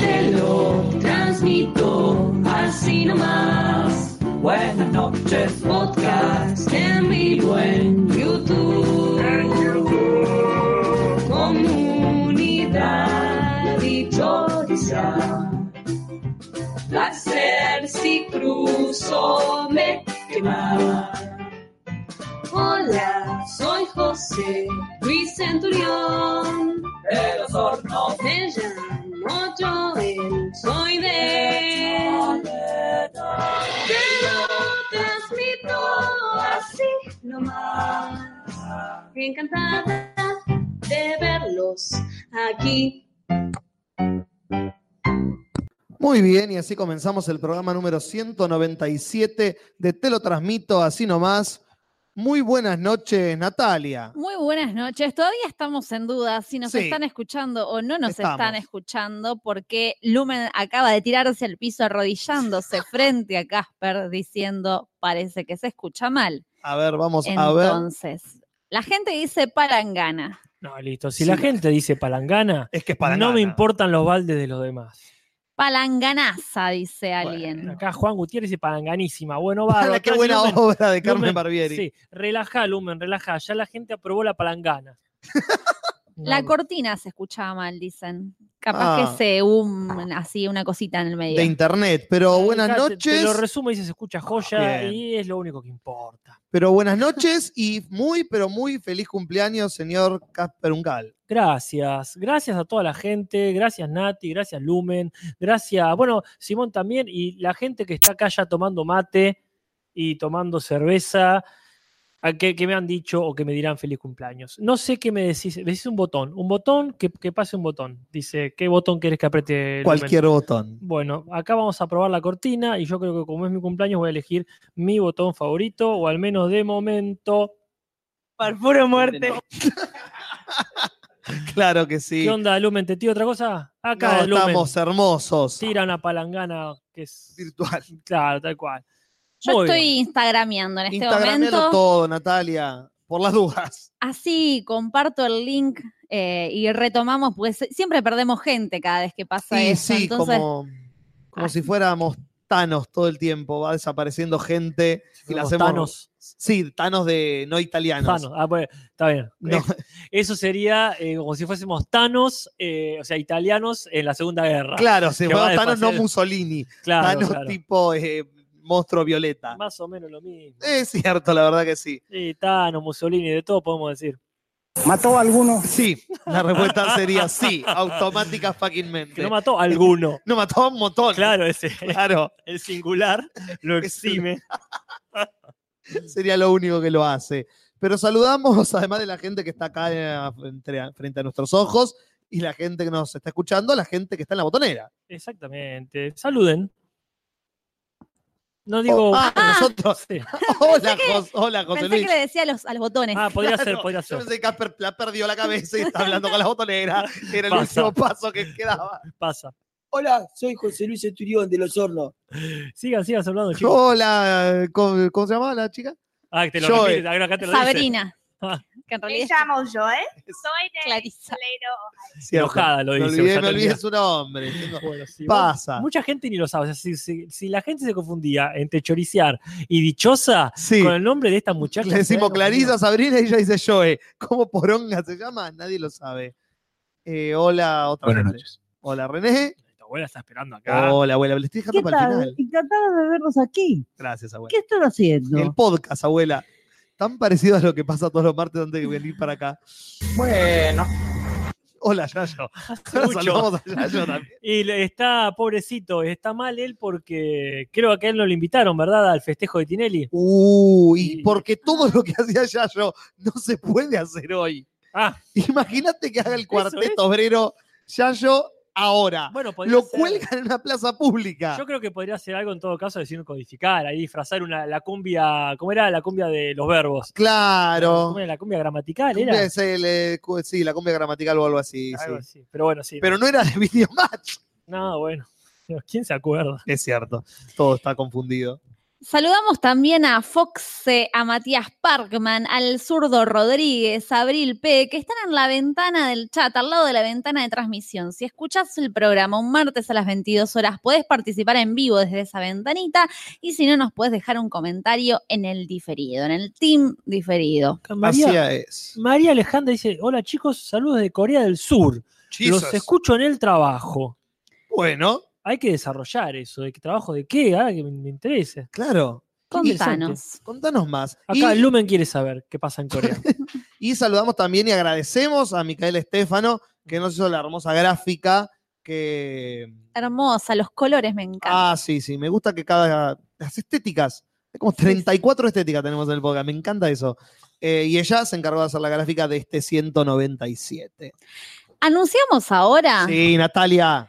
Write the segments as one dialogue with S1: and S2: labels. S1: Te lo transmito así nomás.
S2: Buenas noches.
S1: Podcast en vivo en YouTube. Comunidad y Placer si cruzo me quema. Hola, soy José Luis Centurión.
S2: De los hornos
S1: Me llamo Joel, soy de él. Te lo transmito así nomás. Encantada de verlos aquí.
S3: Muy bien, y así comenzamos el programa número 197 de Te lo transmito así nomás. Muy buenas noches, Natalia.
S4: Muy buenas noches. Todavía estamos en duda si nos
S3: Sí.
S4: están escuchando o no nos
S3: Estamos.
S4: están escuchando porque Lumen acaba de tirarse al piso arrodillándose frente a Casper diciendo parece que se escucha mal.
S3: A ver, vamos a ver.
S4: Entonces, la gente dice palangana.
S5: No, listo. Si
S3: Sí.
S5: la gente dice palangana,
S3: Es que es para
S5: no
S3: nada.
S5: me importan los baldes de los demás.
S4: Palanganaza, dice alguien.
S5: Acá Juan Gutiérrez dice palanganísima. Bueno,
S3: Para
S5: bárbaro.
S3: qué
S5: Acá
S3: buena
S5: Lumen-
S3: obra de Carmen
S5: Lumen,
S3: Barbieri.
S5: Sí, relaja, Lumen, relaja. Ya la gente aprobó la palangana.
S4: La
S5: No,
S4: cortina se escuchaba mal, dicen. Capaz
S3: Ah.
S4: que se un, así una cosita en el medio.
S3: De internet. Pero buenas
S5: acá te- Te,
S3: noches.
S5: lo resumo y se escucha joya
S3: Bien.
S5: y es lo único que importa.
S3: Pero buenas noches y muy, pero muy feliz cumpleaños, señor Casper Ungal.
S5: Gracias, gracias a toda la gente, gracias Nati, gracias Lumen, gracias, bueno, Simón también y la gente que está acá ya tomando mate y tomando cerveza, a que, que me han dicho o que me dirán feliz cumpleaños. No sé qué me decís, me decís un botón, un botón, que, que pase un botón. Dice, ¿qué botón querés que apriete? Lumen?
S3: Cualquier botón.
S5: Bueno, acá vamos a probar la cortina y yo creo que como es mi cumpleaños voy a elegir mi botón favorito o al menos de momento.
S6: Parfuro muerte.
S3: Claro que sí.
S5: ¿Qué onda, Lumen? ¿Te tiro otra cosa? Acá,
S3: No,
S5: Lumen.
S3: estamos hermosos.
S5: tira una palangana que es
S3: Virtual.
S5: claro, tal cual.
S4: Yo
S5: Muy
S4: estoy
S5: bien.
S4: instagrameando en este
S3: Instagramealo
S4: momento.
S3: todo, Natalia. Por las dudas.
S4: Así comparto el link eh, y retomamos, pues siempre perdemos gente cada vez que pasa
S3: Sí,
S4: eso.
S3: sí,
S4: Entonces,
S3: como, como
S4: Ah.
S3: si fuéramos Thanos todo el tiempo, va desapareciendo gente y la
S5: Los
S3: hacemos.
S5: Thanos,
S3: Sí, Thanos de no italianos.
S5: Thanos. Ah, bueno, está bien.
S3: No,
S5: Eh, Eso sería eh, como si fuésemos Thanos, eh, o sea, italianos en la Segunda Guerra.
S3: claro, se
S5: Que va
S3: fue Thanos no
S5: despacio.
S3: Mussolini,
S5: Claro,
S3: Thanos
S5: claro.
S3: tipo eh, monstruo violeta.
S5: Más o menos lo mismo.
S3: Es cierto, la verdad que sí.
S5: Sí, Thanos, Mussolini, de todo podemos decir.
S7: ¿Mató a alguno?
S3: Sí, la respuesta sería sí, automática fucking
S5: Que
S3: mente.
S5: no mató a alguno.
S3: No, mató a un montón.
S5: Claro, ese,
S3: Claro,
S5: el singular lo exime.
S3: sería lo único que lo hace. Pero saludamos, además de la gente que está acá eh, frente a- frente a nuestros ojos y la gente que nos está escuchando, la gente que está en la botonera.
S5: Exactamente. Saluden. No digo.
S3: Oh, ah,
S5: Ah,
S3: nosotros.
S5: sí.
S3: Hola, Jos- hola, José
S4: pensé
S3: Luis.
S4: que le decía a los, a los botones.
S5: Ah, podría
S3: Claro,
S5: ser, podría
S3: Yo
S5: ser.
S3: pensé que Casper la perdió la cabeza y está hablando con la botonera. Era el
S5: Pasa.
S3: último paso que quedaba.
S5: Pasa.
S6: Hola, soy José Luis Esturión de Los Hornos.
S5: Sigan, sigan hablando, chicos.
S3: Hola, ¿cómo, cómo se llamaba la chica?
S5: Ah, te lo
S3: Joel.
S5: repite, acá- acá te lo dice.
S4: Sabrina.
S5: Ah.
S4: Que en
S8: Me
S4: realidad es
S8: llamo Joel, soy de
S4: Clarisa.
S8: Leiro.
S3: Cierto.
S5: Enojada lo
S3: me
S5: dice.
S3: olvidé,
S5: ya
S3: me olvidé
S5: terminé.
S3: su nombre. Tengo-
S5: Bueno, sí,
S3: Pasa.
S5: bueno, Mucha gente ni lo sabe. O sea, si, si- si la gente se confundía entre choriciar y dichosa
S3: Sí.
S5: con el nombre de esta muchacha.
S3: Le decimos
S5: bueno,
S3: Clarisa, Sabrina y ella dice Joe. ¿Cómo poronga se llama? Nadie lo sabe. Eh, hola, otra
S7: Buenas
S3: gente.
S7: noches.
S3: Hola, René.
S5: Tu abuela está esperando acá.
S3: Hola, abuela. Le estoy dejando
S9: ¿Qué
S3: para el
S9: tal?
S3: final.
S9: Encantada de verlos aquí.
S3: Gracias, abuela.
S9: ¿Qué están haciendo?
S3: El podcast, abuela. Tan parecido a lo que pasa todos los martes antes de venir para acá.
S6: Bueno,
S3: Hola, Yayo.
S5: Hace
S3: Ahora
S5: mucho.
S3: saludamos a Yayo también.
S5: Y le- está pobrecito, está mal él porque creo que a él no lo invitaron, ¿verdad? Al festejo de Tinelli.
S3: Uy,
S5: Y-
S3: porque todo lo que hacía Yayo no se puede hacer hoy.
S5: Ah,
S3: Imagínate que haga el
S5: Eso
S3: cuarteto
S5: es.
S3: obrero Yayo ahora.
S5: Ah, bueno, podría
S3: Lo
S5: ser.
S3: cuelga en una plaza pública.
S5: Yo creo que podría ser algo en todo caso, decir codificar, ahí disfrazar una, la cumbia, ¿cómo era? La cumbia de los verbos.
S3: Claro.
S5: ¿Cómo era? La cumbia gramatical,
S3: Cumbia
S5: ¿era?
S3: es el, eh, cu- sí, la cumbia gramatical o algo así. sí.
S5: Algo así. Pero bueno, sí.
S3: Pero no era de Videomatch.
S5: No, bueno. ¿Quién se acuerda?
S3: Es cierto. Todo está confundido.
S4: Saludamos también a Foxe, a Matías Parkman, al zurdo Rodríguez, a Abril P, que están en la ventana del chat, al lado de la ventana de transmisión. Si escuchás el programa un martes a las 22 horas, podés participar en vivo desde esa ventanita y si no, nos podés dejar un comentario en el diferido, en el team diferido.
S5: María,
S3: Así es.
S5: María Alejandra dice: Hola chicos, saludos de Corea del Sur. Los escucho en el trabajo.
S3: Bueno,
S5: Hay que desarrollar eso. ¿De qué trabajo de qué? Ahora que me, me interesa.
S3: claro.
S4: Contanos.
S3: Contanos más.
S5: Acá
S3: Y-
S5: Lumen quiere saber qué pasa en Corea.
S3: Y saludamos también y agradecemos a Micael Estefano, que nos hizo la hermosa gráfica que...
S4: Hermosa, los colores me encantan.
S3: Ah, sí, sí, me gusta que cada... Las estéticas, hay como 34 estéticas tenemos en el podcast, me encanta eso. Eh, y ella se encargó de hacer la gráfica de este 197.
S4: Anunciamos ahora
S3: Sí, Natalia,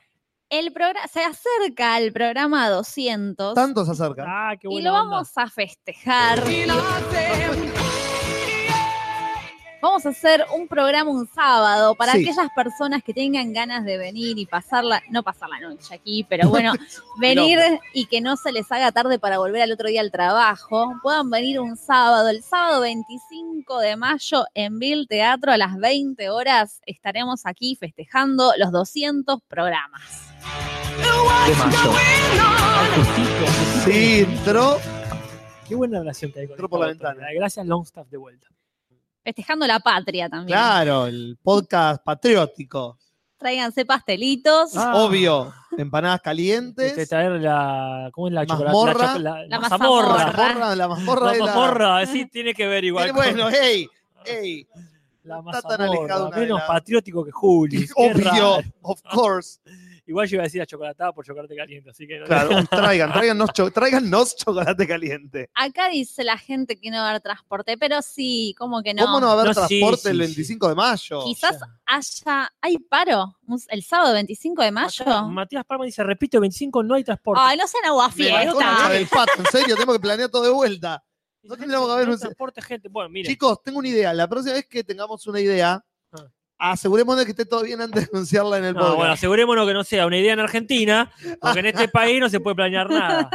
S4: el programa, se acerca al programa 200
S3: tanto se acerca.
S5: ah, qué
S4: y
S5: buena
S4: lo
S5: onda.
S4: vamos a festejar. Vamos a hacer un programa un sábado para
S3: Sí.
S4: aquellas personas que tengan ganas de venir y pasarla, no pasar la noche aquí, pero bueno, venir y que no se les haga tarde para volver al otro día al trabajo. Puedan venir un sábado, el sábado 25 de mayo en Bill Teatro a las 20 horas estaremos aquí festejando los 200 programas.
S5: Justito.
S3: Sí, entró.
S5: Qué buena relación que hay con
S3: Entró
S5: esta
S3: por la
S5: otra.
S3: ventana.
S5: Gracias, Longstaff, de vuelta.
S4: Festejando la patria también.
S3: Claro, el podcast patriótico.
S4: Tráiganse pastelitos.
S5: Ah.
S3: Obvio, empanadas
S5: Este,
S3: calientes.
S5: traer la. ¿Cómo es la chocolate?
S3: Mazmorra.
S5: La, choco- la,
S4: La
S5: mazamorra.
S3: La
S4: mazamorra.
S3: mazmorra, la mazmorra
S5: La
S3: de la-
S5: mazmorra, sí, tiene que ver igual.
S3: Eh,
S5: con-
S3: Bueno, hey, hey.
S5: la
S3: está tan
S5: mazamorra,
S3: alejado una de
S5: Menos
S3: la-
S5: patriótico que Juli. qué
S3: Obvio,
S5: raro.
S3: of course.
S5: Igual yo iba a decir la chocolatada por chocolate caliente, así que.
S3: Claro, traigan, tráiganos, cho- tráiganos chocolate caliente.
S4: Acá dice la gente que no va a haber transporte, pero sí, ¿cómo que no?
S3: ¿Cómo no va a haber
S5: No, sí,
S3: transporte el
S5: sí,
S3: 25 de mayo?
S4: Quizás haya. ¿Hay paro? Un- ¿El sábado 25 de mayo?
S5: Acá Matías Palma dice: repito, 25 no hay transporte.
S4: Ay, no sean
S3: Me bajó la
S4: aguafiestas.
S3: cara del pato, en serio, tenemos que planear todo de vuelta.
S5: Dice,
S3: no tendríamos que haber
S5: hay
S3: un-
S5: transporte, gente. Bueno, miren.
S3: Chicos, tengo una idea. La próxima vez que tengamos una idea,
S5: Ah.
S3: asegurémonos de que esté todo bien antes de anunciarla en el
S5: No, bueno,
S3: podcast.
S5: asegurémonos que no sea una idea en Argentina, porque en este país no se puede planear nada.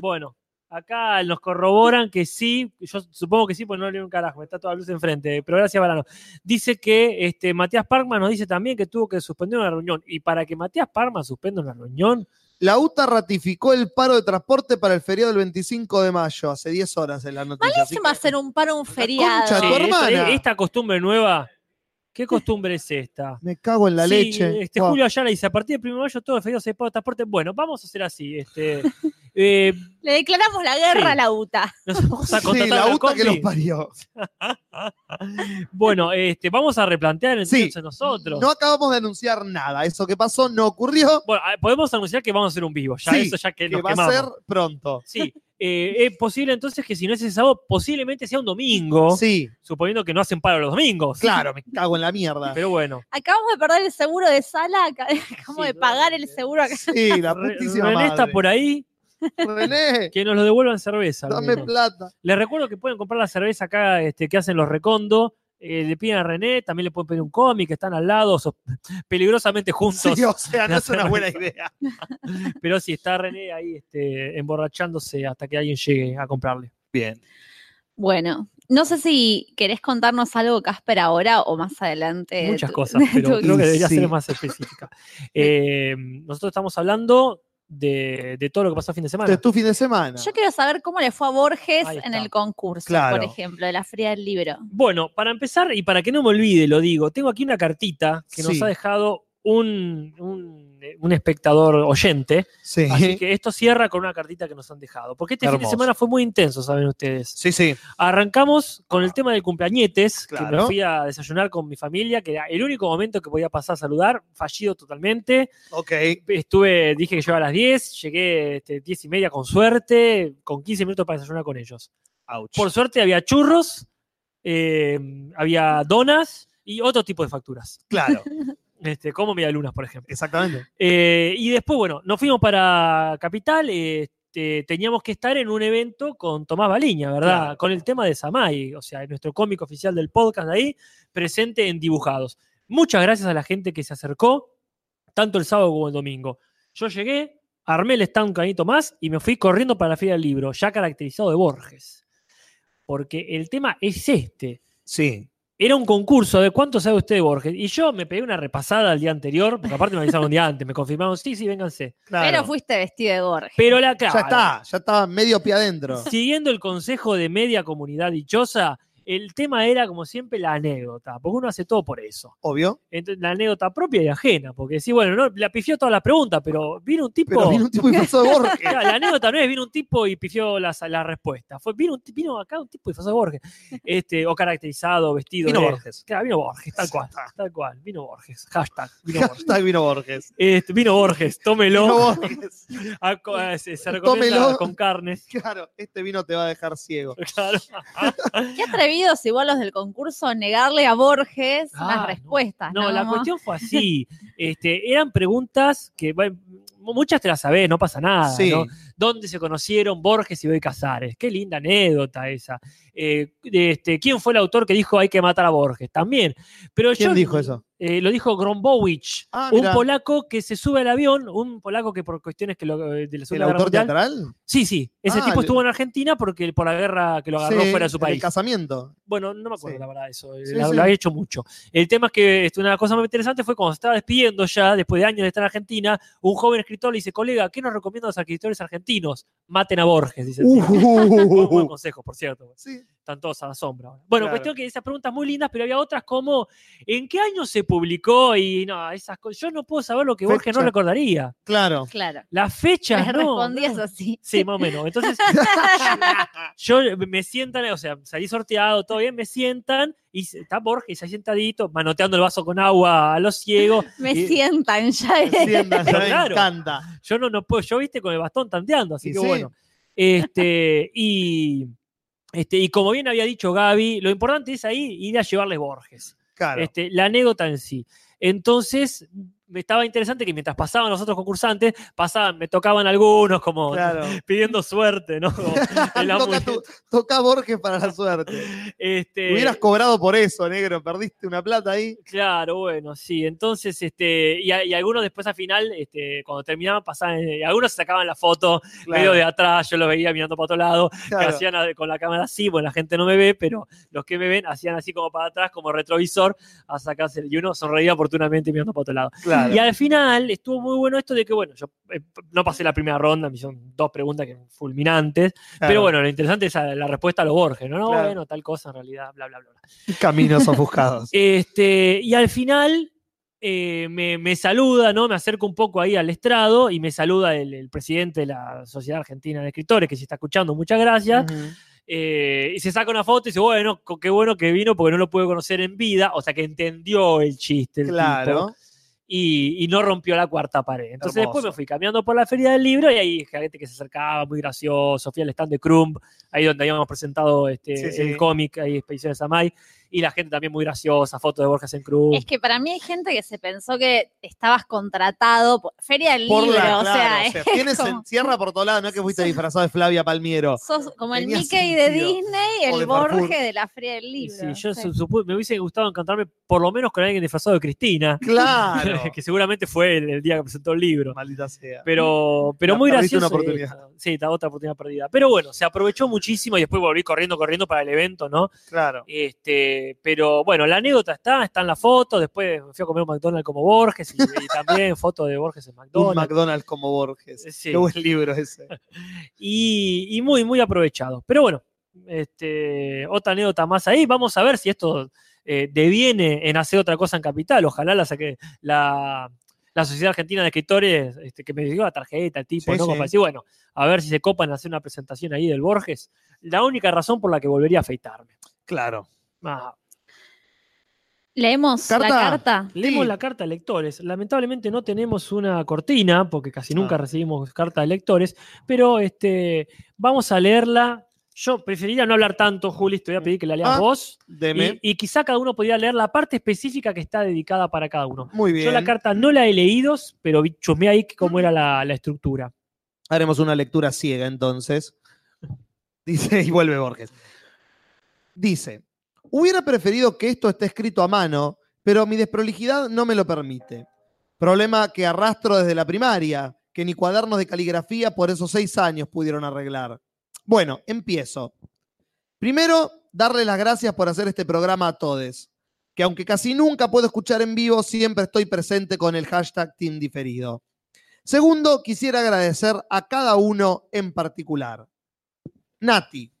S5: Bueno, acá nos corroboran que sí, yo supongo que sí, pues no leo un carajo, está toda luz enfrente, pero gracias, Barano. Dice que este, Matías Parma nos dice también que tuvo que suspender una reunión, y para que Matías Parma suspenda una reunión,
S3: La UTA ratificó el paro de transporte para el feriado del 25 de mayo, hace 10 horas en la noticia. así
S4: ¿Quién va a
S3: que-
S4: hacer un paro un
S3: concha
S4: feriado?
S3: de tu
S5: Sí, esto-
S3: hermana.
S5: esta costumbre nueva, ¿qué costumbre es esta?
S3: Me cago en la
S5: Sí,
S3: leche.
S5: Este
S3: Guau.
S5: Julio Ayala dice, a partir del 1 de mayo todos los feriados se pagan transporte. Bueno, vamos a hacer así. Este, eh,
S4: Le declaramos la guerra
S5: Sí.
S4: a la UTA.
S5: nos vamos a
S3: Sí,
S5: contratar
S3: la
S5: una
S3: UTA que los
S5: combi.
S3: parió.
S5: Bueno, este, vamos a replantear entonces
S3: Sí.
S5: nosotros.
S3: No acabamos de anunciar nada. Eso que pasó no ocurrió,
S5: Bueno, ah, podemos anunciar que vamos a hacer un vivo. Ya
S3: Sí,
S5: eso ya que,
S3: que
S5: nos
S3: va
S5: quemamos.
S3: a ser pronto.
S5: Sí. Eh, es posible entonces que si no es ese sábado, posiblemente sea un domingo,
S3: Sí,
S5: suponiendo que no hacen paro los domingos.
S3: claro, me cago en la mierda.
S5: Pero bueno.
S4: Acabamos de perder el seguro de sala, acá- acabamos
S5: Sí,
S4: de pagar el
S5: totalmente.
S4: seguro acá.
S3: Sí, la
S5: Re-
S3: putísima
S5: René está
S3: madre.
S5: por ahí,
S3: René,
S5: que nos lo devuelvan cerveza. al
S3: dame
S5: menos.
S3: plata.
S5: Les recuerdo que pueden comprar la cerveza acá este, que hacen los recondos. eh, le piden a René, también le pueden pedir un cómic, que están al lado, so- peligrosamente juntos.
S3: Sí, o sea, no es una buena idea.
S5: Pero sí, está René ahí este, emborrachándose hasta que alguien llegue a comprarle.
S3: Bien.
S4: Bueno, no sé si querés contarnos algo, Casper, ahora o más adelante. de
S5: Muchas
S4: tu-
S5: cosas,
S4: de
S5: pero
S4: tu-
S5: creo que
S3: Y
S5: debería
S3: sí.
S5: ser más específica. Eh, nosotros estamos hablando de, de todo lo que pasó el fin de semana.
S3: Este Es tu fin de semana.
S4: Yo quiero saber cómo le fue a Borges
S5: Ahí está.
S4: en el concurso,
S3: Claro.
S4: por ejemplo, de la Fría del Libro.
S5: Bueno, para empezar, y para que no me olvide, lo digo, tengo aquí una cartita que nos
S3: Sí.
S5: ha dejado un, un- eh, un espectador oyente.
S3: Sí.
S5: Así que esto cierra con una cartita que nos han dejado. Porque este fin de
S3: Hermoso.
S5: semana fue muy intenso, saben ustedes.
S3: Sí, sí.
S5: Arrancamos con el tema del cumpleañetes, que
S3: Claro.
S5: me fui a desayunar con mi familia, que era el único momento que podía pasar a saludar, fallido totalmente.
S3: Ok.
S5: Estuve, dije que llegaba a las 10, llegué este, 10 y media con suerte, con 15 minutos para desayunar con ellos. Por suerte había churros, eh, había donas y otro tipo de facturas.
S3: Claro,
S5: Este, como medialunas, por ejemplo.
S3: exactamente.
S5: Eh, y después, bueno, nos fuimos para Capital. este, teníamos que estar en un evento con Tomás Baliña, ¿verdad?
S3: Claro.
S5: Con el tema de Samay, o sea, nuestro cómico oficial del podcast de ahí, presente en Dibujados. Muchas gracias a la gente que se acercó, tanto el sábado como el domingo. Yo llegué, armé el stand un canito más y me fui corriendo para la Feria del Libro, ya caracterizado de Borges. Porque el tema es este.
S3: Sí.
S5: Era un concurso de cuánto sabe usted de Borges. Y yo me pegué una repasada el día anterior, porque aparte me avisaron un día antes, me confirmaron, sí, sí, vénganse.
S3: Claro.
S4: Pero fuiste vestido de Borges.
S5: Pero la claro,
S3: Ya está, ya estaba medio pie adentro.
S5: Siguiendo el consejo de media comunidad dichosa, el tema era, como siempre, la anécdota, porque uno hace todo por eso.
S3: Obvio.
S5: Entonces, la anécdota propia y ajena, porque sí, bueno, no, la pifió todas las preguntas, pero vino un tipo.
S3: Pero vino un tipo y pasó de Borges.
S5: Claro, la anécdota no es vino un tipo y pifió las- la, respuesta. Fue, vino, un ti- vino acá un tipo y pasó de Borges. Este, o caracterizado, vestido.
S3: Vino
S5: de-
S3: Borges.
S5: Claro, vino Borges, tal cual. Tal cual. Vino Borges. Hashtag. Vino Borges.
S3: Hashtag vino Borges.
S5: Este, vino Borges, tómelo.
S3: Vino Borges.
S5: Ah, co- eh, se, se recomienda
S3: Tómelo.
S5: con carnes.
S3: Claro, este vino te va a dejar ciego.
S5: Claro.
S4: Qué atrevidos igual los del concurso negarle a Borges
S5: Ah, no.
S4: las respuestas.
S5: No,
S4: No,
S5: la
S4: Como,
S5: cuestión fue así. Este, eran preguntas que bueno, muchas te las sabés, no pasa nada.
S3: sí.
S5: ¿no? ¿Dónde se conocieron Borges y Bioy Casares? Qué linda anécdota esa. Eh, este, ¿Quién fue el autor que dijo hay que matar a Borges? También. Pero
S3: ¿Quién
S5: yo,
S3: dijo eso?
S5: eh, lo dijo Grombowicz,
S3: Ah,
S5: un
S3: mirá.
S5: polaco que se sube al avión, un polaco que por cuestiones que lo- eh, de la
S3: ¿El
S5: Segunda Guerra
S3: autor
S5: Mundial-
S3: teatral?
S5: Sí, sí. Ese
S3: Ah,
S5: tipo
S3: el-
S5: estuvo en Argentina porque por la guerra que lo agarró
S3: Sí,
S5: fuera de su
S3: El
S5: país.
S3: casamiento.
S5: Bueno, no me acuerdo
S3: Sí.
S5: la verdad de eso. eh,
S3: Sí,
S5: la-
S3: sí.
S5: Lo había hecho mucho. El tema es que este, una cosa muy interesante fue cuando se estaba despidiendo ya, después de años de estar en Argentina, un joven escritor le dice, colega, ¿qué nos recomiendan los escritores argentinos? Maten a Borges, dice. el
S3: Uh,
S5: tipo. Muy buen consejo, por cierto.
S3: Sí.
S5: Están todos a la sombra. ahora. Bueno,
S3: uh. Claro.
S5: cuestión que esas preguntas muy lindas, pero había otras como, ¿en qué año se publicó? Y no, esas cosas. Yo no puedo saber lo que Borges no
S3: Fecha.
S5: recordaría.
S3: Claro.
S4: Claro.
S5: Las fechas,
S4: Le
S5: no.
S4: respondías
S5: no.
S4: así.
S5: Sí, más o menos. Entonces, yo me sientan, o sea, salí sorteado, todo bien, me sientan y se- está Borges ahí sentadito, manoteando el vaso con agua a los ciegos.
S4: Me
S5: Y-
S4: sientan ya.
S3: Sí, anda, ya me
S5: Claro.
S3: encanta.
S5: Yo no, no puedo, yo viste con el bastón tanteando, así
S3: Y
S5: que
S3: sí.
S5: bueno. Este, y, este, y como bien había dicho Gaby, lo importante es ahí ir a llevarles Borges.
S3: Claro.
S5: Este, la anécdota en sí. Entonces, me estaba interesante que mientras pasaban los otros concursantes, pasaban, me tocaban algunos como
S3: claro.
S5: pidiendo suerte, ¿no? Como el
S3: toca,
S5: amuleto.
S3: tu- toca Borges para la suerte.
S5: Este,
S3: Hubieras cobrado por eso, negro. Perdiste una plata ahí.
S5: Claro, bueno, sí. Entonces, este, y, a- y algunos después al final, este, cuando terminaban, pasaban, eh, algunos sacaban la foto medio de atrás, yo los veía mirando para otro lado,
S3: Claro.
S5: que hacían a- con la cámara así, bueno, la gente no me ve, pero los que me ven hacían así como para atrás, como retrovisor, a sacarse, y uno sonreía oportunamente mirando para otro lado.
S3: Claro.
S5: Y al final estuvo muy bueno esto de que, bueno, yo eh, no pasé la primera ronda, me hicieron dos preguntas que eran fulminantes,
S3: Claro.
S5: pero bueno, lo interesante es la la respuesta a los Borges, ¿no? No,
S3: Claro.
S5: bueno, tal cosa en realidad, bla, bla, bla. bla.
S3: Caminos ofuscados.
S5: Este, y al final eh, me, me saluda, ¿no? Me acerco un poco ahí al estrado y me saluda el, el presidente de la Sociedad Argentina de Escritores, que si está escuchando, muchas gracias.
S3: Ujú.
S5: Eh, y se saca una foto y dice, bueno, co- qué bueno que vino porque no lo pude conocer en vida. O sea, que entendió el chiste. el tipo,
S3: Claro.
S5: y, y no rompió la cuarta pared. Entonces después
S3: Hermoso.
S5: me fui caminando por la feria del libro y ahí gente que se acercaba, muy gracioso, fui al stand de Crumb, ahí donde habíamos presentado este,
S3: Sí, sí.
S5: el cómic, ahí Expediciones a May, y la gente también muy graciosa, fotos de Borges en Crumb.
S4: Es que para mí hay gente que se pensó que estabas contratado por Feria del
S3: Por
S4: Libro,
S3: la,
S4: o
S3: claro,
S4: sea,
S3: o sea,
S4: es
S3: tienes
S4: como-
S3: encierra por todos lados, no es que fuiste disfrazado de Flavia Palmiero.
S4: sos como el
S3: tenía
S4: Mickey de
S3: sentido.
S4: Disney,
S3: O
S4: el
S3: de Parkour.
S4: Borges de la Feria del
S5: Y
S4: Libro.
S5: sí, yo
S4: sí.
S5: su- supu- me hubiese gustado encontrarme por lo menos con alguien disfrazado de Cristina,
S3: Claro.
S5: que seguramente fue el, el día que presentó el libro.
S3: Maldita sea.
S5: Pero, pero
S3: La
S5: muy
S3: perdiste
S5: gracioso.
S3: una
S5: eh, Sí, ta- otra oportunidad perdida. Pero bueno, se aprovechó muchísimo y después volví corriendo, corriendo para el evento, ¿no?
S3: Claro.
S5: Este, pero bueno, la anécdota está, está en la foto. Después fui a comer un McDonald's como Borges y, y también foto de Borges en
S3: Un
S5: McDonald's.
S3: McDonald's como Borges.
S5: Sí.
S3: Qué buen libro ese.
S5: Y, y muy, muy aprovechado. Pero bueno, este, otra anécdota más ahí. Vamos a ver si esto eh, deviene en hacer otra cosa en Capital. Ojalá la saque la, la Sociedad Argentina de Escritores, este, que me dio la tarjeta, el tipo,
S3: Sí,
S5: ¿no? Como
S3: sí.
S5: para decir, bueno, a ver si se copan a hacer una presentación ahí del Borges. La única razón por la que volvería a afeitarme.
S3: Claro.
S5: Ah,
S4: ¿Leemos la
S3: Carta.
S4: carta?
S5: Leemos
S3: Sí.
S5: la carta de lectores. Lamentablemente no tenemos una cortina, porque casi nunca
S3: Ah.
S5: recibimos carta de lectores, pero este, vamos a leerla. Yo preferiría no hablar tanto, Juli, te voy a pedir que la leas
S3: Ah,
S5: vos.
S3: Deme.
S5: Y, y quizá cada uno podría leer la parte específica que está dedicada para cada uno.
S3: Muy bien.
S5: Yo la carta no la he leído, pero vi- chusmeé ahí cómo era la, la estructura.
S3: Haremos una lectura ciega entonces. Dice, y vuelve Borges. Dice, hubiera preferido que esto esté escrito a mano, pero mi desprolijidad no me lo permite. Problema que arrastro desde la primaria, que ni cuadernos de caligrafía por esos seis años pudieron arreglar. Bueno, empiezo. Primero, darle las gracias por hacer este programa a todos, que aunque casi nunca puedo escuchar en vivo, siempre estoy presente con el hashtag Team Diferido. Segundo, quisiera agradecer a cada uno en particular. Nati,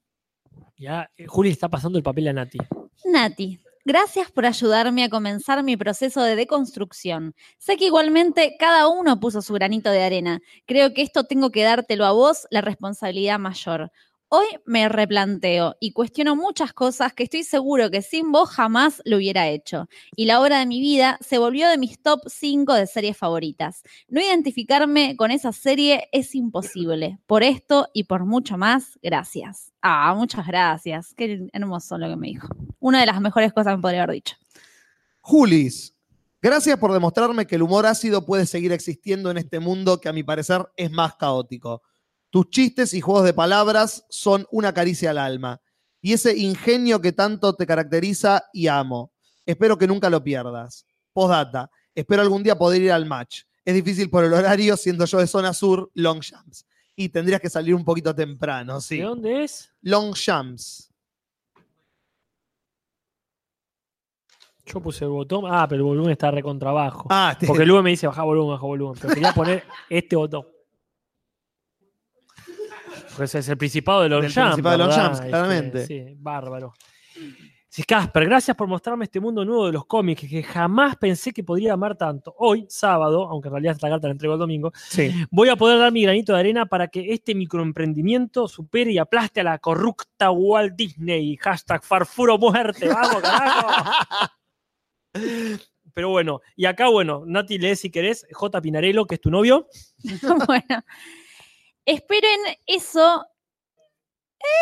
S5: Ya, eh, Juli está pasando el papel a Nati.
S4: Nati, gracias por ayudarme a comenzar mi proceso de deconstrucción. Sé que igualmente cada uno puso su granito de arena. Creo que esto tengo que dártelo a vos, la responsabilidad mayor. Hoy me replanteo y cuestiono muchas cosas que estoy seguro que sin vos jamás lo hubiera hecho. Y la obra de mi vida se volvió de mis top 5 de series favoritas. No identificarme con esa serie es imposible. Por esto y por mucho más, gracias. Ah, muchas gracias. Qué hermoso lo que me dijo una de las mejores cosas que me podría haber dicho.
S3: Julis, gracias por demostrarme que el humor ácido puede seguir existiendo en este mundo que a mi parecer es más caótico. Tus chistes y juegos de palabras son una caricia al alma y ese ingenio que tanto te caracteriza y amo. Espero que nunca lo pierdas. Postdata, espero algún día poder ir al match. Es difícil por el horario, siendo yo de zona sur, long jumps. Y tendrías que salir un poquito temprano, sí.
S5: ¿De dónde es?
S3: Long jumps.
S5: Yo puse el botón. Ah, pero el volumen está recontrabajo.
S3: Ah, te-
S5: Porque Lumen me dice baja volumen, baja volumen. Pero quería poner este botón. Pues es el principado de los
S3: Del
S5: Jump,
S3: Principado de los
S5: ¿verdad?
S3: Jumps,
S5: Este,
S3: claramente.
S5: sí, bárbaro. Sí, Casper, gracias por mostrarme este mundo nuevo de los cómics que- que jamás pensé que podría amar tanto. Hoy, sábado, aunque en realidad esta carta la entrego el domingo,
S3: sí.
S5: voy a poder dar mi granito de arena para que este microemprendimiento supere y aplaste a la corrupta Walt Disney. Hashtag farfuro muerte. Vamos, carajo. Pero bueno, y acá, bueno, Nati lee si querés, J. Pinarello, que es tu novio.
S4: bueno. Esperen eso.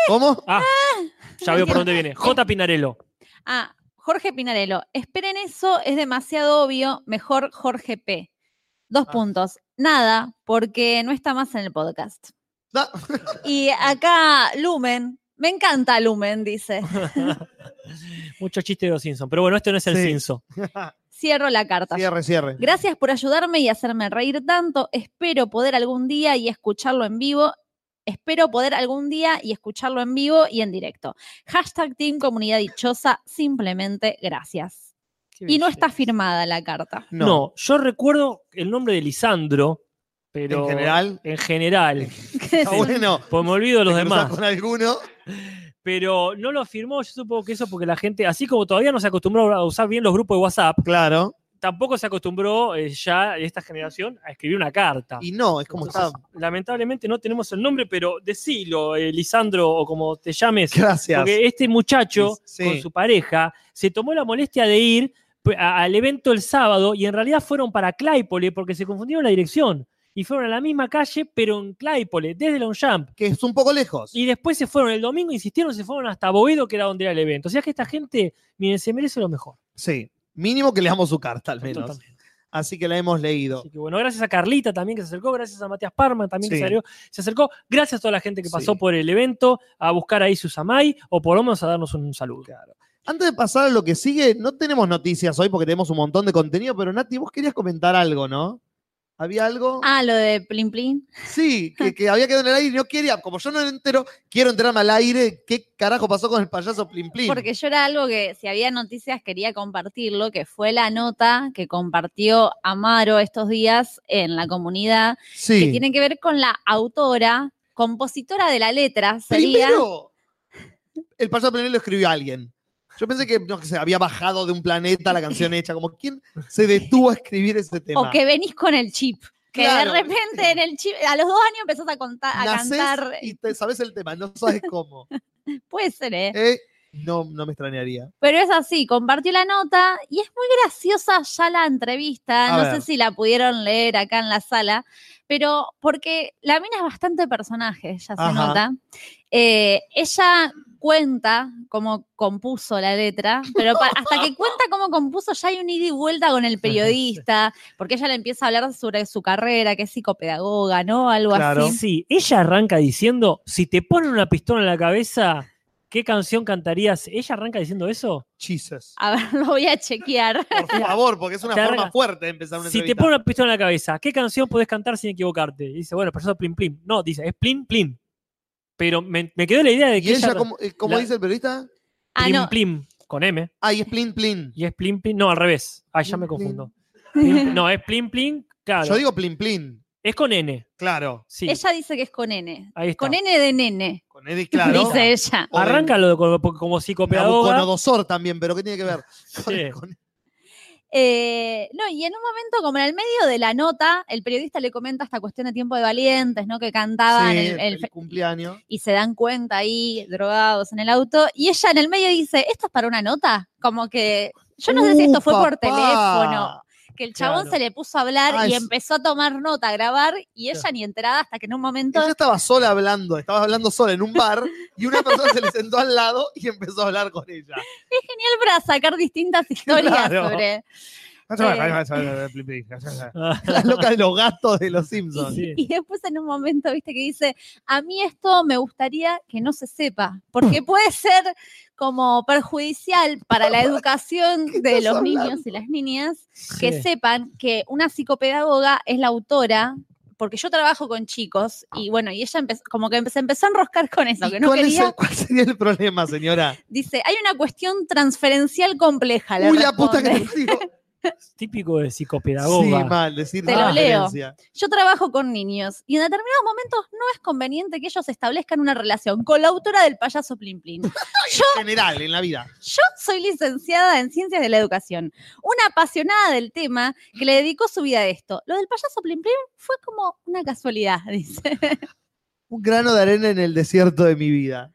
S3: ¿Cómo?
S5: Ah, ya veo por
S4: entiendo.
S5: dónde viene. J. Pinarello.
S4: Ah, Jorge Pinarello. Esperen eso, es demasiado obvio. Mejor Jorge P. Dos
S5: Ah.
S4: puntos. Nada, porque no está más en el podcast.
S3: Da-
S4: Y acá Lumen. Me encanta Lumen, dice.
S5: Mucho chiste de los Simpsons. Pero bueno, este no es el
S3: Sí.
S5: Simpson.
S4: Cierro la carta.
S3: Cierre, cierre.
S4: Gracias por ayudarme y hacerme reír tanto. Espero poder algún día y escucharlo en vivo. Espero poder algún día y escucharlo en vivo y en directo. Hashtag Team Comunidad Dichosa, simplemente gracias. Y no está firmada la carta.
S5: No. yo recuerdo el nombre de Lisandro, pero.
S3: En general.
S5: En general.
S3: Está bueno.
S5: Pues me olvido de los
S3: Te cruzás
S5: demás.
S3: con alguno.
S5: pero no lo firmó. Yo supongo que eso porque la gente, así como todavía no se acostumbró a usar bien los grupos de WhatsApp,
S3: Claro.
S5: tampoco se acostumbró eh, ya esta generación a escribir una carta.
S3: Y no, es como
S5: Entonces,
S3: está.
S5: Lamentablemente no tenemos el nombre, pero decilo, eh, Lisandro, o como te llames.
S3: Gracias.
S5: Porque este muchacho
S3: Sí.
S5: con su pareja se tomó la molestia de ir p- a- al evento el sábado y en realidad fueron para Claypole porque se confundieron la dirección. Y fueron a la misma calle, pero en Claypole, desde Longchamp.
S3: Que es un poco lejos.
S5: Y después se fueron el domingo, insistieron, se fueron hasta Boedo, que era donde era el evento. O sea que esta gente, miren, se merece lo mejor.
S3: Sí. Mínimo que leamos su carta, al menos.
S5: Totalmente.
S3: Así que la hemos leído.
S5: Así que bueno, gracias a Carlita también que se acercó, gracias a Matías Parma también que
S3: Sí.
S5: se acercó, se acercó. Gracias a toda la gente que pasó
S3: Sí.
S5: por el evento a buscar ahí sus amay o por lo menos a darnos un, saludo.
S3: Antes de pasar a lo que sigue, no tenemos noticias hoy porque tenemos un montón de contenido, pero Nati, vos querías comentar algo, ¿no? ¿Había algo?
S4: Ah, lo de Plin Plin.
S3: Sí, que, que había quedado en el aire y no quería. Como yo no entero, quiero enterarme al aire qué carajo pasó con el payaso Plim Plim.
S4: Porque yo era algo que si había noticias quería compartirlo, que fue la nota que compartió Amaro estos días en la comunidad, que
S3: sí.
S4: tiene que ver con la autora, compositora de la letra, sería...
S3: Primero, el payaso Plim Plim lo escribió alguien. Yo pensé que, no sé, había bajado de un planeta la canción hecha. Como, ¿quién se detuvo a escribir ese tema?
S4: O que venís con el chip. Que
S3: Claro.
S4: de repente en el chip, a los dos años empezás a, contar, a
S3: Nacés
S4: cantar.
S3: y te sabes el tema, no sabes cómo.
S4: Puede ser, ¿eh?
S3: Eh, no, no me extrañaría.
S4: Pero es así, compartió la nota y es muy graciosa ya la entrevista.
S3: A
S4: no
S3: ver.
S4: sé si la pudieron leer acá en la sala, pero porque la mina es bastante personaje, ya se
S3: Ajá.
S4: nota. Eh, ella cuenta cómo compuso la letra, pero pa- hasta que cuenta cómo compuso ya hay un ida y vuelta con el periodista, porque ella le empieza a hablar sobre su carrera, que es psicopedagoga, ¿no? Algo
S3: Claro.
S4: así.
S5: Sí, ella arranca diciendo, si te ponen una pistola en la cabeza, ¿Qué canción cantarías? ¿Ella arranca diciendo eso?
S3: Jesus.
S4: A ver, lo voy a chequear.
S3: Por favor, porque es una
S5: Te
S3: forma
S5: arranca.
S3: fuerte de empezar una
S5: Si te
S3: entrevista.
S5: pone una pistola en la cabeza, ¿qué canción podés cantar sin equivocarte? Y dice, bueno, pero eso es plin plin. No, dice, es plin plin. Pero me, me quedó la idea de que
S3: ¿Y ella,
S5: ella.
S3: como cómo
S5: la-
S3: dice el periodista?
S4: Ah,
S5: plin
S4: no.
S5: plin, con M.
S3: Ay, es plin plin.
S5: Y es plin plin. No, al revés. Ah, ya me
S3: Plin, plin.
S5: confundo. Plin- no, es plin plin, claro.
S3: Yo digo plin plin.
S5: Es con N.
S3: Claro.
S5: Sí.
S4: Ella dice que es con N.
S5: ahí está.
S4: Con N de nene,
S3: Con Edith, claro.
S4: dice ella.
S3: O de
S5: Arráncalo como, como psicopedagoga.
S3: Nabucodonosor también, pero ¿qué tiene que ver? Con-
S5: Sí.
S3: con-
S4: Eh, no, y en un momento, como en el medio de la nota, el periodista le comenta esta cuestión de tiempo de valientes, ¿no? Que cantaban
S3: Sí,
S4: Ah, el- el,
S3: feliz cumpleaños.
S4: y se dan cuenta ahí, drogados en el auto, y ella en el medio dice, ¿esto es para una nota? Como que, yo no sé si
S3: ¡Uh,
S4: esto fue
S3: papá!
S4: por teléfono, que el chabón
S5: Claro.
S4: se le puso a hablar
S3: Ah,
S4: y
S3: es-
S4: empezó a tomar nota, a grabar, y ella
S5: Claro.
S4: ni enterada hasta que en un momento...
S3: Ella estaba sola hablando, estaba hablando sola en un bar y una persona se le sentó al lado y empezó a hablar con ella.
S4: Es genial para sacar distintas historias
S3: Claro.
S4: sobre...
S5: Ah,
S3: La loca de los gatos de los Simpsons.
S5: sí.
S4: Y después en un momento, viste, que dice, a mí esto me gustaría que no se sepa,
S3: Mm.
S4: porque puede ser como perjudicial para la educación de
S3: estás
S4: los
S3: hablando?
S4: niños y las niñas. que
S5: Sí.
S4: sepan que una psicopedagoga es la autora, porque yo trabajo con chicos y bueno, y ella empezó, como que se empezó a enroscar con eso,
S3: ¿Y
S4: que no
S3: cuál, es
S4: quería.
S3: el- cuál sería el problema, señora?
S4: Dice, hay una cuestión transferencial compleja. le
S3: Uy, la puta que
S4: responde.
S3: te digo.
S5: Típico de
S3: Sí,
S5: psicopedagoga.
S3: mal, decir
S4: Te lo leo.
S3: referencia.
S4: Yo trabajo con niños y en determinados momentos no es conveniente que ellos establezcan una relación con la autora del payaso Plin Plin.
S3: General, en la vida.
S4: Yo soy licenciada en Ciencias de la Educación, una apasionada del tema que le dedicó su vida a esto. Lo del payaso Plin Plin fue como una casualidad, dice.
S3: Un grano de arena en el desierto de mi vida.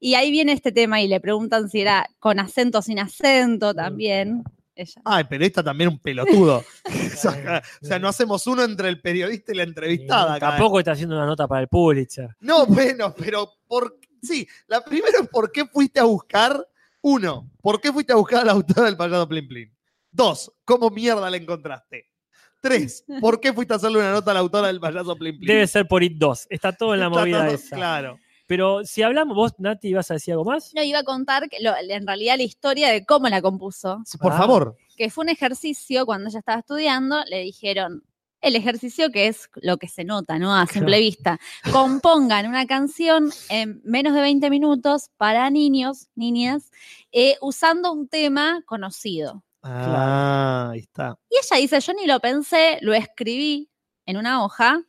S4: Y ahí viene este tema y le preguntan si era con acento o sin acento también. Ella.
S3: Ay, pero esta también un pelotudo. o sea,
S5: Claro.
S3: no hacemos uno entre el periodista y la entrevistada.
S5: Sí,
S3: acá, ¿eh?
S5: Tampoco está haciendo una nota para el Pulitzer.
S3: No, bueno, pero por sí, la primera es por qué fuiste a buscar, uno, ¿por qué fuiste a buscar a la autora del payaso Plin Plin? Dos, ¿cómo mierda la encontraste? Tres, ¿por qué fuiste a hacerle una nota a la autora del payaso Plin Plin?
S5: Debe ser por IT 2. Está todo en la
S3: Está
S5: movida
S3: todo-
S5: esa.
S3: Claro.
S5: Pero si hablamos, vos, Nati, ibas a decir algo más.
S4: No iba a contar que lo- en realidad la historia de cómo la compuso,
S3: Por
S5: Ah.
S3: favor.
S4: que fue un ejercicio cuando ella estaba estudiando, le dijeron, el ejercicio que es lo que se nota, ¿no? A simple
S5: Claro.
S4: vista, compongan una canción en menos de 20 minutos para niños, niñas, eh, usando un tema conocido.
S3: Ah, ahí está.
S4: Y ella dice, yo ni lo pensé, lo escribí en una hoja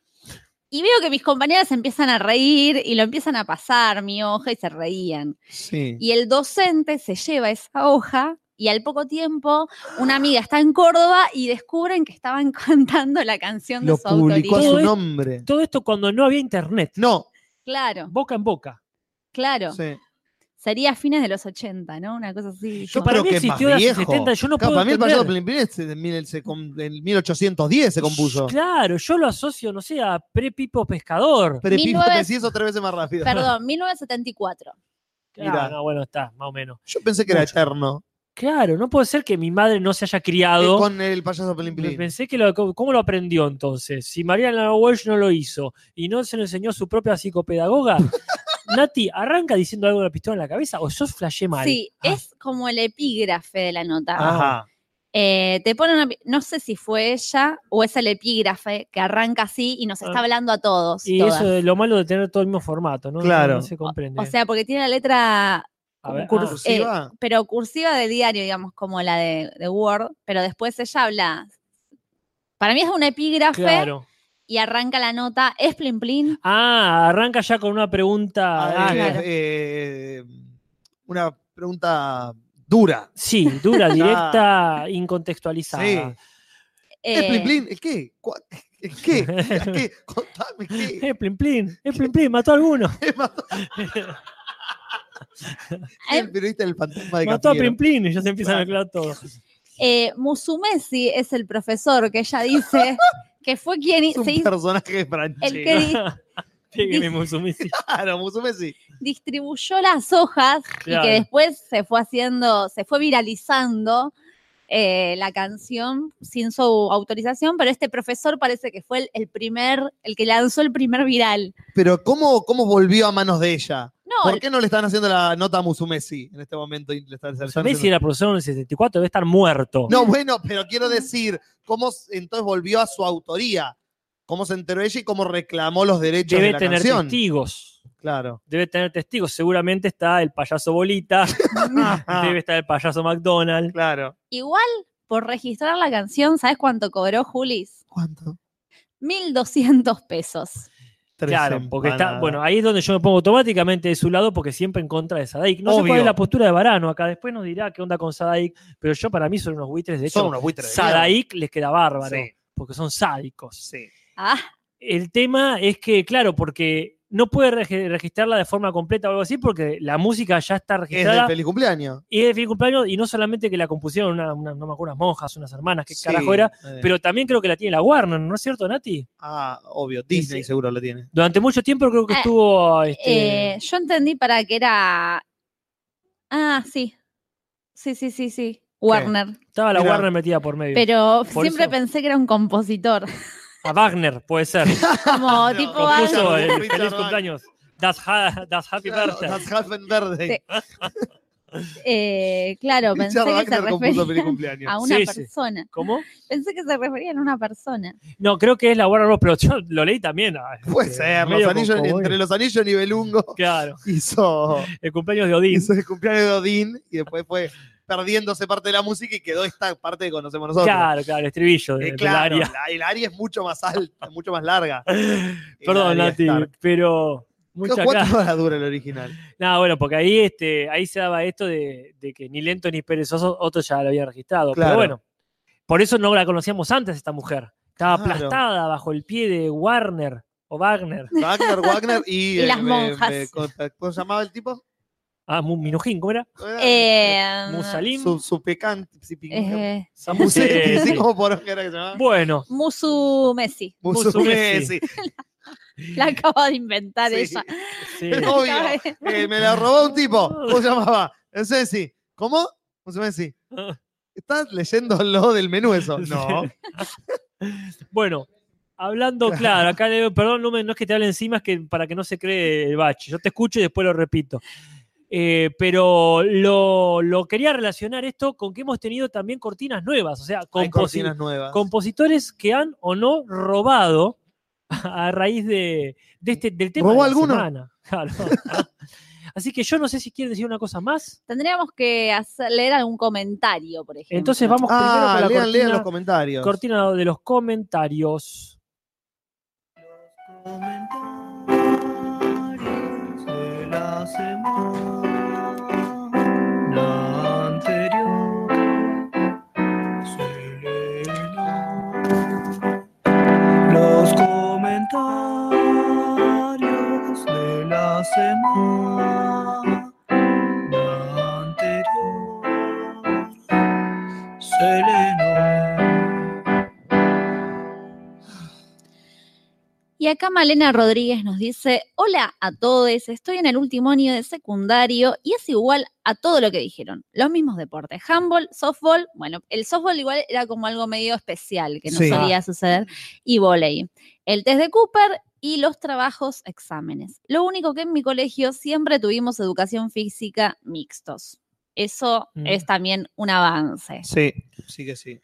S4: y veo que mis compañeras empiezan a reír y lo empiezan a pasar mi hoja y se reían.
S3: Sí.
S4: Y el docente se lleva esa hoja y al poco tiempo una amiga está en Córdoba y descubren que estaban cantando la canción
S3: Lo
S4: de su
S3: publicó a
S4: autoría.
S5: Todo
S3: su
S5: es-
S3: nombre.
S5: Todo esto cuando no había internet.
S3: No,
S4: Claro,
S5: Boca en boca.
S4: claro.
S3: sí.
S4: Sería a fines de los 80, ¿no? Una cosa así.
S3: Yo
S4: como-
S5: para
S3: creo
S5: mí
S3: que es más
S5: existió desde
S3: viejo.
S5: 70, yo no
S3: Claro,
S5: puedo
S3: para mí el payaso
S5: entender.
S3: Plin Plin es de mil- se com- en 1810 se compuso.
S5: Claro, yo lo asocio, no sé, a pre-pipo pescador.
S3: Pero Pipo
S4: 19
S3: decía eso tres veces más rápido.
S4: Perdón, 1974.
S5: Claro,
S3: Mirá.
S5: Ah, no, bueno, está, más o menos.
S3: Yo pensé que era eterno.
S5: Claro, no puede ser que mi madre no se haya
S3: Eh,
S5: criado.
S3: Con el payaso Pelín
S5: Me
S3: Pelín.
S5: Pensé que lo, cómo lo aprendió entonces. Si Mariana Walsh no lo hizo y no se lo enseñó su propia psicopedagoga, Nati, ¿arranca diciendo algo de la pistola en la cabeza o sos flashé mal?
S4: Sí,
S5: Ah,
S4: es como el epígrafe de la nota.
S3: Ajá.
S4: Eh, te pone una, no sé si fue ella o es el epígrafe que arranca así y nos está
S5: Ah.
S4: hablando a todos.
S5: Y
S4: todas.
S5: eso es lo malo de tener todo el mismo formato, ¿no? No-
S3: Claro.
S5: No, se comprende.
S4: o sea, porque tiene la letra,
S5: A ver,
S3: ¿Con
S5: ah,
S3: cursiva?
S4: pero cursiva de diario, digamos, como la de, de Word, pero después ella habla. Para mí es un epígrafe
S5: ah, claro.
S4: y arranca la nota, es plin plin.
S5: Ah, arranca ya con una pregunta.
S3: Ah,
S5: ah,
S3: eh,
S4: claro.
S3: eh, una pregunta dura.
S5: Sí, dura, directa, incontextualizada.
S3: Sí. ¿Es
S4: eh,
S3: Plin Plin? ¿El qué? ¿Cuál- ¿El qué? ¿El qué? Contame qué.
S5: Eh, plin plin, eh, plin plin, mató a alguno.
S3: El periodista del fantasma de
S5: mató a plin
S3: Cafiero.
S5: plin y ya se empiezan a aclarar todo.
S4: eh, Musumesi es el profesor que ella dice que fue quien
S3: Es un
S4: se hizo-
S3: personaje
S4: el que
S3: franchino.
S4: di-
S5: Pégame, Musumeci.
S3: Claro, Musumeci.
S4: distribuyó las hojas y
S5: Claro.
S4: que después se fue haciendo, se fue viralizando eh, la canción sin su autorización, pero este profesor parece que fue el, el primer, el que lanzó el primer viral.
S3: Pero ¿cómo, ¿cómo volvió a manos de ella?
S4: No,
S3: ¿Por qué no le están haciendo la nota a Musumesi en este momento? y le están- le están
S5: Messi
S3: haciendo-
S5: era profesor en el 74, debe estar muerto.
S3: No, bueno, pero quiero decir, ¿cómo s- entonces volvió a su autoría? ¿Cómo se enteró ella y cómo reclamó los derechos de
S5: debe
S3: la
S5: tener
S3: canción?
S5: testigos.
S3: Claro.
S5: Debe tener testigos. Seguramente está el payaso Bolita, debe estar el payaso McDonald.
S3: Claro.
S4: igual por registrar la canción, ¿sabes cuánto cobró Julis?
S3: ¿Cuánto?
S4: 1.200 pesos.
S3: Tres
S5: Claro, porque está,
S3: empanadas.
S5: bueno, ahí es donde yo me pongo automáticamente de su lado porque siempre en contra de Sadaik. No sé cuál
S3: Obvio.
S5: es la postura de Varano acá, después nos dirá qué onda con Sadaik, pero yo para mí son unos buitres, de
S3: son
S5: hecho,
S3: unos buitres. de mierda.
S5: Sadaik les queda bárbaro,
S3: Sí,
S5: porque son sádicos.
S3: sí.
S4: Ah,
S5: El tema es que, claro, porque no puede reg- registrarla de forma completa o algo así, porque la música ya está
S3: Es del
S5: registrada
S3: feliz cumpleaños.
S5: y es de feliz cumpleaños, y no solamente que la compusieron una, una- no me acuerdo, unas monjas, unas hermanas, qué
S3: Sí,
S5: carajo era,
S3: eh.
S5: pero también creo que la tiene la Warner, ¿no es cierto, Nati?
S3: Ah, obvio, Disney
S5: Dice-
S3: seguro lo tiene.
S5: Durante mucho tiempo creo que
S4: Ah,
S5: estuvo este,
S4: eh, yo entendí para que era. Ah, sí. Sí, sí, sí, sí. Warner.
S5: Estaba la
S3: Mira.
S5: Warner metida por medio.
S4: Pero
S5: Por
S4: siempre
S5: eso-
S4: pensé que era un compositor.
S5: A Wagner, puede ser.
S4: Como tipo
S5: Compuso
S3: Wagner.
S5: el
S3: Peter
S5: feliz
S3: Wagner.
S5: cumpleaños. Das, ha- das Happy
S3: Claro,
S5: Birthday.
S3: That's Halfen Verde.
S4: Sí. Eh, claro, pensé
S3: Richard
S4: que se
S3: Wagner compuso feliz
S4: refería
S3: cumpleaños.
S4: a una
S5: Sí, sí.
S4: persona.
S5: ¿Cómo?
S4: Pensé que se refería a una persona.
S5: No, creo que es la Warner Bros. Pero yo lo leí también. ah,
S3: Puede
S5: este,
S3: ser, los
S5: medio con
S3: anillos,
S5: cowboy.
S3: entre los anillos y Belungo
S5: Claro,
S3: hizo,
S5: el cumpleaños de Odín.
S3: hizo el cumpleaños de Odín y después fue perdiéndose parte de la música y quedó esta parte que conocemos nosotros.
S5: Claro, claro, el estribillo de,
S3: Eh,
S5: del
S3: claro,
S5: área.
S3: la- el área es mucho más alta, mucho más larga. El
S5: Perdón,
S3: área
S5: Nati,
S3: Stark.
S5: pero mucha
S3: ¿Cuántas
S5: cara.
S3: horas dura el original?
S5: Nada, bueno, porque ahí, este, ahí se daba esto de, de que ni lento ni perezoso, otro ya lo había registrado.
S3: Claro.
S5: Pero bueno, por eso no la conocíamos antes, esta mujer. Estaba
S3: Claro.
S5: aplastada bajo el pie de Warner o Wagner.
S3: Wagner, Wagner y...
S4: Y las
S3: eh,
S4: monjas.
S3: ¿Cómo cómo se llamaba el tipo?
S5: Ah, Mu- Minujín, ¿cómo era?
S3: Ah,
S4: Eh,
S5: Musalim.
S3: Su, su pecante. si pin-
S4: eh,
S5: Samu-
S3: Sí,
S5: Eh,
S3: sí, como poronga era que se llamaba.
S5: Bueno,
S4: Musu Messi.
S3: Musumesi.
S5: Musumesi.
S4: La acaba de inventar
S3: Sí.
S4: ella.
S5: sí.
S3: Obvio.
S4: Estaba-
S3: Eh, me la robó un tipo. ¿Cómo se llamaba? Eh, Ceci. ¿Cómo? Musumesi.
S5: Ah.
S3: ¿Estás leyendo lo del menú eso? No.
S5: Bueno, hablando
S3: Claro.
S5: claro, acá le- perdón, Lumen, no es que te hable encima, es que para que no se cree el bache. Yo te escucho y después lo repito. Eh, pero lo, lo quería relacionar esto con que hemos tenido también cortinas nuevas, o sea,
S3: Hay
S5: composi-
S3: cortinas nuevas.
S5: compositores que han o no robado a raíz de, de este, del tema
S3: ¿Robó
S5: de la
S3: alguno?
S5: semana. Claro. Así que yo no sé si quieren decir una cosa más.
S4: Tendríamos que hacer- leer algún comentario, por ejemplo.
S5: Entonces vamos
S3: Ah,
S5: primero con la
S3: lean, lean los
S5: cortina-
S3: comentarios.
S5: cortina de los comentarios.
S2: comentarios de la semana anterior se leerán los comentarios de la semana anterior se leerán
S4: Y acá Malena Rodríguez nos dice, hola a todos, estoy en el último año de secundario y es igual a todo lo que dijeron. Los mismos deportes, handball, softball, bueno, el softball igual era como algo medio especial que no
S3: Sí.
S4: solía suceder, y volei. El test de Cooper y los trabajos, exámenes. Lo único que en mi colegio siempre tuvimos educación física mixtos. Eso
S5: Mm.
S4: es también un avance.
S3: Sí, sí que sí.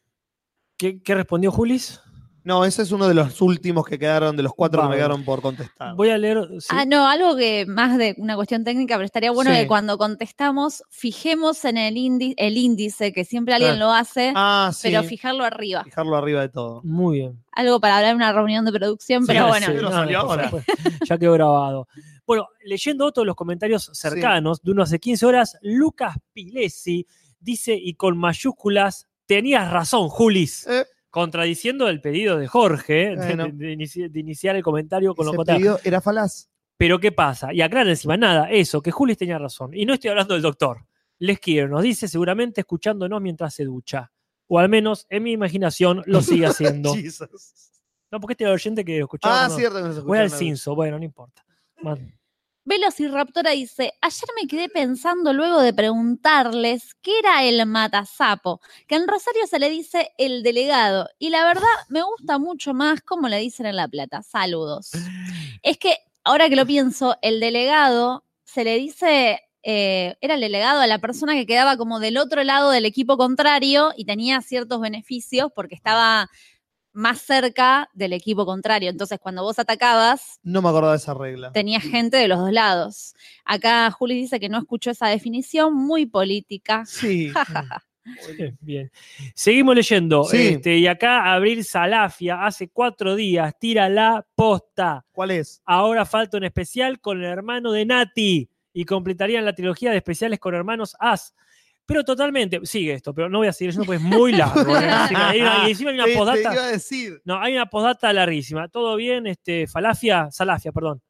S5: ¿Qué, qué respondió Julis?
S3: No, ese es uno de los últimos que quedaron, de los cuatro que
S5: Vale.
S3: me quedaron por contestar.
S5: Voy a leer. sí.
S4: Ah, no, algo que más de una cuestión técnica, pero estaría bueno
S5: Sí.
S4: que cuando contestamos fijemos en el, indi- el índice, que siempre alguien
S5: Ah.
S4: lo hace,
S3: Ah, sí.
S4: pero fijarlo arriba.
S3: Fijarlo arriba de todo.
S5: Muy bien.
S4: Algo para hablar en una reunión de producción, pero
S5: Sí,
S4: bueno.
S5: sí,
S3: Pero
S5: no,
S3: salió
S5: por
S3: ahora.
S5: supuesto. Ya quedó grabado. Bueno, leyendo otros los comentarios cercanos, de unos de 15 horas, Lucas Pilesi dice, y con mayúsculas, tenías razón, Julis.
S3: Eh.
S5: Contradiciendo el pedido de Jorge de-
S3: Bueno.
S5: de, de inici- de iniciar el comentario con los
S3: Ese
S5: comentarios.
S3: pedido era falaz.
S5: Pero ¿qué pasa? Y aclara encima nada, eso, que Julis tenía razón. Y no estoy hablando del doctor. Les quiero, nos dice seguramente escuchándonos mientras se ducha. O al menos en mi imaginación lo sigue haciendo.
S3: Jesus.
S5: no, porque este era el oyente que escuchaba.
S3: Ah,
S5: no.
S3: cierto que nos
S5: Voy al
S3: escucharon.
S5: Cinso, bueno, no importa. Man,
S4: Velociraptora dice, ayer me quedé pensando luego de preguntarles qué era el matasapo, que en Rosario se le dice el delegado, y la verdad me gusta mucho más como le dicen en La Plata. Saludos. Es que, ahora que lo pienso, el delegado se le dice, eh, era el delegado a la persona que quedaba como del otro lado del equipo contrario y tenía ciertos beneficios porque estaba más cerca del equipo contrario. Entonces, cuando vos atacabas,
S3: No me acordaba de esa regla.
S4: tenía gente de los dos lados. Acá Juli dice que no escuchó esa definición muy política.
S3: Sí.
S5: Bien, eh, Bien. Seguimos leyendo.
S3: Sí.
S5: Este, y acá Abril Salafia hace cuatro días tira la posta.
S3: ¿Cuál es?
S5: Ahora falta un especial con el hermano de Nati y completarían la trilogía de especiales con hermanos As. Pero totalmente, sigue esto, pero no voy a seguir leyendo porque es muy largo. ¿eh? Así que hay una- y encima hay una
S3: Te- te
S5: postdata.
S3: iba a decir.
S5: No, hay una postdata larguísima. Todo bien, este, Falafia, Salafia, perdón.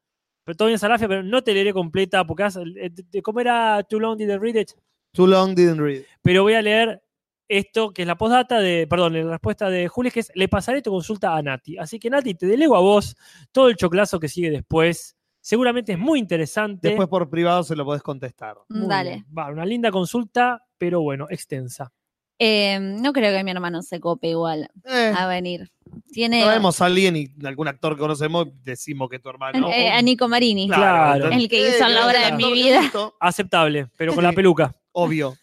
S5: Pero todo bien, Salafia, pero no te leeré completa porque has- eh, te- te- ¿cómo era Too Long Didn't Read It?
S3: Too long didn't read.
S5: Pero voy a leer esto que es la postdata de, perdón, la respuesta de Juli, que es, le pasaré tu consulta a Nati. Así que Nati, te delego a vos todo el choclazo que sigue después. Seguramente es muy interesante.
S3: Después por privado se lo podés contestar.
S5: Muy
S4: Mm, Dale.
S5: bien. Va, una linda consulta, pero bueno, extensa.
S4: Eh, no creo que mi hermano se cope igual
S3: Eh,
S4: a venir. Tiene
S3: no vemos a alguien y algún actor que conocemos, decimos que tu hermano.
S4: eh, a Nico Marini,
S5: Claro.
S4: el que
S3: eh,
S4: hizo la obra de mi vida.
S5: Aceptable, pero con la
S3: Sí.
S5: peluca.
S3: Obvio.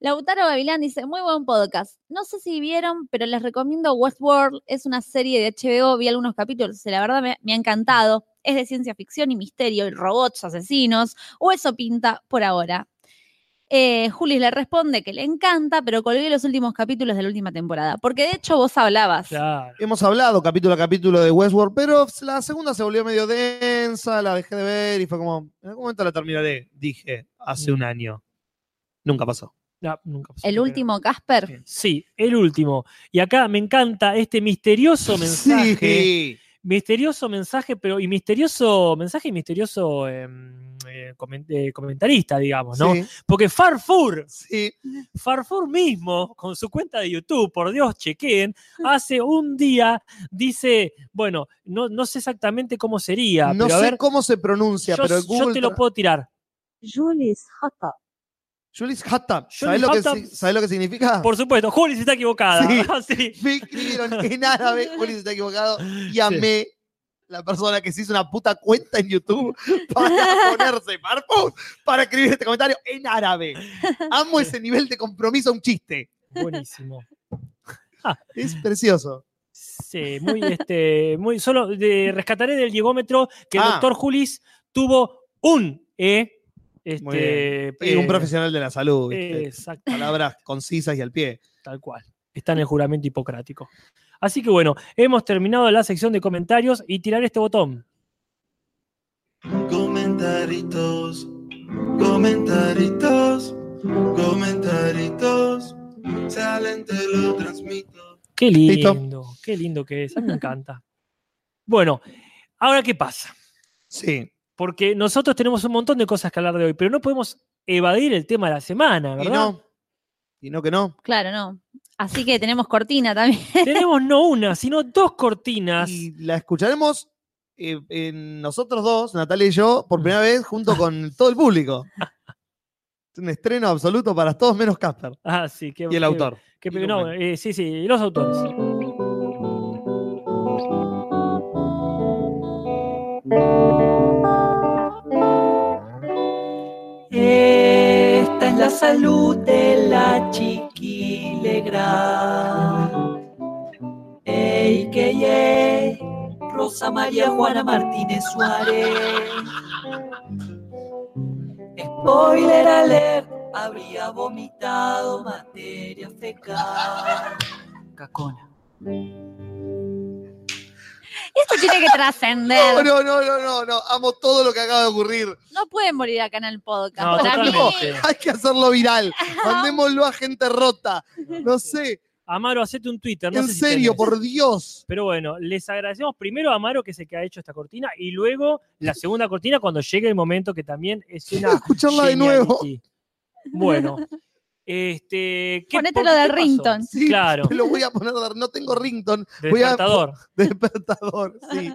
S4: Lautaro Babilán dice, muy buen podcast. No sé si vieron, pero les recomiendo Westworld. Es una serie de HBO, vi algunos capítulos y la verdad me, me ha encantado. Es de ciencia ficción y misterio y robots asesinos, o eso pinta por ahora. Eh, Julis le responde que le encanta, pero colgué los últimos capítulos de la última temporada, porque de hecho vos hablabas.
S5: Claro.
S3: Hemos hablado capítulo a capítulo de Westworld, pero la segunda se volvió medio densa, la dejé de ver y fue como, en algún momento la terminaré, dije, hace un año. Nunca pasó.
S5: No, nunca pasó.
S4: El último Casper.
S5: Sí, el último. Y acá me encanta este misterioso mensaje.
S3: Sí.
S5: Misterioso mensaje, pero y misterioso mensaje y misterioso eh, eh, comen- eh, comentarista, digamos, ¿no?
S3: Sí,
S5: Porque Farfur,
S3: sí.
S5: Farfur mismo, con su cuenta de YouTube, por Dios, chequen, hace un día dice, bueno, no, no sé exactamente cómo sería,
S3: No
S5: pero a
S3: sé
S5: ver,
S3: cómo se pronuncia,
S5: yo,
S3: pero el
S5: yo
S3: Google
S5: te lo
S3: tra-
S5: puedo tirar.
S9: Julius Hata.
S3: Julius Hattab.
S5: Julius
S3: ¿Sabés lo, que
S5: Hattab.
S3: si- ¿sabés lo que significa?
S5: Por supuesto, Juli se está equivocada.
S3: Ah.
S5: Ah,
S3: Sí.
S5: Sí.
S3: Me escribieron en árabe, Juli se está equivocado, y amé la persona que se hizo una puta cuenta en YouTube para ponerse Farfur para escribir este comentario en árabe. Amo ese nivel de compromiso a un chiste.
S5: Buenísimo.
S3: Es precioso.
S5: Sí, muy, este, muy, solo de- rescataré del llegómetro que el
S3: Ah.
S5: doctor Julis tuvo un E. Este,
S3: Muy bien. Y un
S5: eh,
S3: profesional de la salud.
S5: eh,
S3: ¿viste?
S5: Exacto,
S3: Palabras concisas y al pie.
S5: tal cual. Está en el juramento hipocrático. Así que bueno, hemos terminado la sección de comentarios y tirar este botón.
S2: Comentaritos, comentaritos, comentaritos. Salen, te lo transmito.
S5: Qué
S3: Listo.
S5: lindo, qué lindo que es. A mí me encanta. Bueno, ahora qué pasa.
S3: Sí.
S5: Porque nosotros tenemos un montón de cosas que hablar de hoy, pero no podemos evadir el tema de la semana,
S3: Y
S5: ¿verdad?
S3: no. Y no que no.
S4: Claro, no. Así que tenemos cortina también.
S5: Tenemos no una, sino dos cortinas.
S3: Y la escucharemos eh, en nosotros dos, Natalia y yo, por primera vez junto con todo el público. Es un estreno absoluto para todos menos Casper.
S5: Ah, sí, qué
S3: Y el
S5: qué-
S3: autor.
S5: qué-
S3: Y
S5: no,
S3: Lumen.
S5: eh, sí, sí, los autores.
S6: Esta es la salud de la chiquilegra. Ey, que ey, Rosa María Juana Martínez Suárez. Spoiler alert, habría vomitado materia fecal. Cacona.
S4: Esto tiene que
S3: No,
S4: trascender.
S3: no, no, no, no, no. Amo todo lo que acaba de ocurrir.
S4: No pueden morir acá en el podcast.
S5: No,
S4: Para mí,
S5: totalmente.
S3: Hay que hacerlo viral. Mandémoslo a gente rota. No sé.
S5: Amaro, hacete un Twitter. No
S3: en
S5: sé si
S3: serio,
S5: tenés.
S3: por Dios.
S5: Pero bueno, les agradecemos primero a Amaro, que es el que ha hecho esta cortina, y luego la segunda cortina cuando llegue el momento, que también es
S3: Quiero
S5: una.
S3: escucharla de nuevo.
S5: geniality. Bueno. Este, ¿qué-
S4: Ponételo
S5: por-
S4: de
S5: qué pasó?
S4: ringtone.
S3: Sí,
S5: Claro,
S3: Te lo voy a poner. No tengo rington.
S5: de
S3: voy a-
S5: despertador.
S3: Despertador, sí.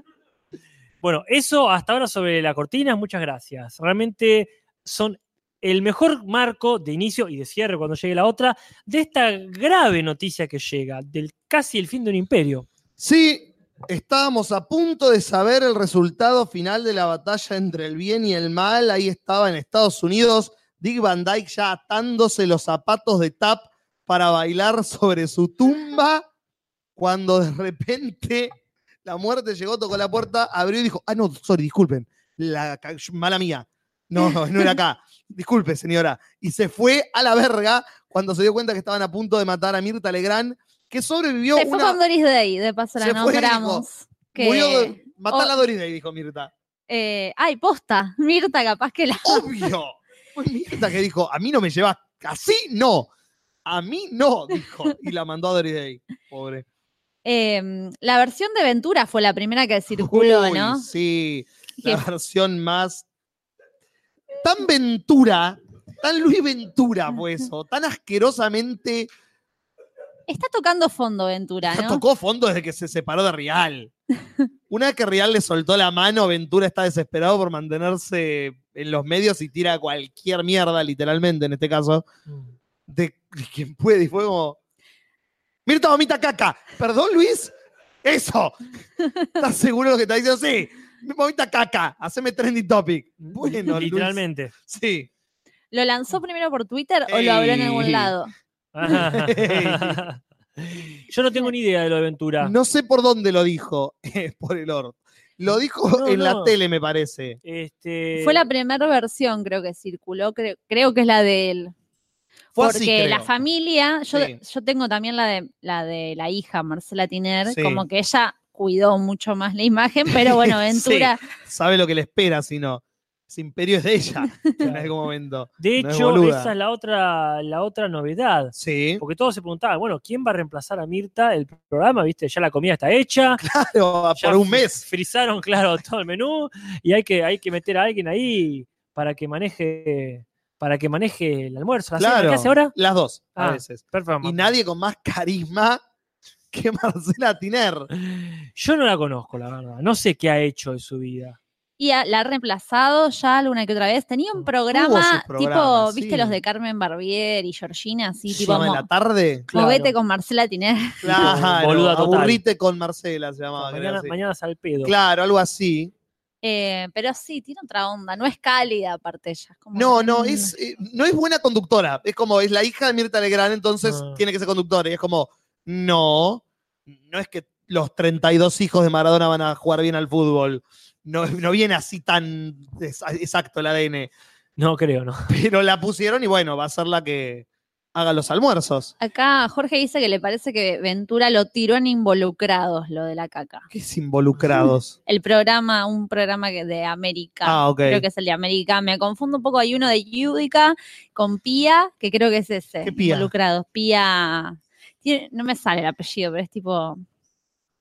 S5: Bueno, eso hasta ahora sobre la cortina, muchas gracias. Realmente son el mejor marco de inicio y de cierre cuando llegue la otra de esta grave noticia que llega, del casi el fin de un imperio.
S3: Sí, Estábamos a punto de saber el resultado final de la batalla entre el bien y el mal. Ahí estaba en Estados Unidos Dick Van Dyke ya atándose los zapatos de tap para bailar sobre su tumba cuando de repente la muerte llegó, tocó la puerta, abrió y dijo, ah, no, sorry, disculpen, la ca- mala mía. No, no, no era acá. Disculpe, señora. Y se fue a la verga cuando se dio cuenta que estaban a punto de matar a Mirta Legrand, que sobrevivió
S4: Se fue
S3: una...
S4: con Doris Day, de paso la
S3: Se fue,
S4: nombramos. Que,
S3: Murió de- Matala
S4: Oh.
S3: Doris Day, dijo Mirta.
S4: eh, ay, posta, Mirta capaz que la...
S3: Obvio. Fue Mirta que dijo, a mí no me llevas, así no. A mí no, dijo. Y la mandó a Doris Day, pobre.
S4: Eh, la versión de Ventura fue la primera que circuló,
S3: Uy,
S4: ¿no?
S3: Sí,
S4: Que-
S3: la versión más... Tan Ventura, tan Luis Ventura fue eso, tan asquerosamente...
S4: Está tocando fondo Ventura,
S3: Ya
S4: ¿no?
S3: tocó fondo desde que se separó de Rial. Una vez que Rial le soltó la mano, Ventura está desesperado por mantenerse en los medios y tira cualquier mierda, literalmente en este caso, de, de quien puede. Y fue como. Mirta vomita caca. ¿Perdón, Luis? Eso. ¿Estás seguro de lo que está diciendo? Sí. Vomita caca. Haceme trending topic. Bueno, Luis.
S5: literalmente.
S3: Sí.
S4: ¿Lo lanzó primero por Twitter o lo habló en algún
S3: Ey.
S4: lado?
S5: Ah. Yo no tengo ni idea de lo de Ventura.
S3: No sé por dónde lo dijo. eh, por el orto. Lo dijo
S5: No,
S3: en la
S5: no.
S3: tele, me parece.
S5: Este,
S4: Fue la primera versión, creo que circuló, creo, creo que es la de él.
S3: Fue así,
S4: Porque la
S3: creo.
S4: familia, yo,
S3: Sí.
S4: yo tengo también la de, la de la hija, Marcela Tiner,
S3: Sí.
S4: como que ella cuidó mucho más la imagen, pero bueno,
S3: Sí.
S4: Ventura,
S3: sabe lo que le espera, si no. Ese imperio es de ella en algún momento.
S5: de
S3: no es
S5: hecho,
S3: boluda.
S5: esa es la otra, la otra novedad.
S3: Sí.
S5: Porque todos se preguntaban, bueno, ¿quién va a reemplazar a Mirta? El programa, viste, ya la comida está hecha.
S3: Claro,
S5: ya
S3: Ah, por un
S5: fri-
S3: mes.
S5: Frizaron, claro, todo el menú. Y hay que, hay que meter a alguien ahí para que maneje, para que maneje el almuerzo. ¿La cena,
S3: Claro.
S5: ¿Qué hace ahora?
S3: Las dos, a
S5: Ah.
S3: veces.
S5: Perfecto.
S3: Y nadie con más carisma que Marcela Tiner.
S5: Yo no la conozco, la verdad. No sé qué ha hecho en su vida.
S4: y a- la ha reemplazado ya alguna que otra vez. Tenía un programa
S3: sus
S4: tipo,
S3: programas,
S4: viste,
S3: sí.
S4: los de Carmen Barbier y Georgina, así,
S3: Se
S4: tipo,
S3: llama en
S4: mo-
S3: la tarde.
S4: movete
S5: Claro.
S4: con Marcela Tiner.
S3: Claro,
S5: boluda total.
S3: aburrite con Marcela se llamaba. creo,
S5: mañana,
S3: sí.
S5: mañana es al pedo.
S3: Claro, algo así.
S4: Eh, pero sí, tiene otra onda, no es cálida aparte ella. es como
S3: No,
S4: que mm.
S3: no,
S4: tiene un-
S3: es, eh, no es buena conductora. Es como, es la hija de Mirta Legrand, entonces
S5: Ah.
S3: tiene que ser conductora. Y es como, no, no es que los 32 hijos de Maradona van a jugar bien al fútbol. No, no viene así tan es- exacto el ADN.
S5: No creo, no.
S3: Pero la pusieron y bueno, va a ser la que haga los almuerzos.
S4: Acá Jorge dice que le parece que Ventura lo tiró en involucrados, lo de la caca.
S3: ¿Qué es involucrados?
S4: El programa, un programa que- de América.
S3: Ah, ok.
S4: Creo que es el de América. Me confundo un poco. Hay uno de Yudica con Pía, que creo que es ese.
S3: ¿Qué Pía?
S4: Involucrados. Pía. tiene- no me sale el apellido, pero es tipo.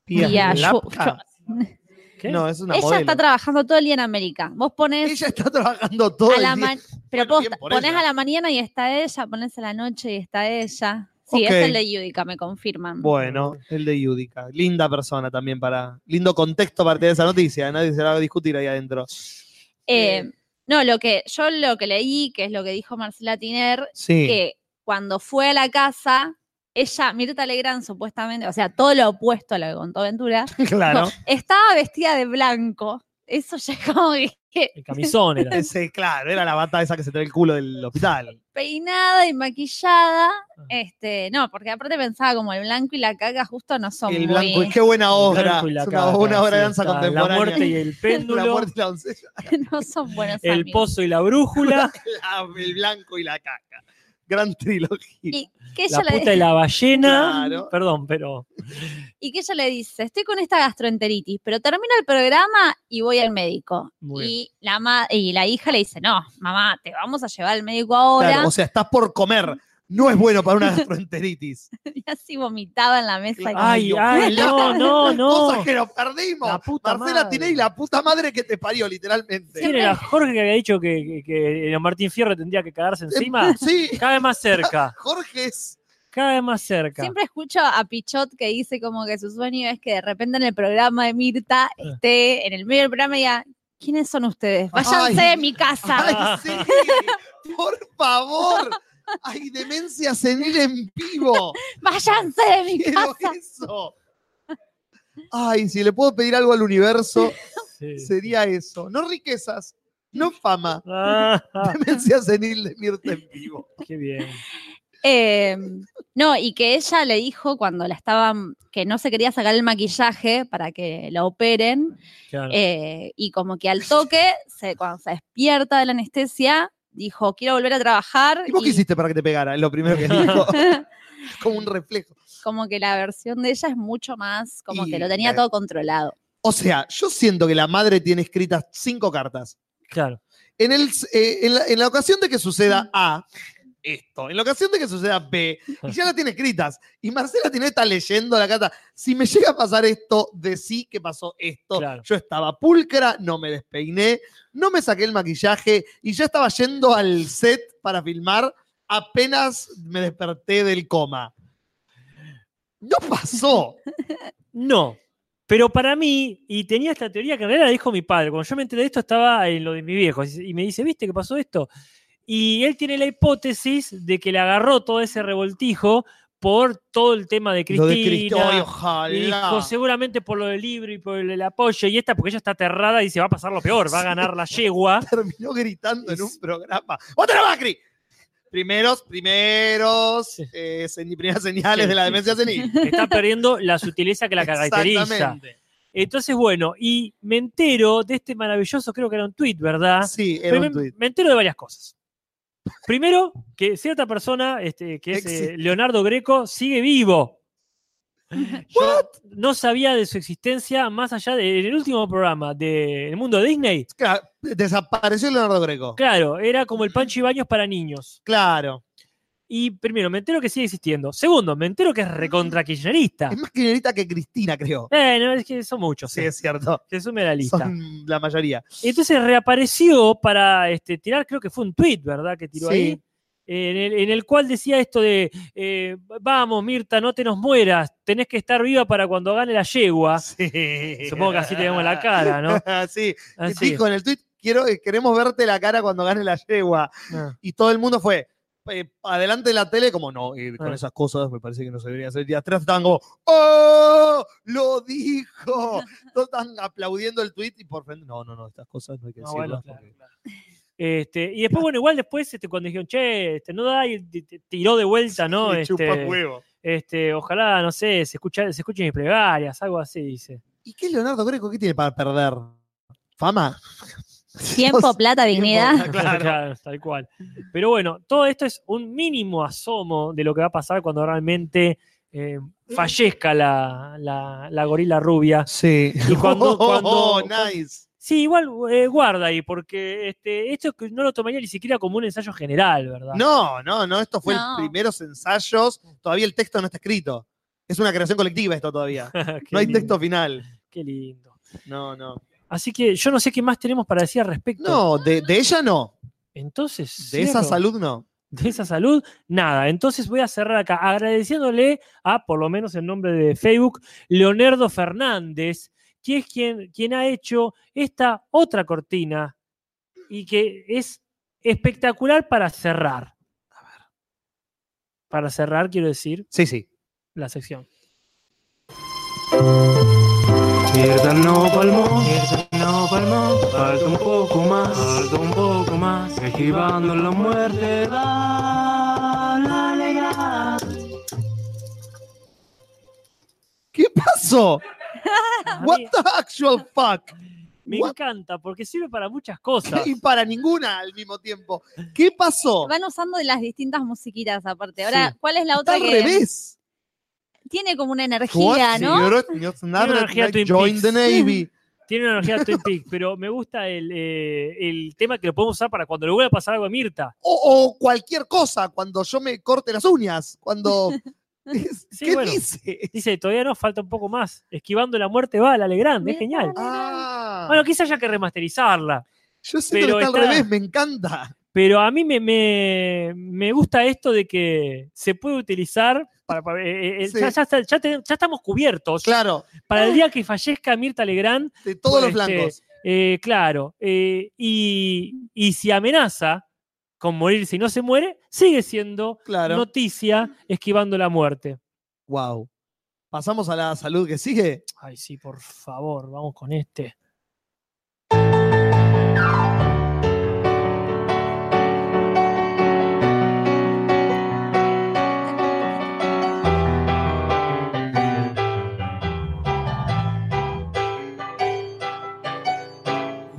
S3: Pía
S4: Pía, yo-
S3: Lapka.
S5: ¿Qué?
S3: No, es una
S4: ella
S3: modelo.
S4: está trabajando todo el día en América. Vos ponés.
S3: Ella está trabajando todo
S4: a
S3: el
S4: la
S3: día.
S4: ma- pero
S3: Bueno, bien
S4: posta,
S3: por
S4: ponés
S3: ella.
S4: a la mañana y está ella, ponés a la noche y está ella. Sí,
S3: Ok.
S4: es el de Yudica, me confirman.
S3: Bueno, el de Yudica. Linda persona también para. Lindo contexto para tener esa noticia. ¿eh? Nadie se la va a discutir ahí adentro.
S4: Eh, no, lo que yo lo que leí, que es lo que dijo Marcela Tiner,
S3: Sí.
S4: que cuando fue a la casa, ella, Mirta Legrand, supuestamente, o sea, todo lo opuesto a lo que contó Ventura,
S3: Claro.
S4: dijo, estaba vestida de blanco. Eso ya es como que
S5: El camisón era.
S3: Ese, claro, era la bata esa que se trae el culo del hospital.
S4: peinada y maquillada.
S5: Ah.
S4: Este, no, porque aparte pensaba como el blanco y la caca justo no son
S3: el
S4: muy-
S3: blanco. Y qué buena
S5: El
S3: obra.
S5: blanco y la
S3: Es una,
S5: caca,
S3: una obra
S5: sí,
S3: de danza
S5: está.
S3: contemporánea.
S5: La muerte y el
S3: La
S5: péndulo,
S3: muerte y la doncella.
S4: no son buenos
S5: el
S4: amigos.
S5: pozo y la brújula,
S3: La- el blanco y la caca. Gran trilogía.
S4: Y que ella
S5: la
S4: le-
S5: puta y la ballena.
S3: Claro.
S5: Perdón, pero
S4: y que ella le dice, estoy con esta gastroenteritis, pero termina el programa y voy al médico.
S5: Muy
S4: Y la, ma- y la hija le dice, no, mamá, te vamos a llevar al médico ahora.
S3: Claro, o sea, estás por comer. No es bueno para una gastroenteritis.
S4: y así vomitaba en la mesa.
S3: Claro.
S5: ay, ay, no, no,
S3: Cosas
S5: no.
S3: que nos perdimos.
S5: La puta
S3: Marcela
S5: madre.
S3: Tinelli, la puta madre que te parió, literalmente.
S5: ¿Quién era Jorge que había dicho que, que- que don Martín Fierro tendría que cagarse encima?
S3: Eh, Sí,
S5: Cada vez más cerca,
S3: Jorge es.
S5: cada vez más cerca.
S4: Siempre escucho a Pichot que dice como que su sueño es que de repente en el programa de
S3: Ah.
S4: Mirta esté en el medio del programa y diga, ¿quiénes son ustedes? Váyanse
S3: Ay.
S4: de mi casa.
S3: ¡Ay,
S5: Ah.
S3: sí! ¡Por favor! ¡Ay, demencia senil en vivo!
S4: Váyanse de mi
S3: ¡Quiero
S4: casa.
S3: eso! Ay, si le puedo pedir algo al universo,
S5: Sí.
S3: sería eso. No riquezas, no fama.
S5: Ah, ah,
S3: Demencia senil de Mirta en vivo.
S5: qué bien.
S4: Eh, no, y que ella le dijo cuando la estaban, que no se quería sacar el maquillaje para que la operen,
S3: Ah.
S5: Claro.
S4: eh, y como que al toque, se, cuando se despierta de la anestesia, dijo, quiero volver a trabajar.
S3: ¿Y vos qué
S4: y
S3: hiciste para que te pegara? Es lo primero que dijo. Como un reflejo.
S4: como que la versión de ella es mucho más, como
S3: Y
S4: que lo tenía
S3: la-
S4: todo controlado.
S3: O sea, yo siento que la madre tiene escritas cinco cartas.
S5: claro.
S3: En, el, eh, en, la, en la ocasión de que suceda A, esto. En la ocasión de que suceda B, y ya la tiene escritas. Y Marcela tiene está leyendo la carta. Si me llega a pasar esto, de sí que pasó esto.
S5: Claro.
S3: Yo estaba pulcra, no me despeiné, no me saqué el maquillaje y ya estaba yendo al set para filmar apenas me desperté del coma. No pasó.
S5: No. Pero para mí, y tenía esta teoría que en realidad la dijo mi padre, cuando yo me enteré de esto estaba en lo de mi viejo, y me dice, ¿viste qué pasó esto? Y él tiene la hipótesis de que le agarró todo ese revoltijo por todo el tema de Cristina.
S3: Lo de Cristo, ay,
S5: y
S3: ojalá.
S5: dijo, seguramente por lo del libro y por el, el apoyo y esta, porque ella está aterrada y dice, va a pasar lo peor, va a ganar la yegua.
S3: terminó gritando en un programa. ¡Voten a Macri! Primeros, primeros,
S5: Sí.
S3: eh, señ- primeras señales
S5: Sí,
S3: de la
S5: sí,
S3: demencia senil.
S5: Está perdiendo la sutileza que la caracteriza.
S3: Exactamente.
S5: Entonces, bueno, y me entero de este maravilloso, creo que era un tuit, ¿verdad?
S3: Sí, era
S5: Ah. Pero me,
S3: un tuit.
S5: me entero de varias cosas. Primero, que cierta persona, este, que es eh,
S3: Existe.
S5: Leonardo Greco, sigue vivo. Yo no sabía de su existencia más allá del último programa de El Mundo Disney.
S3: Claro, Desapareció Leonardo Greco.
S5: Claro, era como el Pancho Baños para niños.
S3: Claro.
S5: Y primero, me entero que sigue existiendo. Segundo, me entero que es recontra kirchnerista.
S3: Es más kirchnerita que Cristina, creo.
S5: Eh, no, es que son muchos.
S3: Sí,
S5: eh.
S3: es cierto.
S5: Se sume a la lista.
S3: Son la mayoría.
S5: Entonces reapareció para este, tirar, creo que fue un tweet, ¿verdad? Que tiró
S3: Sí.
S5: ahí. eh, En el, en el cual decía esto de, eh, vamos Mirta, no te nos mueras, tenés que estar viva para cuando gane la yegua.
S3: Sí.
S5: Ah. Supongo que así te vemos la cara, ¿no? Ah,
S3: sí.
S5: Así.
S3: Dijo en el tuit, quiero, eh, queremos verte la cara cuando gane la yegua.
S5: Ah.
S3: Y todo el mundo fue eh, adelante de la tele, como no, eh, con
S5: Ah.
S3: esas cosas me parece que no se deberían hacer. Y atrás estaban como, ¡Oh! ¡Lo dijo! Todos están aplaudiendo el tweet y por frente, no, no, no, estas cosas no hay que
S5: No,
S3: decirlas.
S5: bueno,
S3: porque-
S5: Este, y después, bueno, igual después este, cuando dijeron, che, este, no da, y t- t- tiró de vuelta, ¿no?
S3: Le chupa
S5: Este,
S3: huevo.
S5: este, ojalá, no sé, se, escucha, se escuchen mis plegarias, algo así, dice.
S3: ¿Y qué Leonardo Greco? ¿Qué tiene para perder? ¿Fama?
S4: Tiempo, plata, dignidad.
S3: Claro.
S5: tal cual. Pero bueno, todo esto es un mínimo asomo de lo que va a pasar cuando realmente eh,
S3: Mm.
S5: fallezca la, la- la gorila rubia.
S3: Sí.
S5: Y cuando- cuando-
S3: Oh, nice.
S5: Sí, igual eh, guarda ahí, porque este, esto que no lo tomaría ni siquiera como un ensayo general, ¿verdad?
S3: No, no, no, esto fue
S4: No.
S3: los primeros ensayos. Todavía el texto no está escrito. Es una creación colectiva esto todavía.
S5: Qué
S3: No hay
S5: lindo,
S3: texto final.
S5: Qué lindo.
S3: No, no.
S5: Así que yo no sé qué más tenemos para decir al respecto.
S3: No, de, de ella no.
S5: Entonces,
S3: De esa
S5: cierro.
S3: salud no.
S5: de esa salud, nada. Entonces voy a cerrar acá agradeciéndole a, por lo menos en nombre de Facebook, Leonardo Fernández, que es quien, quien ha hecho esta otra cortina y que es espectacular para cerrar. Para cerrar, quiero decir,
S3: Sí, sí.
S5: la sección.
S2: Mierda no palmó, mierda no palmó, falta un poco más, falta un poco más, esquivando la muerte va la alegría.
S3: ¿Qué pasó?
S5: A
S3: What
S5: mí
S3: the actual fuck?
S5: me
S3: what?
S5: encanta porque sirve para muchas cosas.
S3: Y para ninguna al mismo tiempo. ¿Qué pasó?
S4: Van usando de las distintas musiquitas aparte. Ahora, ¿cuál es la
S3: Está
S4: otra
S3: al
S4: que
S3: revés.
S4: tiene como una
S3: What?
S4: energía, no?
S3: Señor, señor Snapdragon,
S5: energía Twin
S3: join the
S5: Peaks.
S3: Navy.
S5: Tiene una energía Twin Peaks, pero me gusta el, eh, el tema que lo podemos usar para cuando le vuelva a pasar algo a Mirta.
S3: O, o cualquier cosa, cuando yo me corte las uñas. Cuando.
S5: Sí,
S3: ¿Qué
S5: bueno.
S3: dice?
S5: Dice, todavía nos falta un poco más. Esquivando la muerte va, la Legrand, es genial.
S3: Ah,
S5: Bueno, quizás haya que remasterizarla,
S3: yo siento
S5: pero
S3: que está, al
S5: está-
S3: revés, me encanta.
S5: pero a mí me, me, me gusta esto de que se puede utilizar para... para- eh, eh,
S3: Sí.
S5: ya, ya está- ya te- ya estamos cubiertos.
S3: Claro,
S5: Para el día que fallezca Mirta Legrand,
S3: de todos los
S5: Este,
S3: blancos.
S5: eh, claro. eh, y, y si amenaza con morir si no se muere, sigue siendo
S3: Claro.
S5: noticia esquivando la muerte.
S3: Wow. Pasamos a la salud que sigue.
S5: Ay, sí, por favor, vamos con este.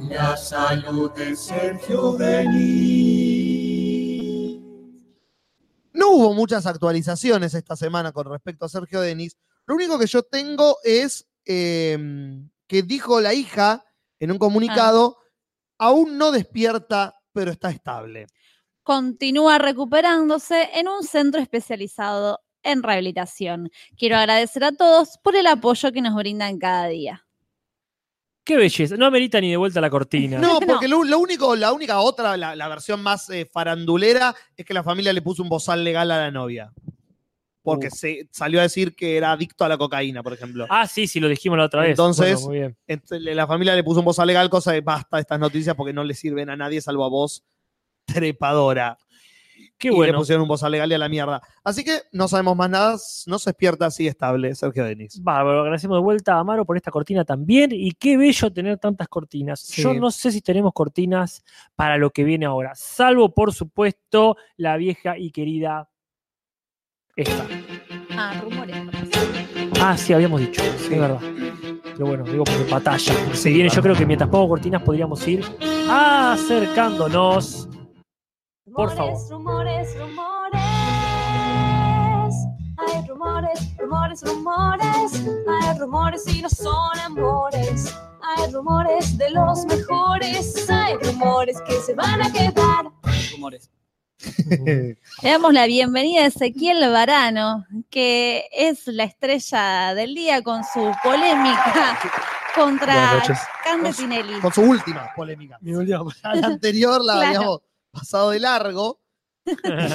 S6: La salud de Sergio Denis.
S3: No hubo muchas actualizaciones esta semana con respecto a Sergio Denis. Lo único que yo tengo es eh, que dijo la hija en un comunicado, aún no despierta, pero está estable.
S4: continúa recuperándose en un centro especializado en rehabilitación. Quiero agradecer a todos por el apoyo que nos brindan cada día.
S5: Qué belleza. No amerita ni de vuelta la cortina.
S3: No, porque lo, lo único, la única otra, la, la versión más eh, farandulera, es que la familia le puso un bozal legal a la novia. Porque
S5: Uh.
S3: se salió a decir que era adicto a la cocaína, por ejemplo.
S5: Ah, sí, sí, lo dijimos la otra vez.
S3: Entonces-
S5: Bueno, muy bien.
S3: Entonces, le- la familia le puso un bozal legal, cosa de basta de estas noticias porque no le sirven a nadie salvo a vos, trepadora.
S5: Qué
S3: y le
S5: bueno.
S3: pusieron un bozal legal y a la mierda. Así que no sabemos más nada, s- no se despierta así estable Sergio Denis.
S5: Bárbaro, agradecemos de vuelta a Amaro por esta cortina también. Y qué bello tener tantas cortinas.
S3: Sí.
S5: Yo no sé si tenemos cortinas para lo que viene ahora, salvo por supuesto la vieja y querida esta.
S4: Ah, rumores.
S5: Ah, sí, habíamos dicho, sí, es verdad. Pero bueno, digo porque batalla. Se viene, yo creo que mientras pongo cortinas podríamos ir acercándonos. Por favor.
S1: Rumores, rumores, rumores. Hay rumores, rumores, rumores. Hay rumores y no son amores. Hay rumores de los mejores. Hay rumores que se van a quedar.
S6: Rumores.
S4: Le damos la bienvenida a Ezequiel Varano, que es la estrella del día con su polémica contra Cande Tinelli.
S3: Con su última polémica. La anterior la
S4: Claro.
S3: habíamos pasado de largo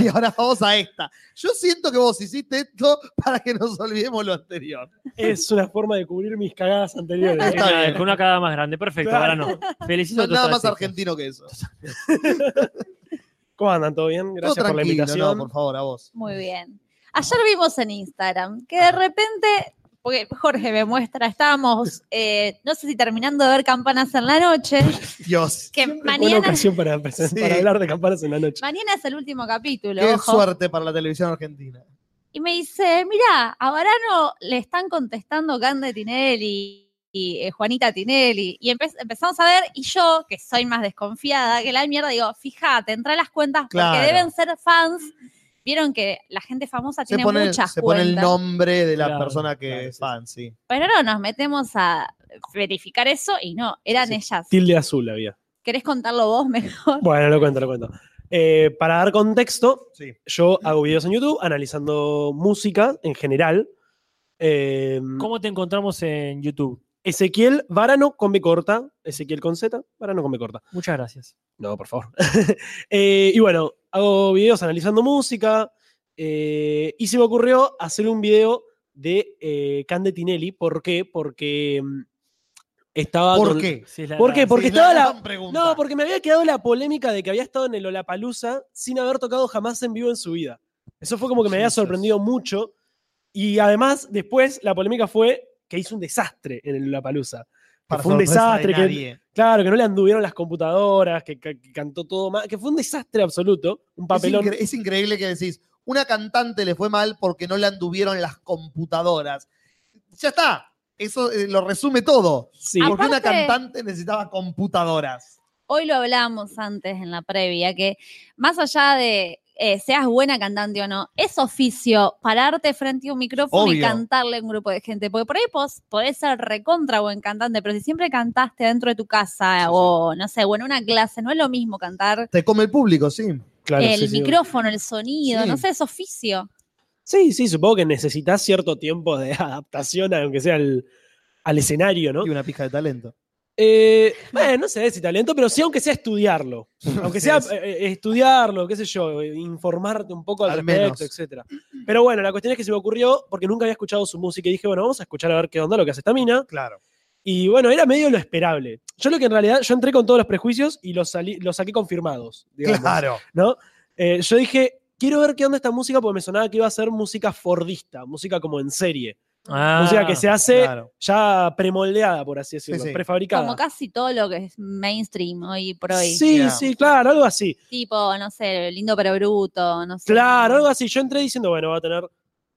S3: y ahora vamos a esta. Yo siento que vos hiciste esto para que nos olvidemos lo anterior.
S8: Es una forma de cubrir mis cagadas anteriores.
S3: Está bien.
S5: Con una cada más grande, perfecto, ahora
S8: Claro.
S5: no. Felicito
S3: No
S5: a todas
S3: es nada
S5: las
S3: más
S5: chicas.
S3: argentino que eso.
S8: ¿Cómo andan? ¿Todo bien?
S3: Todo
S8: Gracias por la
S3: tranquilo,
S8: invitación.
S3: no, por favor, a vos.
S4: Muy bien. Ayer vimos en Instagram que de repente, porque Jorge me muestra, estábamos, eh, no sé si terminando de ver campanas en la noche,
S3: Dios.
S4: que
S8: Fue Buena
S4: mañana,
S8: ocasión para, presen-
S3: Sí.
S8: para hablar de campanas en la noche.
S4: mañana es el último capítulo.
S3: Qué
S4: ojo.
S3: suerte para la televisión argentina.
S4: Y me dice, mirá, a Varano le están contestando Cande Tinelli y eh, Juanita Tinelli. Y empe- empezamos a ver, y yo, que soy más desconfiada que la mierda, digo, fíjate, entra a las cuentas
S3: Claro.
S4: porque deben ser fans. Vieron que la gente famosa
S3: Se
S4: tiene
S3: pone, el-
S4: muchas
S3: se pone el
S4: cuentas.
S3: nombre de la
S5: Claro,
S3: persona que
S5: claro,
S3: es
S5: sí.
S3: fan, sí.
S4: Pero ahora nos metemos a verificar eso y no, eran
S8: Sí.
S4: ellas.
S8: Tilde azul había.
S4: ¿Querés contarlo vos mejor?
S8: Bueno, lo cuento, lo cuento. Eh, para dar contexto,
S3: Sí.
S8: yo hago videos en YouTube analizando música en general. Eh,
S5: ¿Cómo te encontramos en YouTube?
S8: Ezequiel Varano con B corta. Ezequiel con Z, Varano con B corta.
S5: Muchas gracias.
S8: No, por favor. Eh, y bueno, hago videos analizando música. eh, y se me ocurrió hacer un video de eh, Cande Tinelli. ¿Por qué? Porque mm, estaba.
S3: ¿Por
S8: con-
S3: qué?
S5: Sí, es la-
S8: ¿Por qué? Porque
S3: Sí,
S8: estaba
S3: gran
S8: la.
S3: pregunta.
S8: No, porque me había quedado la polémica de que había estado en el Olapalooza sin haber tocado jamás en vivo en su vida. Eso fue como que me había
S3: Jesus.
S8: sorprendido mucho. Y además, después la polémica fue que hizo un desastre en el Olapalooza. Que
S3: Para
S8: fue un
S3: sorpresa de
S8: desastre, que
S3: nadie.
S8: Claro, que no le anduvieron las computadoras, que, ca- que cantó todo mal, que fue un desastre absoluto, un
S3: Es,
S8: papelón.
S3: incre- es increíble que decís, una cantante le fue mal porque no le anduvieron las computadoras. Ya está, eso eh, lo resume todo.
S8: Sí.
S4: Ah,
S3: Porque una
S4: Aparte-
S3: cantante necesitaba computadoras.
S4: hoy lo hablábamos antes en la previa, que más allá de eh, seas buena cantante o no, es oficio pararte frente a un micrófono y
S3: Obvio.
S4: cantarle a un grupo de gente. Porque por ahí pos- podés ser recontra buen cantante, pero si siempre cantaste dentro de tu casa o no sé, o en una clase, no es lo mismo cantar
S3: Te come el público, sí.
S8: Claro,
S4: el
S8: sí, sí.
S4: micrófono, el sonido,
S3: Sí.
S4: no sé, es oficio.
S8: Sí, sí, supongo que necesitas cierto tiempo de adaptación, aunque sea al, al escenario, ¿no?
S3: Y una pija de talento.
S8: Eh, bueno, no sé si talento, pero sí, aunque sea estudiarlo. Aunque sea
S3: Sí, sí.
S8: eh, eh, estudiarlo, qué sé yo, eh, informarte un poco al,
S3: Al menos.
S8: respecto, etcétera. Pero bueno, la cuestión es que se me ocurrió, porque nunca había escuchado su música, y dije, bueno, vamos a escuchar a ver qué onda lo que hace esta mina.
S3: Claro.
S8: Y bueno, era medio lo esperable. Yo lo que en realidad, yo entré con todos los prejuicios y los, salí, los saqué confirmados, digamos,
S3: Claro.
S8: ¿no? Eh, yo dije, quiero ver qué onda esta música porque me sonaba que iba a ser música fordista, música como en serie. Música
S5: Ah,
S8: que se hace
S3: Ah, Claro.
S8: ya premoldeada, por así decirlo,
S3: sí.
S8: prefabricada.
S4: Como casi todo lo que es mainstream hoy por hoy.
S8: Sí,
S3: Ya.
S8: sí, claro, algo así.
S4: Tipo, no sé, lindo pero bruto, no sé.
S8: Claro, algo así. Yo entré diciendo, bueno, va a tener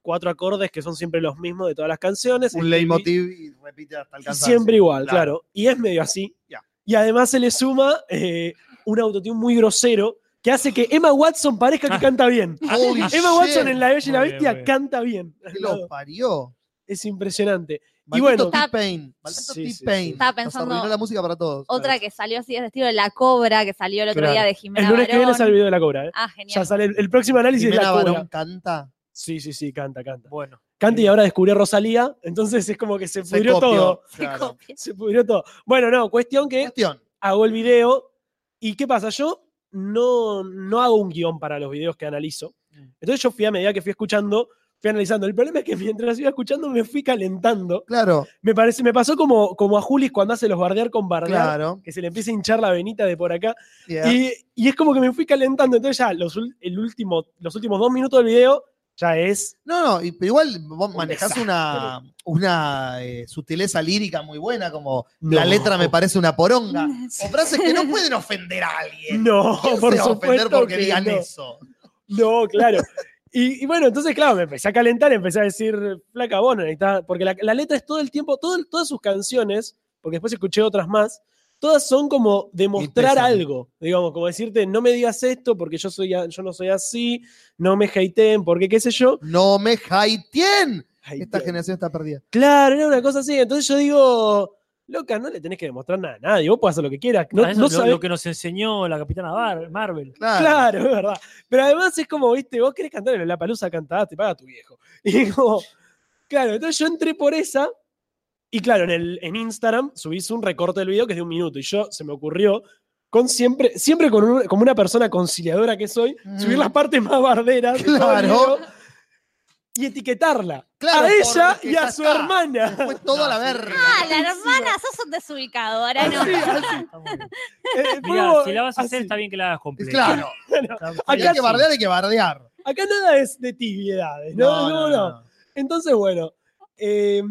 S8: cuatro acordes que son siempre los mismos de todas las canciones.
S3: Un leitmotiv y repite hasta
S8: Y
S3: alcanzar.
S8: Siempre igual, claro. Y es medio así.
S3: Ya.
S8: Y además se le suma eh, un autotune muy grosero que hace que Emma Watson parezca que
S5: Ah.
S8: canta bien. Emma Watson en La Bella y la
S5: Muy bien,
S8: Bestia
S5: muy bien.
S8: canta bien.
S3: lo parió.
S8: Es impresionante.
S3: Y
S8: bueno.
S3: bueno, T-Pain. Maldito
S8: Sí, sí,
S3: T-Pain.
S8: sí.
S4: Estaba
S3: Nos
S4: pensando-
S3: arruinó la música para todos.
S4: Otra que salió así de ese estilo, La Cobra, que salió el otro
S8: Claro.
S4: día de
S8: El
S4: Jimena
S8: lunes que viene
S4: Barón.
S8: sale el video de la cobra. ¿eh?
S4: Ah,
S8: Ya
S4: genial.
S8: sale el, el próximo análisis de
S3: Jimena
S8: la cobra.
S3: Barón canta.
S8: Sí, sí, sí, canta, canta.
S5: Bueno,
S8: Canta y ahora descubrió a Rosalía, entonces es como que se
S3: Se
S8: pudrió
S3: copió.
S8: todo.
S3: Claro.
S4: Copia.
S8: Se pudrió todo. Bueno, no, cuestión que
S3: Cuestión.
S8: hago el video. ¿Y qué pasa? Yo no, no hago un guión para los videos que analizo.
S3: Mm.
S8: Entonces yo fui a medida que fui escuchando, fui analizando. El problema es que mientras iba escuchando me fui calentando.
S3: Claro,
S8: Me, parece, me pasó como, como a Julis cuando hace los bardear con bardear,
S3: claro.
S8: que se le empieza a hinchar la venita de por acá.
S3: Yeah.
S8: Y, y es como que me fui calentando. Entonces ya los, ul- el último, los últimos dos minutos del video ya es...
S3: No, no, y- pero igual vos manejás
S8: desastre.
S3: una, una eh, sutileza lírica muy buena, como
S8: No. Mm.
S3: la letra me parece una poronga. O frases que no pueden ofender a alguien.
S8: No,
S3: Eh, ¿Quién
S8: por
S3: se va a ofender
S8: supuesto
S3: porque
S8: que
S3: digan
S8: no.
S3: eso?
S8: No, claro. Y, y bueno, entonces, claro, me empecé a calentar, empecé a decir, flaca, bueno, necesitas. Porque la, la letra es todo el tiempo, todo el- todas sus canciones, porque después escuché otras más, todas son como demostrar
S3: pésame.
S8: algo. Digamos, como decirte, no me digas esto porque yo, soy, a- yo no soy así, no me hateen porque qué sé yo.
S3: No me haitien. Esta
S8: Hateen.
S3: generación está perdida.
S8: Claro, era una cosa así. Entonces yo digo, loca, no le tenés que demostrar nada a nadie, vos podés hacer lo que quieras. No,
S5: ah, eso
S8: no
S5: es lo,
S8: sabés-
S5: lo que nos enseñó la capitana Bar- Marvel.
S3: Claro.
S8: Claro, es verdad. Pero además es como, viste, vos querés cantar en la palusa cantada, te paga tu viejo. Y como, claro, entonces yo entré por esa. Y claro, en, el, en Instagram subís un recorte del video que es de un minuto. Y yo se me ocurrió, con siempre, siempre con un- como una persona conciliadora que soy,
S3: Mm.
S8: subir las partes más barderas de todo el
S3: Claro.
S8: video y etiquetarla.
S3: Claro,
S8: a ella
S3: porque
S8: y
S3: ya
S8: a su
S3: está.
S8: hermana.
S3: Fue todo a la verga.
S4: Ah, la hermana, sos un desubicado, ahora no.
S8: Así, así.
S5: Está muy bien.
S8: Eh, fue
S5: Mirá,
S8: como
S5: si la vas a hacer,
S8: así.
S5: está bien que la hagas completa.
S3: Claro,
S5: Está-
S3: si
S8: Ah, Acá
S3: hay que
S8: sí.
S3: bardear, hay que bardear.
S8: Acá nada es de tibiedades, ¿no? no, no. Entonces, bueno. eh,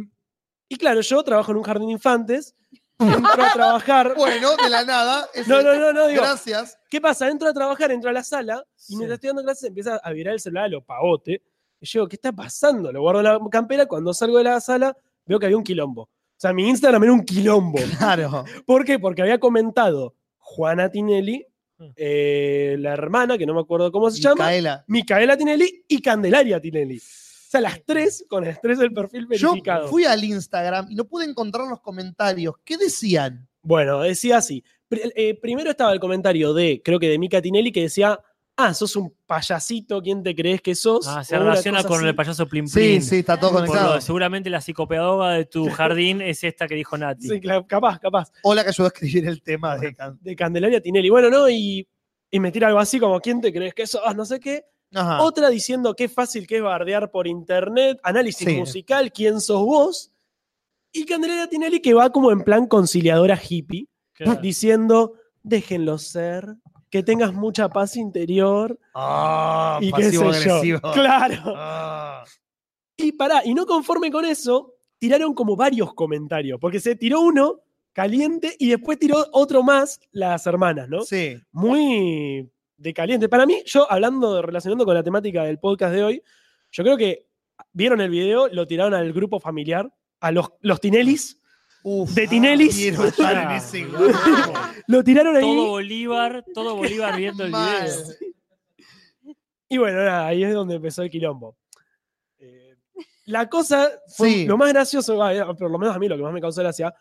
S8: y claro, yo trabajo en un jardín de infantes. Entro a trabajar.
S3: Bueno, de la nada. ese-
S8: No, no, no, no, digo.
S3: Gracias.
S8: ¿Qué pasa? Entro a trabajar, entro a la sala y
S5: Sí.
S8: mientras estoy dando clases empieza a virar el celular a lo pavote. Y yo digo, ¿qué está pasando? Lo guardo en la campera. Cuando salgo de la sala, veo que había un quilombo. O sea, mi Instagram era un quilombo.
S3: Claro.
S8: ¿Por qué? Porque había comentado Juana Tinelli, eh, la hermana, que no me acuerdo cómo se llama,
S3: Micaela.
S8: Micaela Tinelli y Candelaria Tinelli. O sea, las tres con las tres del perfil
S3: Yo
S8: verificado.
S3: fui al Instagram y no pude encontrar los comentarios. ¿Qué decían?
S8: Bueno, decía así. Pr- eh, primero estaba el comentario de, creo que de Mica Tinelli, que decía, ah, sos un payasito, ¿quién te crees que sos?
S5: Ah, se
S8: O una
S5: relaciona
S8: cosa
S5: con
S8: así.
S5: el payaso Plim
S3: Sí,
S5: Plim.
S3: sí, está todo
S5: Por lo-
S3: conectado.
S5: seguramente la psicopedagoga de tu jardín es esta que dijo Nati.
S8: Sí, claro, capaz, capaz.
S3: Hola que ayudó a escribir el tema de Can-
S8: De Candelaria Tinelli. Bueno, ¿no? Y, y me tira algo así como, ¿quién te crees que sos? No sé qué.
S5: Ah.
S3: Ajá.
S8: Otra diciendo qué fácil que es bardear por internet, análisis
S3: Sí.
S8: musical, quién sos vos. Y Candelaria Tinelli que va como en plan conciliadora hippie.
S5: Claro.
S8: diciendo, déjenlo ser, que tengas mucha paz interior
S3: Ah,
S8: y qué sé
S3: pasivo agresivo.
S8: yo. Claro.
S3: Ah.
S8: Y pará, y no conforme con eso, tiraron como varios comentarios, porque se tiró uno caliente y después tiró otro más las hermanas, ¿no?
S3: Sí.
S8: Muy de caliente. Para mí, yo hablando, relacionando con la temática del podcast de hoy, yo creo que vieron el video, lo tiraron al grupo familiar, a los, los Tinelis,
S3: Uf. Ah,
S8: de Tinelis,
S3: Quiero estar en ese grupo.
S8: lo tiraron ahí.
S5: Todo Bolívar, todo Bolívar viendo el
S3: Mal.
S5: video.
S8: Y bueno, nada, ahí es donde empezó el quilombo. Eh, la cosa, fue-
S3: Sí.
S8: lo más gracioso, va, eh, por lo menos a mí lo que más me causó gracia,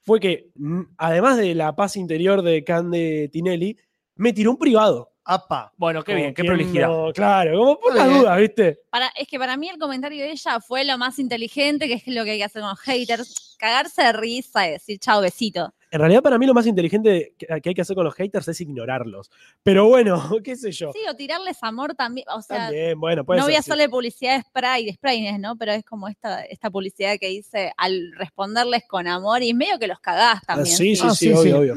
S8: fue que, mm, además de la paz interior de Cande Tinelli, me tiró un privado.
S3: Apa.
S5: Bueno, qué
S8: Como
S5: bien, qué
S8: quien
S5: prolijidad.
S8: no- Claro, como por
S3: Está
S8: las
S3: bien.
S8: dudas, ¿viste?
S4: Para- es que para mí el comentario de ella fue lo más inteligente, que es lo que hay que hacer con los haters, cagarse de risa y decir chao, besito.
S8: En realidad, para mí lo más inteligente que que hay que hacer con los haters es ignorarlos. Pero bueno, qué sé yo.
S4: Sí, o tirarles amor también, o sea,
S8: También, bueno, puede
S4: no voy
S8: ser,
S4: a
S8: sí.
S4: hacerle publicidad de Sprite, de Sprite, ¿no? Pero es como esta, esta publicidad que hice al responderles con amor y medio que los cagás
S8: Ah,
S4: también.
S8: sí, sí,
S3: Ah,
S8: sí,
S3: sí,
S8: obvio,
S3: sí.
S8: obvio.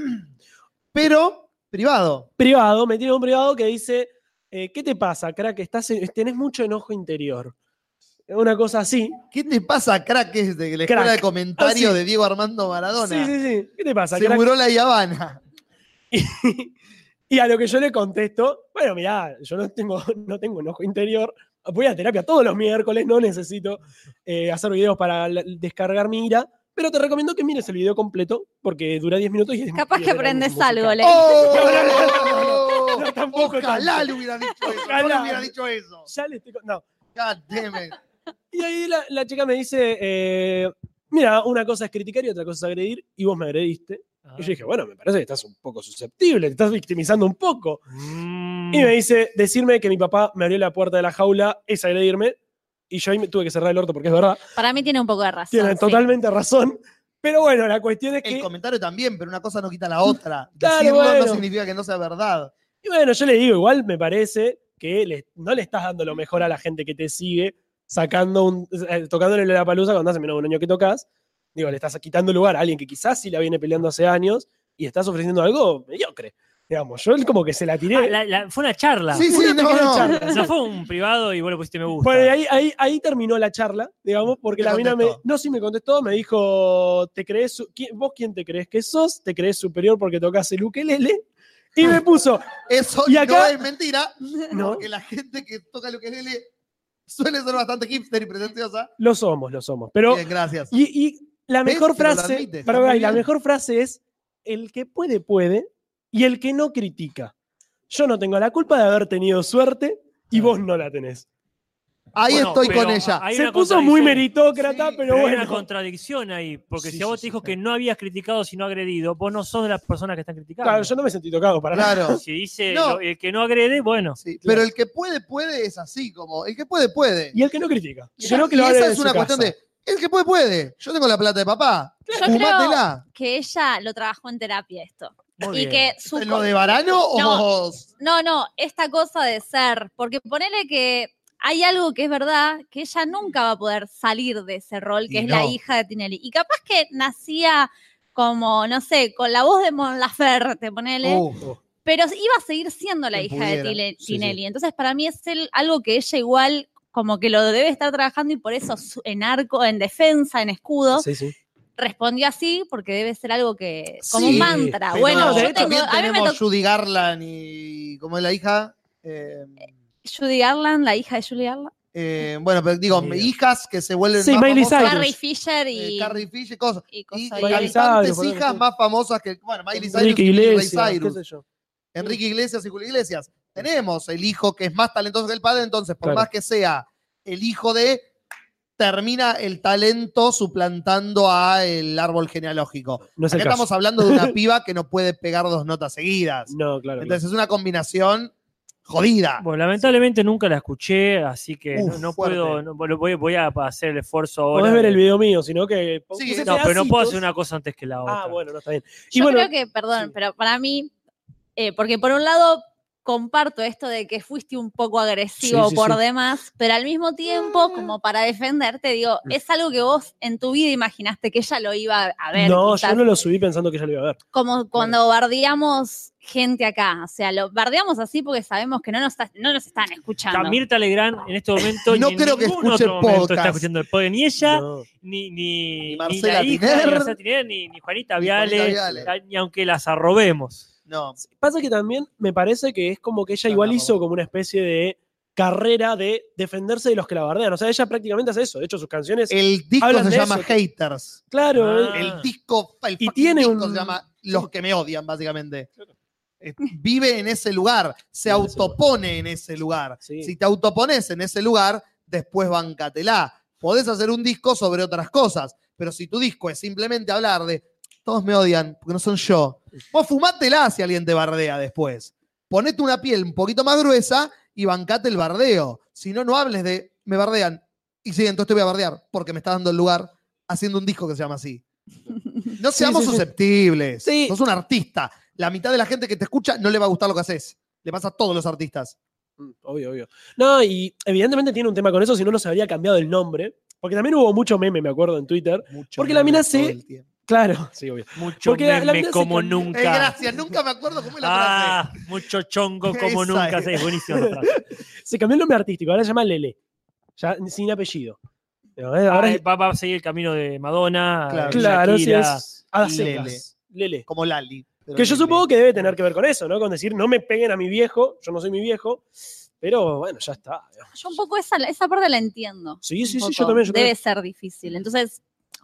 S3: Pero privado.
S8: privado, me tiene un privado que dice, eh, ¿qué te pasa, crack? Estás, en- tenés mucho enojo interior. una cosa así.
S3: ¿Qué te pasa, crack? Es de la escuela
S8: Crack.
S3: de comentarios
S8: Ah, sí.
S3: de Diego Armando Maradona.
S8: Sí, sí, sí. ¿Qué te pasa?
S3: Se
S8: crack?
S3: muró la Yavana.
S8: y a lo que yo le contesto, bueno, mirá, yo no tengo, no tengo un ojo interior, voy a terapia todos los miércoles, no necesito eh, hacer videos para la- descargar mi ira, pero te recomiendo que mires el video completo porque dura 10 minutos y es
S4: Capaz
S8: y
S4: que
S8: es de la
S4: aprendes
S8: música.
S4: algo, le.
S3: ¡Oh!
S8: No, tampoco
S3: Ojalá
S8: tanto.
S3: le hubiera dicho eso.
S8: Ojalá.
S3: Yo le hubiera dicho eso.
S8: Ya le estoy con- no.
S3: God damn it.
S8: Y ahí la, la chica me dice, eh, mira, una cosa es criticar y otra cosa es agredir, y vos me agrediste.
S5: Ah.
S8: Y yo dije, bueno, me parece que estás un poco susceptible, te estás victimizando un poco.
S5: Mm.
S8: Y me dice, decirme que mi papá me abrió la puerta de la jaula es agredirme. Y yo ahí me tuve que cerrar el orto porque es verdad.
S4: Para mí tiene un poco de razón.
S8: Tiene
S4: Ah, sí.
S8: totalmente razón. Pero bueno, la cuestión es
S3: El
S8: que.
S3: comentario también, pero una cosa no quita la otra.
S8: Claro,
S3: Decirlo no
S8: bueno.
S3: significa que no sea verdad.
S8: Y bueno, yo le digo, igual me parece que le- no le estás dando lo mejor a la gente que te sigue, sacando un, eh, tocándole la palusa cuando hace menos de un año que tocas. Digo, le estás quitando lugar a alguien que quizás sí la viene peleando hace años y estás ofreciendo algo mediocre. Digamos, yo como que se la tiré.
S5: Ah, la- la- fue una charla.
S3: Sí, sí, no,
S8: pequeña
S3: no.
S8: charla.
S5: No fue un privado y vos le pusiste me gusta.
S8: Bueno, y ahí, ahí, ahí terminó la charla, digamos, porque
S3: Te
S8: la mina me.
S3: contestó.
S8: No, sí, me contestó, me dijo: ¿te crees, su- qui- ¿Vos quién te crees que sos? ¿Te crees superior porque tocas el ukelele? Y me puso:
S3: Eso
S8: Y acá-
S3: no es mentira,
S8: No.
S3: porque la gente que toca el ukelele suele ser bastante hipster y pretenciosa.
S8: Lo somos, lo somos. Pero.
S3: Bien, gracias.
S8: Y, y la
S3: ¿Ves?
S8: mejor
S3: Pero lo
S8: frase.
S3: admite, está
S8: pará, pará,
S3: muy
S8: y la
S3: bien.
S8: mejor frase es: el que puede, puede, y el que no critica. Yo no tengo la culpa de haber tenido suerte y vos no la tenés.
S3: Ahí
S5: Bueno,
S3: estoy
S5: pero
S3: con ella.
S5: hay
S8: Se
S5: una
S8: puso muy
S5: contradicción.
S8: meritócrata,
S3: Sí,
S5: Pero
S8: pero,
S5: hay una
S8: bueno.
S5: contradicción ahí, porque
S3: Sí,
S5: si a vos te
S3: sí, sí,
S5: dijo
S3: sí.
S5: que no habías criticado sino agredido, vos no sos de las personas que están criticando.
S8: Claro, yo no me sentí tocado para nada.
S3: Claro.
S5: Si dice
S3: No.
S5: lo- el que no agrede, bueno.
S3: Sí, Pero el que puede, puede es así, como el que puede, puede.
S8: Y el que no critica.
S3: Y
S8: Yo creo que
S3: y
S8: lo haga
S3: esa
S8: desde
S3: es
S8: su
S3: una
S8: casa.
S3: cuestión de, el que puede, puede. Yo tengo la plata de papá.
S4: Yo
S3: Fumátela.
S4: Que ella lo trabajó en terapia esto.
S5: Muy
S4: Y
S5: bien.
S4: que su
S3: ¿Lo de varano o...?
S4: No, no, esta cosa de ser, porque ponele que hay algo que es verdad, que ella nunca va a poder salir de ese rol, que
S3: Y
S4: es la
S3: no.
S4: hija de Tinelli. Y capaz que nacía como, no sé, con la voz de Mon Laferte, ponele,
S3: Uf.
S4: pero iba a seguir siendo la
S3: Quien
S4: hija
S3: pudiera.
S4: de Tile-
S8: Sí,
S4: Tinelli. Entonces, para mí es el- algo que ella igual como que lo debe estar trabajando y por eso su- en arco, en defensa, en escudo,
S8: Sí, sí.
S4: respondió así porque debe ser algo que como
S3: Sí,
S4: un mantra.
S3: Pero
S4: bueno,
S8: de
S4: yo
S8: hecho,
S4: tengo,
S3: también
S4: a mí me
S3: tenemos
S4: tocó
S3: Judy Garland y como es la hija. Eh,
S4: Judy Garland, la hija de Judy Garland.
S3: eh, bueno, pero digo,
S5: Mira.
S3: hijas que se vuelven
S8: Sí,
S3: más
S8: Miley
S3: famosas,
S8: Cyrus.
S4: Carrie Fisher
S3: eh,
S4: y,
S3: Carrie Fisher, cosas.
S4: y
S3: Y
S4: cosas
S8: Miley
S4: ahí.
S8: Cyrus,
S3: cantantes
S8: por
S3: hijas
S8: ejemplo.
S3: más famosas que, bueno, Miley Cyrus
S8: Enrique
S3: y Miley
S8: Iglesias, qué
S3: Cyrus.
S8: sé yo.
S3: Enrique Iglesias y Julio Iglesias. Tenemos el hijo que es más talentoso que el padre, entonces, por
S8: Claro.
S3: más que sea el hijo de, termina el talento suplantando a el árbol genealógico.
S8: No es
S3: Acá
S8: el caso.
S3: estamos hablando de una piba que no puede pegar dos notas seguidas.
S8: No, claro. claro.
S3: Entonces es una combinación jodida.
S5: Bueno, lamentablemente nunca la escuché, así que no-
S3: Uf,
S5: no,
S3: fuerte.
S5: puedo, no- bueno, voy, voy a hacer el esfuerzo ahora.
S8: Podés ver el video mío, sino que.
S3: Sí,
S8: puse
S5: No, pero no puedo
S8: pedacitos.
S5: hacer una cosa antes que la otra.
S8: Ah, bueno, no está bien. Y
S4: Yo
S8: bueno,
S4: creo que, perdón,
S8: sí.
S4: pero para mí, eh, porque por un lado comparto esto de que fuiste un poco agresivo
S8: Sí, sí,
S4: por
S8: sí.
S4: demás, pero al mismo tiempo, como para defenderte, digo,
S8: Mm.
S4: es algo que vos en tu vida imaginaste que ella lo iba a ver.
S8: no,
S4: quizás.
S8: yo no lo subí pensando que ya lo iba a ver.
S4: Como cuando bardeamos gente acá, o sea, lo bardeamos así porque sabemos que no nos, está- no nos están escuchando.
S5: También Legrand en este momento
S3: No
S5: ni en
S3: creo que
S5: ningún
S3: escuche
S5: otro momento
S3: podcast.
S5: está escuchando el podcast, ni ella,
S8: No.
S5: ni, ni,
S3: Ni
S5: ni
S3: Marcela
S5: la hija, ni
S3: Tiner.
S5: Marcela Tiner, ni, ni Juanita
S3: Ni
S5: Viale,
S3: Juanita Viale.
S5: ni aunque las arrobemos.
S3: No.
S8: Pasa que también me parece que es como que ella
S3: No,
S8: igual
S3: no,
S8: hizo
S3: no.
S8: como una especie de carrera de defenderse de los que la bardean. O sea, ella prácticamente hace eso. De hecho, sus
S10: Eh,
S8: canciones.
S3: El disco
S8: Hablan
S3: se
S8: de
S3: llama
S8: eso.
S3: Haters.
S8: claro.
S5: Ah.
S8: eh,
S3: El disco, el
S8: Y
S3: fucking
S8: tiene
S3: disco
S8: un-
S3: se llama Los que me odian, básicamente. Eh, Vive en ese lugar, se autopone en ese lugar.
S8: Sí.
S3: Si te autopones en ese lugar, después bancatela. Podés hacer un disco sobre otras cosas, pero si tu disco es simplemente hablar de todos me odian porque no son yo, vos fumátela si alguien te bardea después. Ponete una piel un poquito más gruesa y bancate el bardeo. Si no, no hables de me bardean y sí, entonces te voy a bardear porque me está dando el lugar haciendo un disco que se llama así. No
S8: Sí,
S3: seamos
S8: sí, sí.
S3: susceptibles.
S8: Sí.
S3: Sos un artista. La mitad de la gente que te escucha no le va a gustar lo que haces. Le pasa a todos los artistas.
S8: Mm, Obvio, obvio. No, y evidentemente tiene un tema con eso, si no, no se habría cambiado el nombre. Porque también hubo mucho meme, me acuerdo, en Twitter. Porque la mina se-
S3: se.
S8: Claro, sí, obvio.
S5: Mucho
S8: Porque la- la
S5: meme
S8: mina se
S5: como
S8: cambió. Eh,
S5: nunca.
S3: Eh, gracias, nunca me acuerdo cómo es la frase.
S5: Ah, mucho chongo como
S3: Esa
S5: nunca.
S3: es.
S5: Sí, buenísima la frase.
S8: Se cambió el nombre artístico, ahora se llama Lele. ya sin apellido. Pero, eh, Ahora
S5: Ah,
S8: es-
S5: va, va a seguir el camino de Madonna,
S3: Claro.
S5: de
S8: claro, sí,
S5: Shakira.
S8: es a las
S3: y
S8: secas. Lele.
S3: Como Lali. pero
S8: Que yo
S3: Lele.
S8: supongo que debe tener que ver con eso, ¿no? Con decir, no me peguen a mi viejo, yo no soy mi viejo, pero bueno, ya está.
S4: Yo un poco esa, esa parte la entiendo.
S8: Sí, sí,
S4: un
S8: sí, yo
S4: poco.
S8: también. Yo
S4: Debe
S8: también.
S4: ser difícil. Entonces,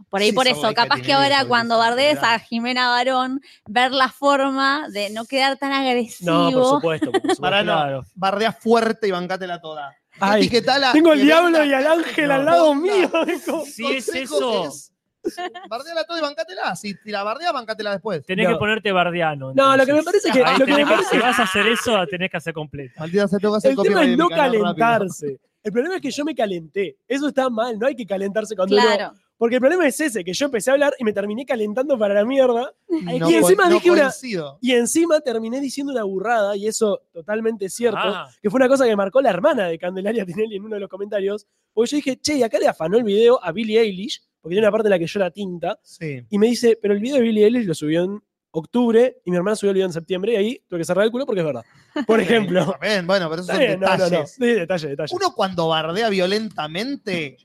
S4: por ahí
S3: Sí,
S4: por
S3: esa
S4: eso,
S3: boica
S4: capaz
S3: tiene
S4: que
S3: eso,
S4: ahora
S3: que
S4: cuando
S3: es
S4: bardees
S3: verdad.
S4: a Jimena Barón, ver la forma de no quedar tan agresivo.
S8: No, por supuesto. Por supuesto.
S3: Pará, no.
S5: Claro.
S3: Bardea fuerte y bancátela toda.
S8: Ay,
S3: Etiquetala.
S8: tengo al
S3: y
S8: diablo
S3: venta.
S8: y al ángel al
S3: No.
S8: lado
S3: Posta.
S8: mío.
S5: Si es
S3: Consejo
S5: eso,
S3: es, bardeala toda y bancátela. Si la bardea, bancátela después.
S5: tenés que
S8: No.
S5: ponerte bardiano.
S8: No, lo que me
S5: entonces.
S8: parece que,
S5: Ahí
S8: lo que me
S5: tenés que-
S8: parece-
S5: si vas a hacer eso, la tenés que hacer completo.
S3: Maldita sea, tengo que hacer
S8: el tema
S3: copyright
S8: es
S3: de
S8: no
S3: mi canal rápido.
S8: calentarse. El problema es que yo me calenté. Eso está mal, no hay que calentarse cuando uno-
S4: Claro.
S8: Porque el problema es ese, que yo empecé a hablar y me terminé calentando para la mierda.
S3: No
S8: y encima
S3: con- no
S8: dije una-
S3: coincido.
S8: Y encima terminé diciendo una burrada, y eso totalmente cierto,
S5: Ah.
S8: que fue una cosa que marcó la hermana de Candelaria Tinelli en uno de los comentarios. Porque yo dije, che, y acá le afanó el video a Billie Eilish, porque tiene una parte en la que yo la tinta.
S3: Sí.
S8: Y me dice, pero el video de Billie Eilish lo subió en octubre y mi hermana subió el video en septiembre, y ahí tuve que cerrar el culo porque es verdad. Por ejemplo.
S3: Bien, bueno, pero esos
S8: Está
S3: son
S8: bien, no, no,
S3: detalles.
S8: no. Sí, detalle, detalle.
S3: Uno cuando bardea violentamente,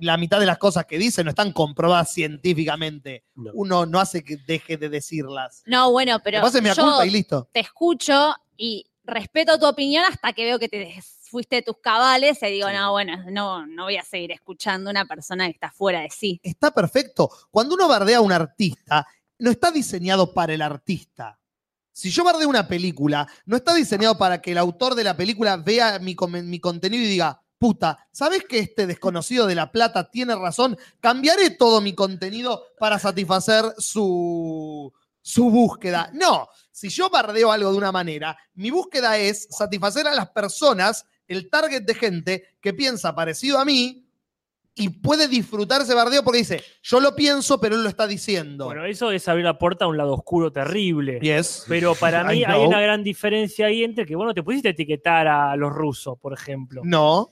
S3: la mitad de las cosas que dice no están comprobadas científicamente.
S8: No.
S3: Uno no hace que deje de decirlas.
S4: No, bueno,
S3: Pero
S4: pero
S3: Pase mea
S4: yo
S3: culpa y listo.
S4: te escucho y respeto tu opinión hasta que veo que te des- fuiste de tus cabales y digo, no, bueno, no, no voy a seguir escuchando a una persona que está fuera de sí.
S3: Está perfecto. Cuando uno bardea a un artista, no está diseñado para el artista. Si yo bardeo una película, no está diseñado para que el autor de la película vea mi, come- mi contenido y diga, puta, ¿sabes que este desconocido de La Plata tiene razón? Cambiaré todo mi contenido para satisfacer su, su búsqueda. No, si yo bardeo algo de una manera, mi búsqueda es satisfacer a las personas, el target de gente que piensa parecido a mí y puede disfrutar ese bardeo porque dice, yo lo pienso, pero él lo está diciendo.
S5: Bueno, eso es abrir la puerta a un lado oscuro terrible.
S3: Yes.
S5: Pero para mí
S3: I
S5: hay
S3: know.
S5: una gran diferencia ahí entre que, bueno, te pusiste a etiquetar a los rusos, por ejemplo.
S3: No.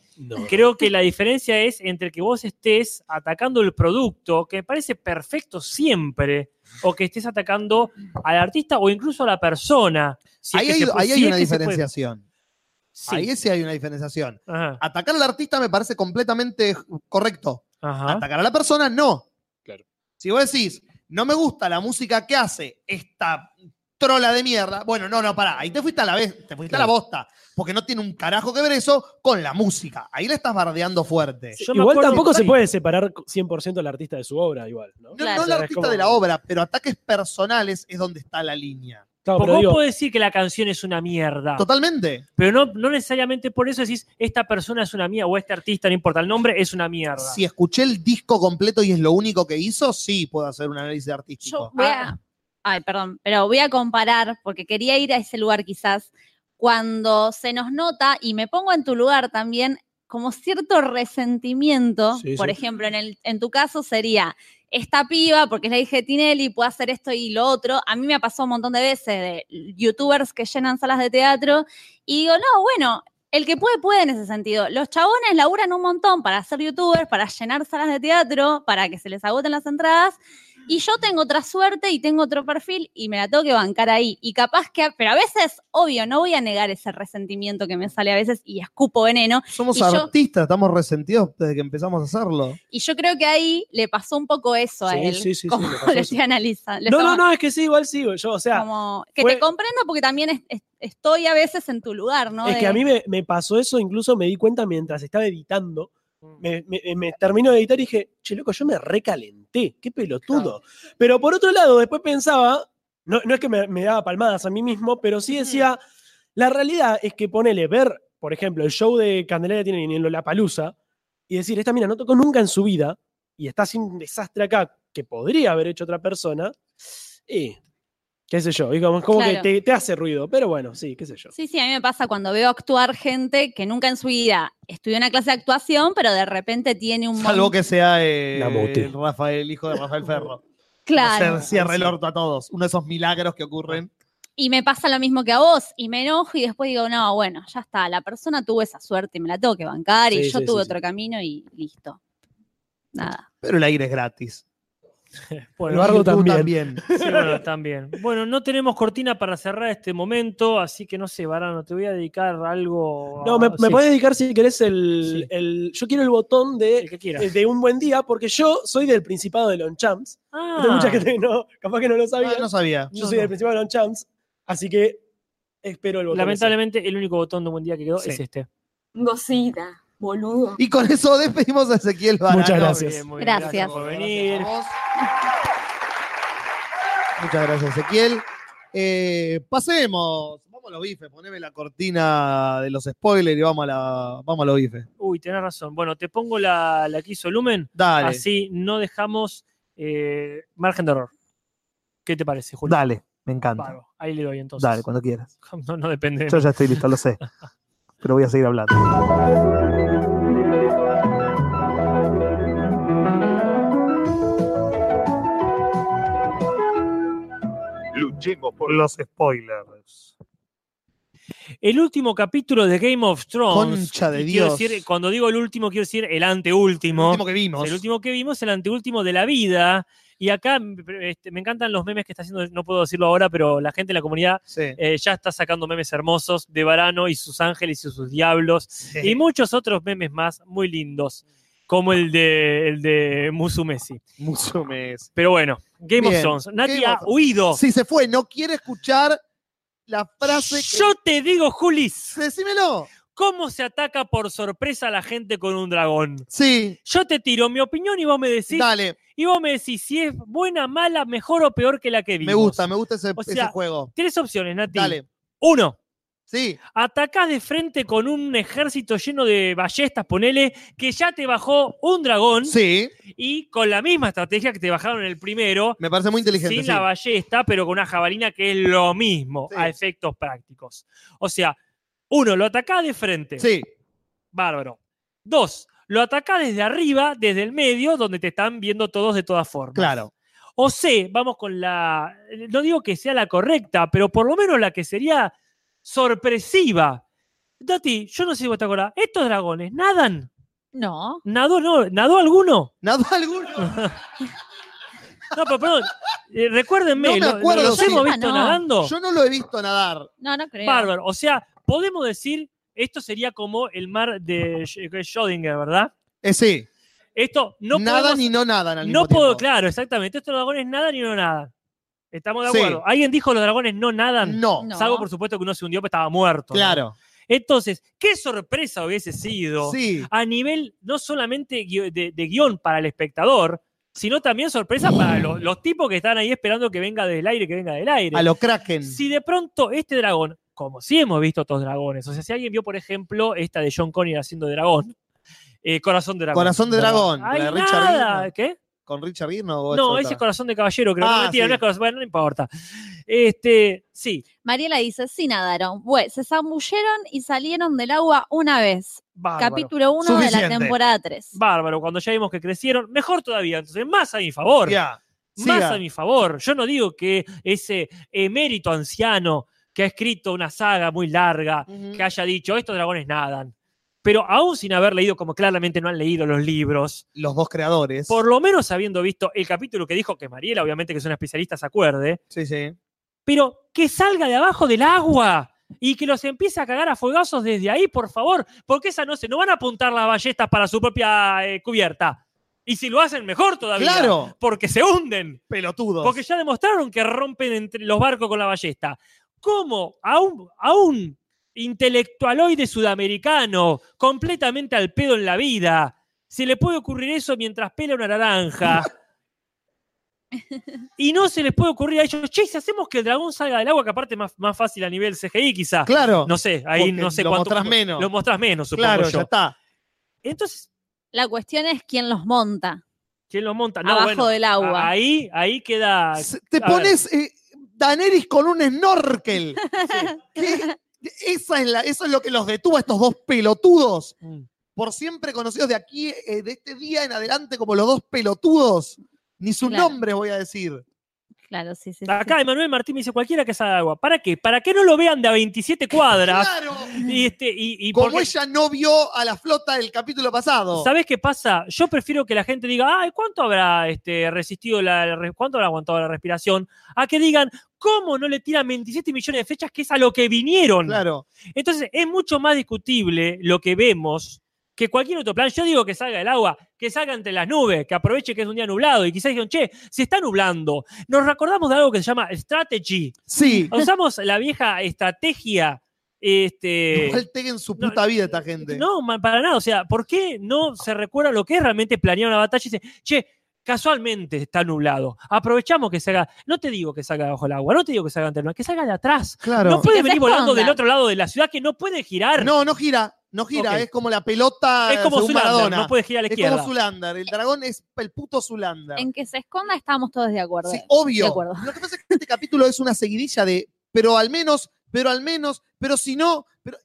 S5: Creo que la diferencia es entre que vos estés atacando el producto, que me parece perfecto siempre, o que estés atacando al artista o incluso a la persona. Si es
S3: ahí
S5: que
S3: hay,
S5: se puede-
S3: ahí hay
S5: si es
S3: una
S5: que se puede.
S3: diferenciación.
S5: Sí.
S3: Ahí sí hay una diferenciación.
S5: Ajá,
S3: Atacar al artista me parece completamente correcto.
S5: ajá.
S3: Atacar a la persona, no.
S8: Claro.
S3: Si vos decís, no me gusta la música que hace esta trola de mierda, bueno, no, no, pará. Ahí te fuiste a la vez, te fuiste a la bosta. Porque no tiene un carajo que ver eso con la música. Ahí la estás bardeando fuerte.
S5: Yo me
S8: Igual
S5: acuerdo-
S8: tampoco se puede separar 100% al artista de su obra, igual, ¿no?
S3: No,
S4: Claro.
S3: no el
S8: Es
S3: artista
S8: como-
S3: de la obra, pero ataques personales es donde está la línea.
S8: Claro,
S5: Porque
S8: pero
S5: vos
S8: digo,
S5: podés decir que la canción es una
S8: Ah.
S5: mierda,
S3: Totalmente.
S5: pero no, no necesariamente por eso decís esta persona es una mierda o este artista, no importa el nombre, es una mierda.
S3: Si escuché el disco completo y es lo único que hizo, sí puedo hacer un análisis
S4: Yo
S3: artístico.
S4: voy a. Ay, perdón, pero voy a comparar, porque quería ir a ese lugar quizás, cuando se nos nota, y me pongo en tu lugar también, como cierto resentimiento,
S8: Sí,
S4: por
S8: sí.
S4: ejemplo, en, el, en tu caso sería, esta piba, porque es la hija de Tinelli, puede hacer esto y lo otro, a mí me ha pasado un montón de veces de youtubers que llenan salas de teatro, y digo, no, bueno, el que puede, puede en ese sentido. Los chabones laburan un montón para ser youtubers, para llenar salas de teatro, para que se les agoten las entradas. Y yo tengo otra suerte y tengo otro perfil y me la tengo que bancar ahí. Y capaz que, pero a veces, obvio, no voy a negar ese resentimiento que me sale a veces y escupo veneno.
S3: Somos
S4: y yo-
S3: artistas, estamos resentidos desde que empezamos a hacerlo.
S4: Y yo creo que ahí le pasó un poco eso a
S8: Sí,
S4: él.
S8: sí, sí, sí,
S4: como
S8: le pasó
S4: lo
S8: eso.
S4: estoy analizando.
S8: No, no, no, es que sí, igual sí, yo, o sea,
S4: Como, que
S8: fue-
S4: te comprendo porque también es- es- estoy a veces en tu lugar, ¿no? eh.
S8: es
S4: De-
S8: que a mí me, me pasó eso, incluso me di cuenta mientras estaba editando.
S4: Mm.
S8: Me, me- eh, me termino de editar y dije, che, loco, yo me recalenté, qué pelotudo. Pero por otro lado, después pensaba, no, no es que me, me daba palmadas a mí mismo, pero
S4: Mm.
S8: sí decía, la realidad es que ponele ver, por ejemplo, el show de Candelaria tiene en Lollapalooza y decir, esta mina no tocó nunca en su vida y está haciendo un desastre acá que podría haber hecho otra persona, y qué sé yo, y como, como
S4: Claro.
S8: que te, te hace ruido, pero bueno, sí, qué sé yo.
S4: Sí, sí, a mí me pasa cuando veo actuar gente que nunca en su vida estudió una clase de actuación, pero de repente tiene un...
S3: Salvo
S4: mon-
S3: que sea eh,
S8: La Muti.
S3: Rafael, hijo de Rafael Ferro.
S4: Claro.
S3: Se cierra el orto a todos. Uno de esos milagros que ocurren.
S4: y me pasa lo mismo que a vos, y me enojo y después digo, no, bueno, ya está, la persona tuvo esa suerte y me la tengo que bancar
S8: Sí,
S4: y yo
S8: sí,
S4: tuve
S8: sí,
S4: otro camino y listo. Nada.
S3: Pero el aire es gratis.
S5: Bueno,
S8: Lo Eduardo
S3: Y tú
S8: también.
S5: Sí, bueno, también. Bueno, no tenemos cortina para cerrar este momento, así que no sé, Varano, te voy a dedicar algo. a-
S8: No, me, me
S5: sí,
S8: podés dedicar si querés el,
S5: Sí.
S8: el- Yo quiero el botón de, eh,
S5: el que quieras.
S8: de un buen día, porque yo soy del Principado de Lonchamps.
S5: Ah,
S8: Hay mucha gente que no, capaz que no lo sabía.
S3: Ah, no sabía.
S8: yo
S5: no,
S8: soy
S5: no.
S8: del Principado de Lonchamps, así que espero el botón.
S5: Lamentablemente, el único botón de un buen día que quedó
S8: Sí.
S5: es este.
S1: Gocida, boludo.
S3: Y con eso despedimos a Ezequiel Barano.
S8: Muchas gracias.
S5: muy
S4: Gracias.
S5: por venir.
S3: Gracias a vos. Muchas gracias, Ezequiel. Eh, pasemos. Vamos a los bifes. Poneme la cortina de los spoilers y vamos a, la, vamos a los bifes.
S5: Uy, tenés razón. Bueno, te pongo la, la que hizo Lumen,
S3: Dale.
S5: así no dejamos eh, margen de error. ¿Qué te parece, Julio?
S2: Dale, me encanta.
S5: Pago. Ahí le doy entonces.
S2: Dale, cuando quieras.
S5: No, no depende. de
S2: Yo ya estoy listo, lo sé. Pero voy a seguir hablando. Luchemos por los spoilers.
S5: El último capítulo de Game of Thrones.
S3: Concha de
S5: y quiero
S3: Dios.
S5: decir, cuando digo el último, quiero decir el
S3: El
S5: anteúltimo.
S3: último que vimos.
S5: El último que vimos, el anteúltimo de la vida. Y acá este, me encantan los memes que está haciendo, no puedo decirlo ahora, pero la gente en la comunidad
S3: Sí.
S5: eh, ya está sacando memes hermosos de Varano y sus ángeles y sus diablos.
S3: Sí.
S5: Y muchos otros memes más muy lindos, como el de, el de Musu Messi.
S3: Musumes.
S5: Pero bueno, Game of
S3: Bien,
S5: Thrones. Nati
S3: Game
S5: ha
S3: of-
S5: huido.
S3: Si se fue, no quiere escuchar la frase que.
S5: Yo te digo, Julis.
S3: Decímelo.
S5: ¿Cómo se ataca por sorpresa a la gente con un dragón?
S3: Sí.
S5: Yo te tiro mi opinión y vos me decís,
S3: Dale.
S5: y vos me decís si es buena, mala, mejor o peor que la que vimos.
S3: Me gusta, me gusta ese,
S5: O
S3: ese
S5: sea,
S3: juego.
S5: Tres opciones, Nati.
S3: Dale.
S5: Uno,
S3: Sí.
S5: atacás de frente con un ejército lleno de ballestas, ponele, que ya te bajó un dragón
S3: Sí.
S5: y con la misma estrategia que te bajaron el primero,
S3: Me parece muy inteligente.
S5: sin
S3: sí.
S5: la ballesta, pero con una jabalina que es lo mismo
S3: Sí.
S5: a efectos prácticos. O sea, uno, lo atacás de frente.
S3: Sí.
S5: Bárbaro. Dos, lo atacás desde arriba, desde el medio, donde te están viendo todos de todas formas.
S3: Claro.
S5: O C, vamos con la. No digo que sea la correcta, pero por lo menos la que sería sorpresiva. Dati, yo no sé si vos te acordás. ¿Estos dragones nadan?
S4: No.
S5: ¿Nadó, no? ¿Nadó alguno?
S3: Nada alguno.
S5: No, pero perdón. eh, recuérdenme,
S3: No me
S5: ¿lo- lo-
S3: acuerdo,
S5: ¿los
S3: sí.
S5: hemos
S4: Ah,
S5: visto
S4: no.
S5: nadando?
S3: Yo no lo he visto nadar.
S4: No, no creo.
S5: Bárbaro. O sea, podemos decir, esto sería como el mar de Sch- Schrödinger, ¿verdad?
S3: Eh, sí.
S5: Esto no
S3: nada
S5: podemos
S3: ni no nada. Al mismo
S5: No puedo,
S3: tiempo.
S5: claro, exactamente. Estos dragones nadan y no nadan. Estamos de
S3: Sí.
S5: acuerdo. Alguien dijo los dragones no
S10: Mm,
S5: nadan.
S3: No.
S4: No.
S5: Salvo, por supuesto, que uno se hundió, pero estaba muerto. ¿no?
S3: Claro.
S5: Entonces, qué sorpresa hubiese sido
S3: Sí.
S5: a nivel no solamente guio- de, de guión para el espectador, sino también sorpresa para lo- los tipos que están ahí esperando que venga del aire, que venga del aire.
S3: A lo Kraken.
S5: Si de pronto este dragón, como sí hemos visto otros dragones, o sea, si alguien vio, por ejemplo, esta de John Connery haciendo de dragón, eh, Corazón de Dragón.
S3: Corazón de Dragón,
S5: Ay,
S3: la de Richard
S5: nada.
S3: Gere.
S5: ¿Qué?
S3: Con Richard Gere no.
S5: No,
S3: otra.
S5: ese es corazón de caballero, creo. no,
S3: Ah,
S5: mentira,
S3: sí.
S5: no es corazón. Bueno, no importa. Este, sí,
S4: Mariela dice, sí nadaron. Bue- se zambulleron y salieron del agua una vez.
S5: bárbaro.
S4: Capítulo 1 de la
S3: Suficiente.
S4: temporada 3.
S5: Bárbaro, cuando ya vimos que crecieron, mejor todavía. Entonces, más a mi favor.
S3: Ya.
S5: más
S3: Siga.
S5: a mi favor. Yo no digo que ese emérito anciano que ha escrito una saga muy larga,
S3: Ujú.
S5: que haya dicho, estos dragones nadan. Pero aún sin haber leído, como claramente no han leído los libros,
S3: Los dos creadores.
S5: por lo menos habiendo visto el capítulo que dijo que Mariela, obviamente que es una especialista, se acuerde,
S3: Sí, sí.
S5: pero que salga de abajo del agua y que los empiece a cagar a fuegazos desde ahí, por favor, porque esa no se, no van a apuntar las ballestas para su propia eh, cubierta. Y si lo hacen mejor todavía,
S3: Claro.
S5: porque se hunden,
S3: Pelotudos.
S5: porque ya demostraron que rompen entre los barcos con la ballesta. ¿Cómo a un, a un intelectualoide sudamericano completamente al pedo en la vida se le puede ocurrir eso mientras pela una naranja? y no se les puede ocurrir a ellos, che, si hacemos que el dragón salga del agua, que aparte es más, más fácil a nivel CGI quizá.
S3: Claro.
S5: No sé, ahí
S3: Porque
S5: no sé
S3: lo
S5: cuánto.
S3: mostrás menos.
S5: Lo mostrás menos, supongo
S3: claro,
S5: yo.
S3: ya está.
S5: Entonces,
S4: La cuestión es quién los monta
S5: ¿quién lo monta? No,
S4: abajo
S5: bueno,
S4: del agua.
S5: Ahí, ahí queda.
S3: Se- Te
S5: a
S3: pones eh, Daenerys con un snorkel. ¿Qué? Esa es la- eso es lo que los detuvo a estos dos pelotudos.
S5: Mm.
S3: Por siempre conocidos de aquí, eh, de este día en adelante, como los dos pelotudos. Ni su
S4: Claro.
S3: nombre voy a decir.
S4: Claro, sí, sí. sí.
S5: Acá Emanuel Martín me dice cualquiera que salga de agua. ¿Para qué? Para que no lo vean de a 27 cuadras.
S3: Claro.
S5: y este, y, y
S3: Como
S5: porque-
S3: ella no vio a la flota del capítulo pasado.
S5: ¿Sabes qué pasa? Yo prefiero que la gente diga, ay, ¿cuánto habrá este, resistido la, la re- cuánto habrá aguantado la respiración? A que digan, ¿cómo no le tiran 27 millones de flechas que es a lo que vinieron?
S3: Claro.
S5: Entonces, es mucho más discutible lo que vemos que cualquier otro plan. Yo digo que salga el agua, que salga entre las nubes, que aproveche que es un día nublado y quizás digan, che, se está nublando. Nos recordamos de algo que se llama strategy.
S3: Sí.
S5: Usamos la vieja estrategia. Este,
S3: Igual en su
S5: no,
S3: puta vida esta gente.
S5: no, ma- para nada. O sea, ¿por qué no se recuerda lo que es realmente planear una batalla? Y dice, che, casualmente está nublado. Aprovechamos que se haga. No te digo que salga bajo el agua, no te digo que salga ante el mar, que salga de atrás.
S3: claro.
S5: No
S3: No,
S5: puede
S4: que se
S5: venir volando
S4: esconda.
S5: del otro lado de la ciudad que no puede girar.
S3: no, gira. No gira.
S5: Ok.
S3: Es como la pelota.
S5: es como
S3: según
S5: Zulander,
S3: Maradona.
S5: no puede girar a la
S3: es como
S5: izquierda.
S3: Zulander. El dragón es el puto Zulander.
S4: En que se esconda estábamos todos de acuerdo.
S3: Sí, obvio.
S4: De acuerdo.
S3: Lo que pasa es que este capítulo es una seguidilla de, pero al menos, pero al menos, pero si no, pero.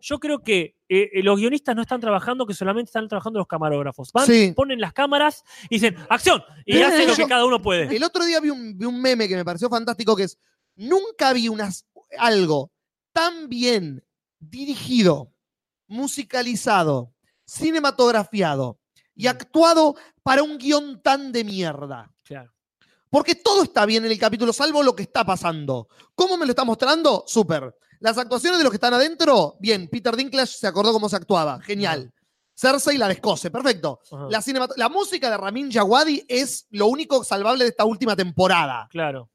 S5: Yo creo que eh, eh, los guionistas no están trabajando, que solamente están trabajando los camarógrafos. Van,
S3: Sí.
S5: ponen las cámaras y dicen, ¡acción! Y hacen lo que
S3: Yo-
S5: cada uno puede.
S3: El otro día vi un, vi un meme que me pareció fantástico que es nunca vi unas, algo tan bien dirigido, musicalizado, cinematografiado y actuado para un guión tan de mierda.
S5: Claro.
S3: Porque todo está bien en el capítulo, salvo lo que está pasando. ¿Cómo me lo está mostrando? Súper. Las actuaciones de los que están adentro, bien. Peter Dinklage se acordó cómo se actuaba. Genial. Cersei la descoce, perfecto.
S5: Ajá.
S3: La, cinemat- la música de Ramin Djawadi es lo único salvable de esta última temporada.
S5: Claro.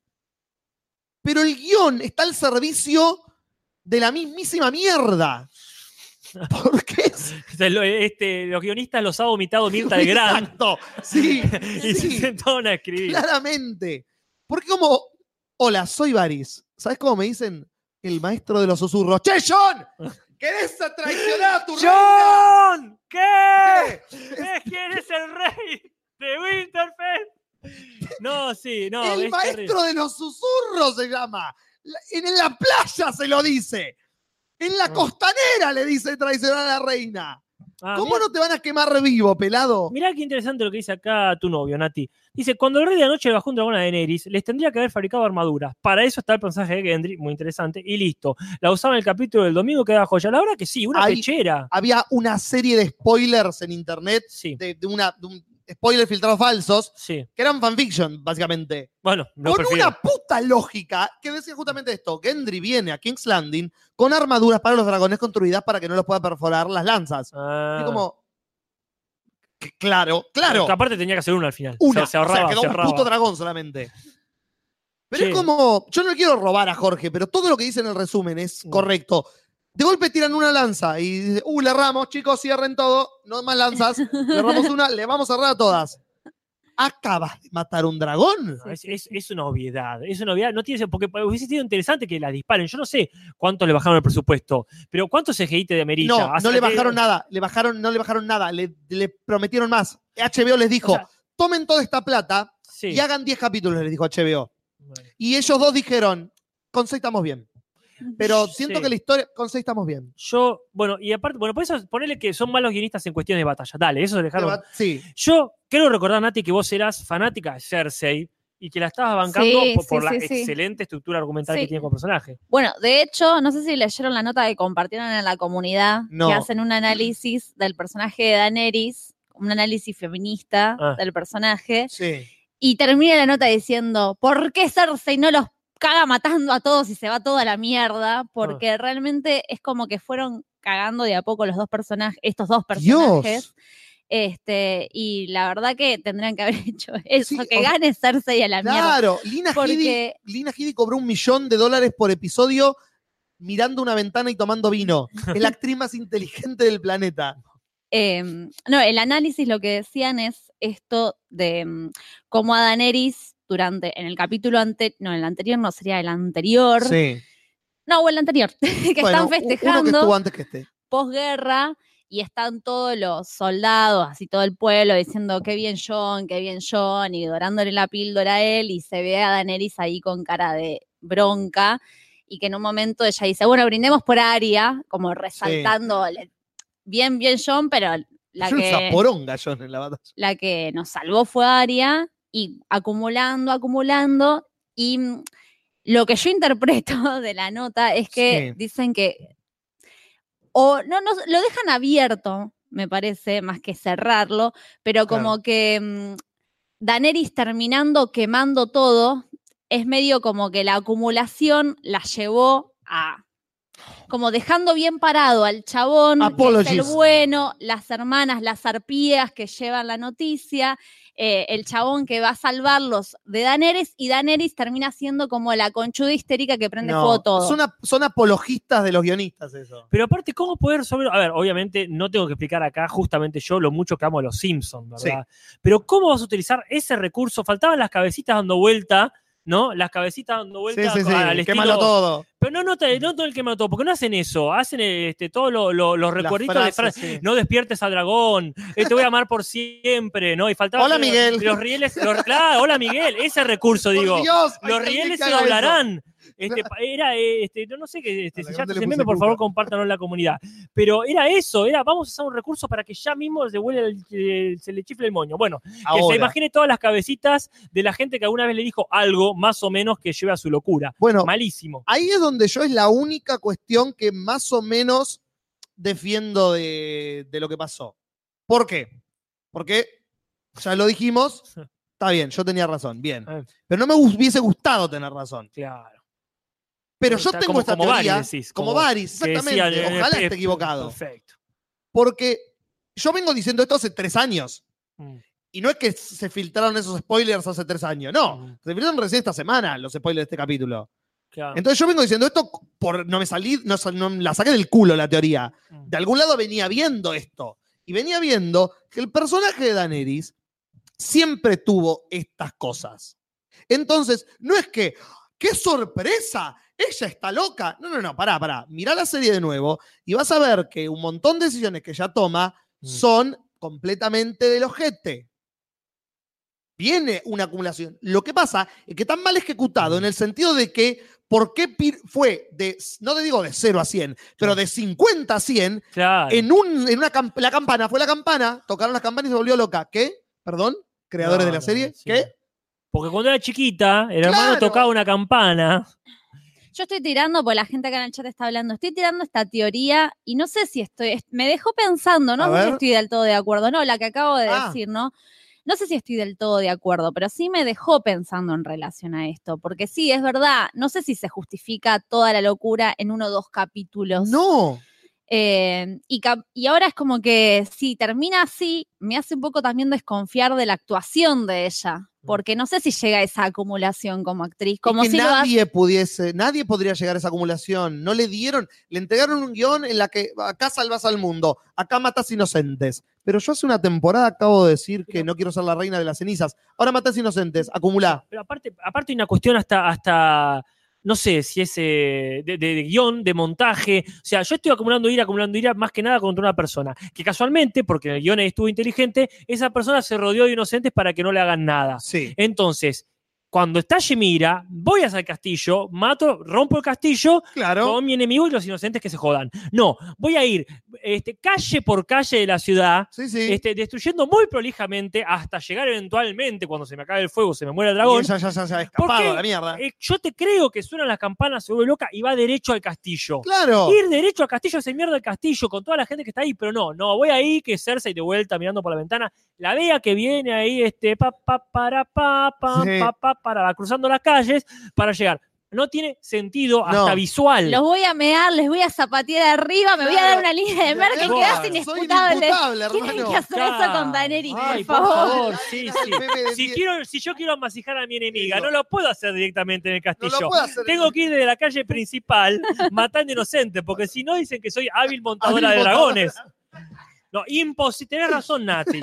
S3: Pero el guión está al servicio de la mismísima mierda. ¿Por qué? es-
S5: O sea, lo- este, los guionistas los ha vomitado Mirta de Gran.
S3: Exacto. Sí,
S5: y se
S3: sí,
S5: sentaron a escribir.
S3: claramente. Porque como, hola, soy Baris. ¿Sabes cómo me dicen? El maestro de los susurros. ¡Che, John! ¿Querés a traicionar a tu reina?
S5: ¡John! ¿Qué?
S3: Eh,
S5: ¿Es quién es el rey de Winterfell? No, sí, no.
S3: el
S5: es terrible.
S3: maestro de los susurros se llama. La- En la playa se lo dice. En la
S5: Ah.
S3: costanera le dice traicionar a la reina.
S5: Ah,
S3: ¿Cómo
S5: mirá,
S3: no te van a quemar vivo, pelado?
S5: mirá qué interesante lo que dice acá tu novio, Nati. Dice, cuando el rey de la noche le bajó un dragón a Daenerys, les tendría que haber fabricado armaduras. Para eso está el personaje de Gendry, muy interesante, y listo. La usaba en el capítulo del domingo, quedaba joya. La verdad que sí, una
S3: Ahí-
S5: pechera.
S3: había una serie de spoilers en internet,
S5: Sí,
S3: de, de una, de un spoiler filtrados falsos,
S5: sí.
S3: que eran fanfiction, básicamente.
S5: Bueno, lo
S3: con
S5: prefiero.
S3: una puta lógica que decía justamente esto: Gendry viene a King's Landing con armaduras para los dragones construidas para que no los pueda perforar las lanzas.
S5: Ah.
S3: Y como. que claro, claro.
S5: Porque Aparte tenía que hacer una al final.
S3: Una.
S5: Se, se
S3: o sea,
S5: ahorraba,
S3: quedó
S5: se
S3: un
S5: ahorraba.
S3: puto dragón solamente. Pero
S5: Sí.
S3: es como. Yo no le quiero robar a Jorge, pero todo lo que dice en el resumen es
S5: Mm.
S3: correcto. De golpe tiran una lanza y dice, uh, le erramos, chicos, cierren todo, no más lanzas, le erramos una, le vamos a cerrar a todas. Acabas de matar un dragón.
S5: No, es, es- es una obviedad, es una obviedad, no tiene sen- porque hubiese sido interesante que la disparen. Yo no sé cuánto le bajaron el presupuesto, pero cuánto CGI te amerita.
S3: No,
S5: Hace-
S3: no le
S5: eh,
S3: bajaron nada, le bajaron, no le bajaron nada, le, le prometieron más. HBO les dijo,
S5: O sea-
S3: tomen toda esta plata
S5: Sí.
S3: y hagan 10 capítulos, les dijo HBO.
S5: Bueno,
S3: Y ellos dos dijeron, con seis estamos bien. Pero siento
S5: Sí.
S3: que la historia, con seis estamos bien.
S5: Yo, bueno, y aparte, bueno, por eso ponele que son malos guionistas en cuestiones de batalla. Dale, eso le dejaron.
S3: Deba- Sí.
S5: Yo quiero recordar, Nati, que vos eras fanática de Cersei y que la estabas bancando
S4: Sí,
S5: por,
S4: sí,
S5: por la
S4: sí, sí.
S5: excelente estructura argumental que
S4: Sí.
S5: tiene como personaje.
S4: Bueno, de hecho, no sé si leyeron la nota que compartieron en la comunidad,
S3: No.
S4: que hacen un análisis del personaje de Daenerys, un análisis feminista
S5: Ah.
S4: del personaje,
S3: Sí.
S4: y termina la nota diciendo, ¿por qué Cersei no los caga matando a todos y se va toda la mierda? Porque
S3: Ah.
S4: realmente es como que fueron cagando de a poco los dos personajes, estos dos personajes. Este, y la verdad que tendrían que haber hecho eso,
S3: Sí,
S4: que
S3: o-
S4: gane Cersei a la mierda.
S3: Claro, Lina Headey,
S4: Porque
S3: Lina Headey cobró un millón de dólares por episodio mirando una ventana y tomando vino. Es la actriz más inteligente del planeta.
S4: Eh, no, el análisis lo que decían es esto de mm, cómo a Daenerys durante, en el capítulo anterior, no, en el anterior no, sería el anterior,
S3: Sí.
S4: no, o el anterior, que
S3: Bueno,
S4: están
S3: u- Uno que
S4: festejando
S3: estuvo antes que este.
S4: posguerra y están todos los soldados, así todo el pueblo diciendo qué bien John, qué bien John y dorándole la píldora a él y se ve a Daenerys ahí con cara de bronca y que en un momento ella dice, bueno, brindemos por Aria, como resaltando le- bien bien John, pero la
S3: Yo era
S4: que
S3: un zaporonga, John, en la batalla.
S4: la que nos salvó fue Aria y acumulando, acumulando Y mm, lo que yo interpreto de la nota es que
S3: Sí.
S4: dicen que o no, no lo dejan abierto, me parece, más que cerrarlo, pero como que mm, Daenerys terminando quemando todo, es medio como que la acumulación la llevó a como dejando bien parado al chabón, que es el
S3: Apologies.
S4: bueno, las hermanas, las arpías que llevan la noticia, eh, el chabón que va a salvarlos de Daneris, y Daneris termina siendo como la conchuda histérica que prende
S3: No,
S4: fuego todo.
S3: Son, ap- son apologistas de los guionistas, eso.
S5: Pero aparte, ¿cómo poder sobre.? A ver, obviamente no tengo que explicar acá justamente yo lo mucho que amo a los Simpsons, ¿verdad? Pero ¿cómo vas a utilizar ese recurso? Faltaban las cabecitas dando vuelta, ¿no? Las cabecitas dando vuelta
S3: Sí, sí, sí.
S5: al estilo-
S3: Quémalo todo.
S5: Pero no, no, te- no todo el que mató, porque no hacen eso. Hacen este, todos lo- lo- los
S3: Las
S5: recuerditos de
S3: frases,
S5: frases.
S3: sí.
S5: No despiertes al dragón, eh, te voy a amar por siempre, ¿no? Y faltaban
S3: Hola,
S5: los-
S3: Miguel.
S5: Los rieles, los- claro, hola Miguel, ese recurso,
S3: Por
S5: digo.
S3: Dios, hay
S5: Los
S3: alguien
S5: rieles
S3: que
S5: se
S3: haga eso.
S5: doblarán. Este, pa- era, eh, este, no, no sé qué, este,
S3: Al
S5: si
S3: dragón
S5: ya
S3: te
S5: se
S3: le
S5: meme,
S3: puse
S5: por favor,
S3: cuca.
S5: compártanlo en la comunidad. Pero era eso, era, vamos a usar un recurso para que ya mismo se, vuele el- eh, se le chifle el moño. Bueno, que se
S3: Ahora.
S5: imagine todas las cabecitas de la gente que alguna vez le dijo algo más o menos que lleve a su locura.
S3: Bueno,
S5: Malísimo.
S3: ahí es donde yo es la única cuestión que más o menos defiendo de, de lo que pasó. ¿Por qué? Porque, ya lo dijimos, está bien, yo tenía razón, bien.
S5: Ah.
S3: Pero no me gu- hubiese gustado tener razón.
S5: Claro.
S3: Pero yo
S5: Está
S3: tengo
S5: como-
S3: esta
S5: como
S3: teoría,
S5: Varys decís,
S3: como,
S5: como
S3: Varys,
S5: Que
S3: exactamente,
S5: decía, eh,
S3: ojalá
S5: eh,
S3: esté equivocado.
S5: Perfecto.
S3: Porque yo vengo diciendo esto hace tres años.
S5: Mm.
S3: Y no es que se filtraron esos spoilers hace tres años, no.
S5: Mm.
S3: Se filtraron recién esta semana los spoilers de este capítulo.
S5: Claro.
S3: Entonces yo vengo diciendo esto por no me salí, no, sal- no- la saqué del culo la teoría.
S5: Mm.
S3: De algún lado venía viendo esto y venía viendo que el personaje de Daenerys siempre tuvo estas cosas. Entonces, no es que qué sorpresa, ella está loca. No, no, no, pará, pará. Mirá la serie de nuevo y vas a ver que un montón de decisiones que ella toma
S5: Mm.
S3: son completamente del ojete. Viene una acumulación. Lo que pasa es que está mal ejecutado en
S5: Mm.
S3: el sentido de que, ¿por qué pir- fue de, no te digo de 0 a 100, pero de 50 a 100,
S5: Claro.
S3: en, un, en una cam- la campana, fue la campana, tocaron las campanas y se volvió loca. ¿Qué? ¿Perdón?
S5: No,
S3: ¿Creadores de la
S5: no,
S3: serie?
S5: sí.
S3: ¿Qué?
S5: Porque cuando era chiquita, el hermano
S3: Claro.
S5: tocaba una campana.
S4: Yo estoy tirando, porque la gente acá en el chat está hablando, estoy tirando esta teoría y no sé si estoy, es- me dejó pensando,
S3: A
S4: no sé si
S3: ver.
S4: estoy del todo de acuerdo, no, la que acabo de
S3: Ah.
S4: decir, ¿no? No sé si estoy del todo de acuerdo, pero sí me dejó pensando en relación a esto, porque sí, es verdad, no sé si se justifica toda la locura en uno o dos capítulos.
S3: No.
S4: Eh, y, cap- y ahora es como que si termina así, me hace un poco también desconfiar de la actuación de ella, porque no sé si llega a esa acumulación como actriz, como
S3: Y Mm. que
S4: si lo hace-
S3: nadie pudiese, nadie podría llegar a esa acumulación. No le dieron, le entregaron un guión en la que acá salvas al mundo, acá matas inocentes. Pero yo hace una temporada acabo de decir que no quiero ser la reina de las cenizas. Ahora matas inocentes, acumulá.
S5: Pero aparte, aparte hay una cuestión hasta, hasta no sé si es eh, de, de- de guión, de montaje. O sea, yo estoy acumulando ira, acumulando ira más que nada contra una persona. Que casualmente, porque el guión estuvo inteligente, esa persona se rodeó de inocentes para que no le hagan nada.
S3: Sí.
S5: Entonces, cuando está Yemira, voy hacia el castillo, mato, rompo el castillo
S3: Claro.
S5: con mi enemigo y los inocentes que se jodan. No, voy a ir este, calle por calle de la ciudad,
S3: Sí, sí.
S5: este, destruyendo muy prolijamente hasta llegar eventualmente, cuando se me acabe el fuego, se me muere el
S3: Y
S5: dragón.
S3: ella ya, ya, ya,
S5: ¿Por
S3: escapado
S5: qué?
S3: a la mierda.
S5: Eh, yo te creo que suenan las campanas, se vuelve loca y va derecho al castillo.
S3: Claro.
S5: Ir derecho al castillo, se mierda el castillo con toda la gente que está ahí, pero no, no, voy ahí que Cersei de vuelta mirando por la ventana, la vea que viene ahí, este, pa, pa, para, pa, pa,
S3: Sí.
S5: pa, pa, para, va cruzando las calles para llegar. No tiene sentido hasta
S3: No.
S5: visual.
S4: Los voy a mear, les voy a zapatear arriba, me voy a dar una línea de mer Eh, que
S5: Claro.
S4: queda
S3: Soy
S4: indisputable.
S3: inimputable,
S4: Tienen
S3: hermano.
S4: que hacer eso
S5: Claro.
S4: con Daenerys,
S5: Ay,
S4: por
S5: por
S4: favor.
S5: favor, sí, sí.
S3: El meme de
S5: Si,
S3: die-
S5: quiero, si yo quiero amasijar a mi enemiga,
S3: Digo.
S5: no lo puedo hacer directamente en el
S3: No
S5: castillo.
S3: lo puedo hacer.
S5: Tengo que ir de la calle principal matando inocentes, porque si no dicen que soy hábil montadora
S3: Hábil
S5: de
S3: montadora.
S5: dragones. No, imposible. Tenés razón, Nati.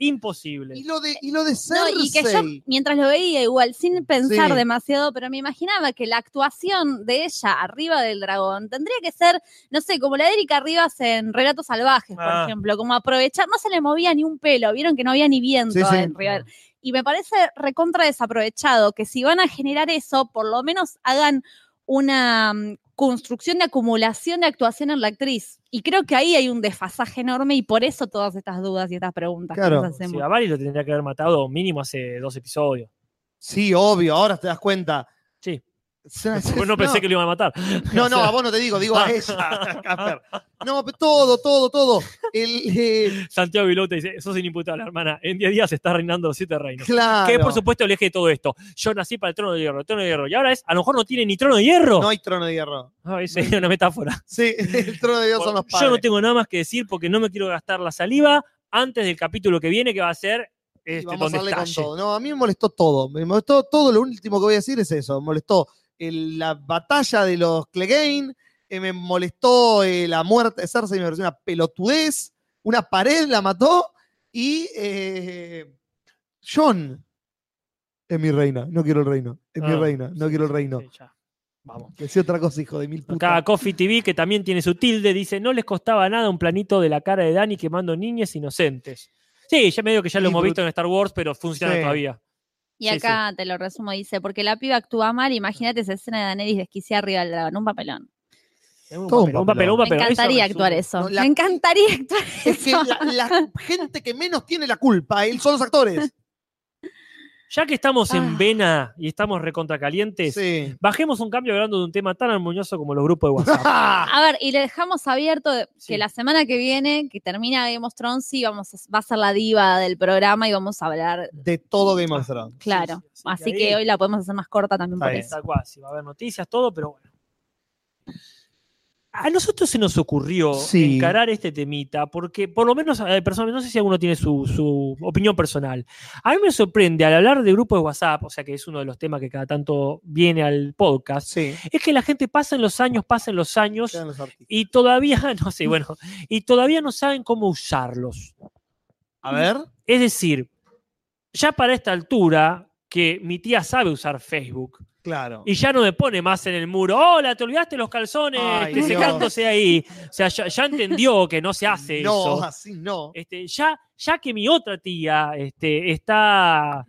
S5: Imposible.
S3: Y lo de, y lo de
S4: No,
S3: Cersei.
S4: y que yo mientras lo veía igual, sin pensar
S3: Sí.
S4: demasiado, pero me imaginaba que la actuación de ella arriba del dragón tendría que ser, no sé, como la de Erika Rivas en Relatos Salvajes, por
S5: Ah.
S4: ejemplo, como aprovechar, no se le movía ni un pelo, vieron que no había ni viento
S3: Sí, sí.
S4: en River. Y me parece recontra desaprovechado que si van a generar eso, por lo menos hagan una mm, construcción de acumulación de actuación en la actriz. Y creo que ahí hay un desfasaje enorme y por eso todas estas dudas y estas preguntas
S3: Claro.
S4: que nos hacemos.
S5: Sí, a Varys lo tendría que haber matado mínimo hace dos episodios.
S3: Sí, obvio, ahora te das cuenta.
S5: Sí.
S3: Se- se-
S5: Pues no pensé que lo iban a matar.
S3: No, no, a vos no te digo, digo a ella, Casper. No, pero todo, todo, todo. El, eh,
S5: Santiago Vilota dice, sos inimputable, hermana. En 10 días se está reinando los siete reinos.
S3: claro.
S5: Que por supuesto el eje de todo esto. Yo nací para el trono de hierro, el trono de hierro. Y ahora es, a lo mejor no tiene ni trono de hierro.
S3: No hay trono de hierro.
S5: Ah, es una metáfora.
S3: Sí, el trono de Dios son los
S5: Bueno, Yo
S3: padres.
S5: no tengo nada más que decir porque no me quiero gastar la saliva antes del capítulo que viene, que va a ser
S3: Y
S5: este,
S3: vamos a
S5: donde
S3: darle con
S5: estalle.
S3: todo. No, a mí me molestó todo. Me molestó todo. Lo último que voy a decir es eso. Me molestó el- la batalla de los Clegane. eh, me molestó eh, la muerte de Cersei. Me pareció una pelotudez. Una pared la mató. Y eh, John es mi reina. No quiero el reino. Es mi
S5: Ah,
S3: reina. No
S5: sí,
S3: quiero el
S5: sí,
S3: reino.
S5: sí, ya. Vamos.
S3: Decía otra cosa, hijo de mil
S5: Acá
S3: putas.
S5: Coffee TV, que también tiene su tilde, dice: No les costaba nada un planito de la cara de Dani quemando niñas inocentes. Sí, ya medio que ya lo
S3: Y
S5: hemos
S3: brut-
S5: visto en Star Wars, pero funciona
S3: Sí.
S5: todavía.
S4: Y
S5: Sí,
S4: acá te lo resumo, dice, porque la piba actúa mal, imagínate esa escena de Daenerys desquiciada arriba del dragón, un papelón.
S3: Todo un
S5: un papelón, un
S4: Me
S5: papelón.
S4: encantaría
S5: Eso
S4: actuar
S5: resume.
S4: eso.
S3: No, la-
S4: Me encantaría actuar
S3: Es que
S4: eso.
S3: la, la gente que menos tiene la culpa él son los actores.
S5: Ya que estamos
S4: Ah.
S5: en vena y estamos recontracalientes,
S3: Sí.
S5: bajemos un cambio hablando de un tema tan armonioso como los grupos de WhatsApp.
S4: A ver, y le dejamos abierto de-
S5: ah. Sí.
S4: que la semana que viene, que termina Game of Thrones, sí, vamos a- va a ser la diva del programa y vamos a hablar,
S3: De todo Game
S5: Ah.
S3: of Thrones.
S4: claro.
S5: sí, sí,
S4: Así
S5: ahí-
S4: que hoy la podemos hacer más corta también
S3: Está
S4: por
S3: bien.
S4: eso.
S5: Tal cual, sí, va a haber noticias, todo, pero bueno. A nosotros se nos ocurrió
S3: Sí.
S5: encarar este temita porque, por lo menos, eh, personalmente, no sé si alguno tiene su, su opinión personal. A mí me sorprende al hablar de grupos de WhatsApp, o sea que es uno de los temas que cada tanto viene al podcast,
S3: Sí.
S5: es que la gente pasa en los años, pasa en los años
S3: Quedan los
S5: Pues,
S3: artistas.
S5: y todavía, no sé, bueno, y todavía no saben cómo usarlos.
S3: A ver.
S5: Es decir, ya para esta altura, que mi tía sabe usar Facebook,
S3: Claro.
S5: y ya no me pone más en el muro. Hola, te olvidaste los calzones,
S3: Ay,
S5: te
S3: Dios.
S5: secándose ahí. O sea, ya, ya entendió que no se hace
S3: no,
S5: eso.
S3: así no.
S5: Este, ya, ya que mi otra tía este, está,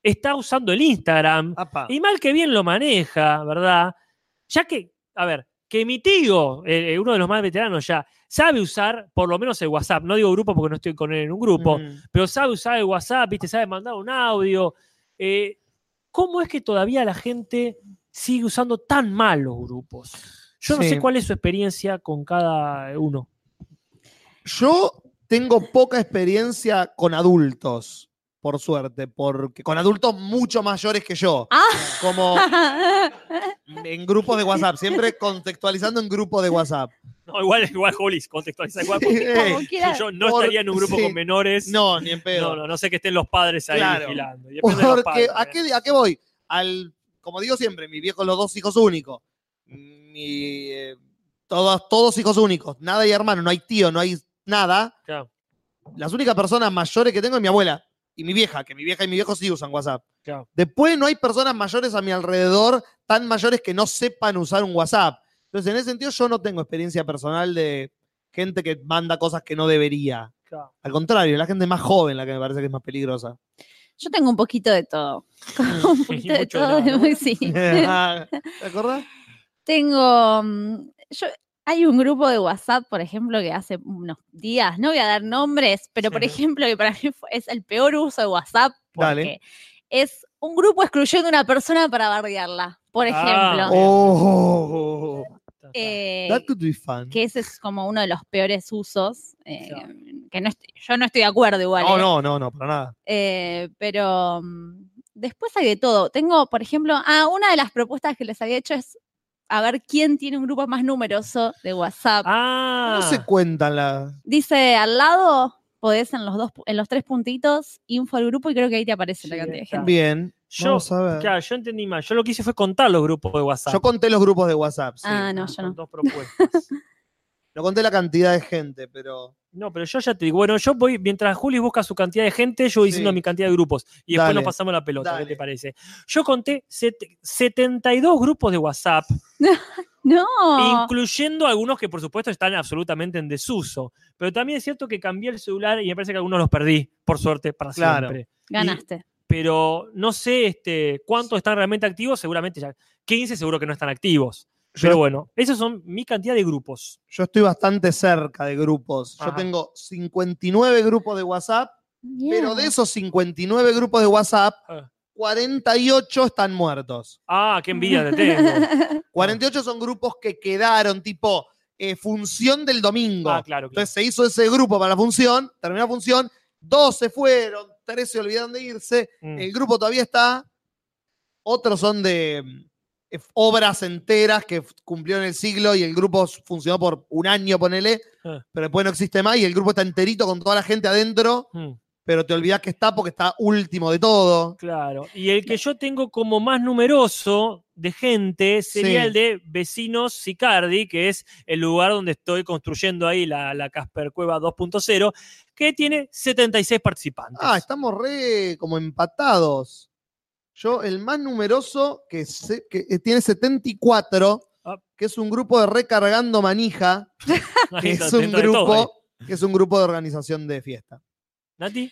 S5: está usando el Instagram,
S3: Apa.
S5: y mal que bien lo maneja, ¿verdad? Ya que, a ver, que mi tío, eh, eh, uno de los más veteranos ya, sabe usar por lo menos el WhatsApp. No digo grupo porque no estoy con él en un grupo,
S3: Mm.
S5: pero sabe usar el WhatsApp, ¿viste? sabe mandar un audio. Eh, ¿Cómo es que todavía la gente sigue usando tan mal los grupos? Yo no
S3: Sí.
S5: sé cuál es su experiencia con cada uno.
S3: Yo tengo poca experiencia con adultos, por suerte, porque con adultos mucho mayores que yo,
S4: Ah,
S3: como en grupos de WhatsApp, siempre contextualizando en grupos de WhatsApp.
S5: No, igual, igual, Jolis, contextualiza. Igual, porque
S3: Eh,
S4: como quiera.
S5: yo no
S3: por-
S5: estaría en un grupo
S3: sí.
S5: con menores.
S3: no, ni en pedo.
S5: no, no, no sé que estén los padres ahí
S3: Claro.
S5: vigilando. Y depende de los
S3: Porque,
S5: padres, ¿eh?
S3: ¿a qué, ¿a qué voy? Al, como digo siempre, mi viejo, los dos hijos únicos. Mi, eh, todos, todos hijos únicos. Nada hay hermano, no hay tío, no hay nada.
S5: Claro.
S3: Las únicas personas mayores que tengo es mi abuela y mi vieja, que mi vieja y mi viejo sí usan WhatsApp.
S5: Claro.
S3: Después no hay personas mayores a mi alrededor, tan mayores que no sepan usar un WhatsApp. Entonces, en ese sentido, yo no tengo experiencia personal de gente que manda cosas que no debería.
S5: Claro.
S3: Al contrario, la gente más joven la que me parece que es más peligrosa.
S4: Yo tengo un poquito de todo. un poquito de
S5: mucho
S4: todo.
S5: de nada, ¿no?
S4: sí.
S3: ¿Te acordás?
S4: Tengo. mm, Yo, hay un grupo de WhatsApp, por ejemplo, que hace unos días, no voy a dar nombres, pero por
S5: Sí.
S4: ejemplo, que para mí fue- es el peor uso de WhatsApp. Porque
S3: Dale.
S4: Es un grupo excluyendo a una persona para bardearla, por
S5: Ah.
S4: ejemplo.
S5: Oh. Ta, ta.
S4: Eh,
S3: That could be fun.
S4: que ese es como uno de los peores usos. eh,
S5: Claro.
S4: que no estoy- yo no estoy de acuerdo igual.
S3: No,
S4: eh.
S3: no, no, no, para nada.
S4: Eh, pero mm, después hay de todo. Tengo, por ejemplo, ah, una de las propuestas que les había hecho es a ver quién tiene un grupo más numeroso de WhatsApp.
S5: Ah,
S3: No se cuentan las.
S4: Dice al lado, podés en los dos, pu- en los tres puntitos, info al grupo y creo que ahí te aparece la
S5: Sí,
S4: cantidad de
S5: está.
S4: gente.
S3: Bien.
S5: yo,
S3: vamos a ver.
S5: claro, yo entendí mal. Yo lo que hice fue contar los grupos de WhatsApp.
S3: Yo conté los grupos de WhatsApp. sí.
S4: Ah, no, yo
S5: Con
S4: no.
S5: Dos propuestas.
S3: No conté la cantidad de gente, pero.
S5: No, pero yo ya te digo, bueno, yo voy, mientras Juli busca su cantidad de gente, yo voy
S3: Sí.
S5: diciendo mi cantidad de grupos. Y después
S3: Dale.
S5: nos pasamos la pelota, ¿qué
S3: Dale.
S5: te parece? Yo conté set- 72 grupos de WhatsApp,
S4: No.
S5: incluyendo algunos que por supuesto están absolutamente en desuso. Pero también es cierto que cambié el celular y me parece que algunos los perdí, por suerte, para
S3: Claro.
S5: siempre.
S4: Ganaste.
S5: Pero no sé este, cuántos están realmente activos, seguramente ya 15 seguro que no están activos. Pero
S3: Yo,
S5: bueno, esos son mi cantidad de grupos.
S3: yo estoy bastante cerca de grupos. Yo
S5: Ajá.
S3: tengo 59 grupos de WhatsApp, pero de esos 59 grupos de WhatsApp,
S5: Ah.
S3: 48 están muertos.
S5: Ah, qué envidia te tengo.
S3: Ah. 48 son grupos que quedaron, tipo, eh, función del domingo.
S5: Ah, claro, claro.
S3: Entonces se hizo ese grupo para la función, terminó la función, dos se fueron, tres se olvidaron de irse,
S5: Mm.
S3: el grupo todavía está, otros son de mm, eh, obras enteras que f- cumplieron el siglo y el grupo s- funcionó por un año, ponele,
S5: Ah.
S3: pero después no existe más y el grupo está enterito con toda la gente adentro,
S5: Mm,
S3: pero te olvidás que está porque está último de todo.
S5: Claro. Y el que yo tengo como más numeroso de gente sería
S3: Sí.
S5: el de Vecinos Sicardi, que es el lugar donde estoy construyendo ahí la, la Casper Cueva 2.0, que tiene 76 participantes.
S3: Ah, estamos re como empatados. Yo, el más numeroso, que, sé- que eh, tiene 74,
S5: Ah.
S3: que es un grupo de recargando manija, que
S5: Ahí está,
S3: es un
S5: dentro de todo, eh. ahí.
S3: grupo, que es un grupo de organización de fiesta.
S5: Nati.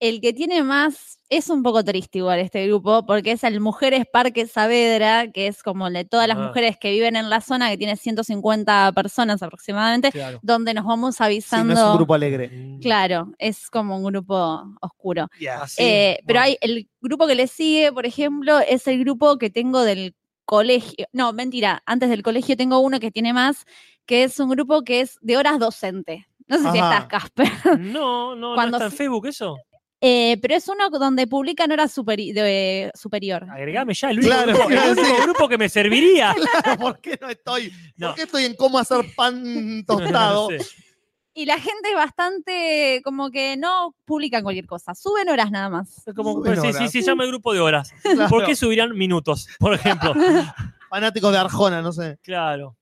S4: El que tiene más es un poco triste igual este grupo, porque es el Mujeres Parque Saavedra, que es como el de todas las
S5: Ah.
S4: mujeres que viven en la zona, que tiene 150 personas aproximadamente,
S5: Claro.
S4: donde nos vamos
S3: Sí, no
S4: avisando.
S3: es un grupo alegre.
S5: Mm,
S4: Claro, es como un grupo oscuro.
S5: Así,
S4: Eh, pero
S5: bueno.
S4: hay el grupo que le sigue, por ejemplo, es el grupo que tengo del colegio. No, mentira, antes del colegio tengo uno que tiene más, que es un grupo que es de horas docente. No sé si
S3: Ajá.
S4: estás, Casper.
S5: No, no, no
S4: Cuando
S5: está en
S4: se-
S5: Facebook eso.
S4: Eh, pero es uno donde publican horas superi- de- superior.
S5: Agregame ya, el único,
S3: Claro,
S5: grupo, el
S3: claro,
S5: único
S3: sí.
S5: grupo que me serviría.
S3: Claro, ¿por qué no estoy?
S5: No.
S3: ¿Por qué estoy en cómo hacer pan tostado?
S5: Sí.
S4: Y la gente es bastante como que no publican cualquier cosa, suben horas nada más.
S5: Es como,
S3: Suben
S5: pero sí, sí,
S3: horas.
S5: sí, llama el grupo de horas.
S3: Claro,
S5: ¿Por qué subirán minutos, por ejemplo?
S3: Fanáticos de Arjona, no sé.
S5: claro.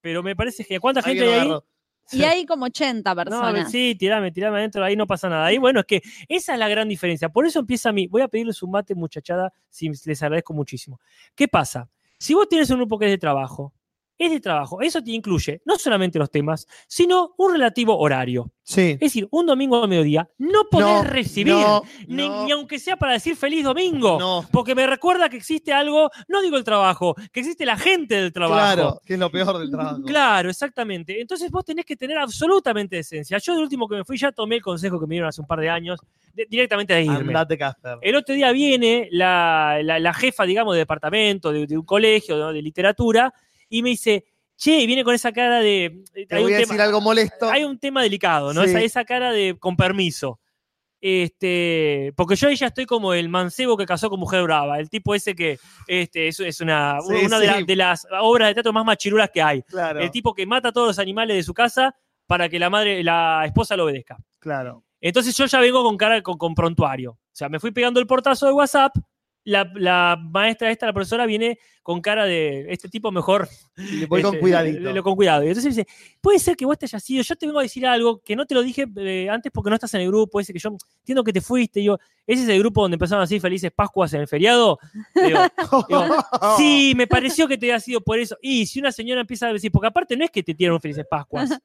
S5: Pero me parece que ¿cuánta
S3: Ahí
S5: gente
S3: lo
S5: hay ahí?
S3: agarro.
S4: Y hay como 80
S5: No, a ver,
S4: personas.
S5: sí, tirame, tirame adentro, ahí no pasa nada. Ahí, bueno, es que esa es la gran diferencia. Por eso empieza a mí. Voy a pedirles un mate, muchachada, si les agradezco muchísimo. ¿Qué pasa? Si vos tienes un grupo que es de trabajo, es de trabajo, eso te incluye no solamente los temas, sino un relativo horario.
S3: Sí.
S5: Es decir, un domingo a mediodía no podés recibir,
S3: no,
S5: ni,
S3: no,
S5: ni aunque sea para decir feliz domingo.
S3: no,
S5: Porque me recuerda que existe algo, no digo el trabajo, que existe la gente del trabajo.
S3: claro, que es lo peor del trabajo.
S5: Claro, exactamente. Entonces vos tenés que tener absolutamente esencia. Yo el último que me fui ya tomé el consejo que me dieron hace un par de años de- directamente de irme.
S3: Andate, Casper.
S5: El otro día viene la, la- la jefa, digamos, de departamento, de, de un colegio, ¿no? de literatura, y me dice, che, y viene con esa cara de... eh,
S3: Te
S5: hay
S3: voy
S5: un
S3: a
S5: tema-
S3: decir algo molesto.
S5: hay un tema delicado, ¿no?
S3: Sí.
S5: Esa, esa cara de con permiso. Este, porque yo ahí ya estoy como el mancebo que casó con mujer brava, el tipo ese que este, es, es una,
S3: Sí,
S5: una de,
S3: sí.
S5: la- de las obras de teatro más machirulas que hay.
S3: Claro,
S5: El tipo que mata a todos los animales de su casa para que la madre, la esposa lo obedezca.
S3: claro.
S5: Entonces yo ya vengo con cara con, con prontuario. O sea, me fui pegando el portazo de WhatsApp. La, la maestra esta, la profesora, viene con cara de este tipo mejor
S3: Y voy con
S5: este,
S3: cuidadito.
S5: lo- lo- con cuidado. Y entonces me dice, puede ser que vos te hayas ido, yo te vengo a decir algo que no te lo dije eh, antes porque no estás en el grupo, puede ser que yo entiendo que te fuiste. Y Digo, ¿ese es el grupo donde empezaron así felices Pascuas en el feriado? Digo, sí, me pareció que te había sido por eso. Y si una señora empieza a decir, porque aparte no es que te tiraron felices Pascuas.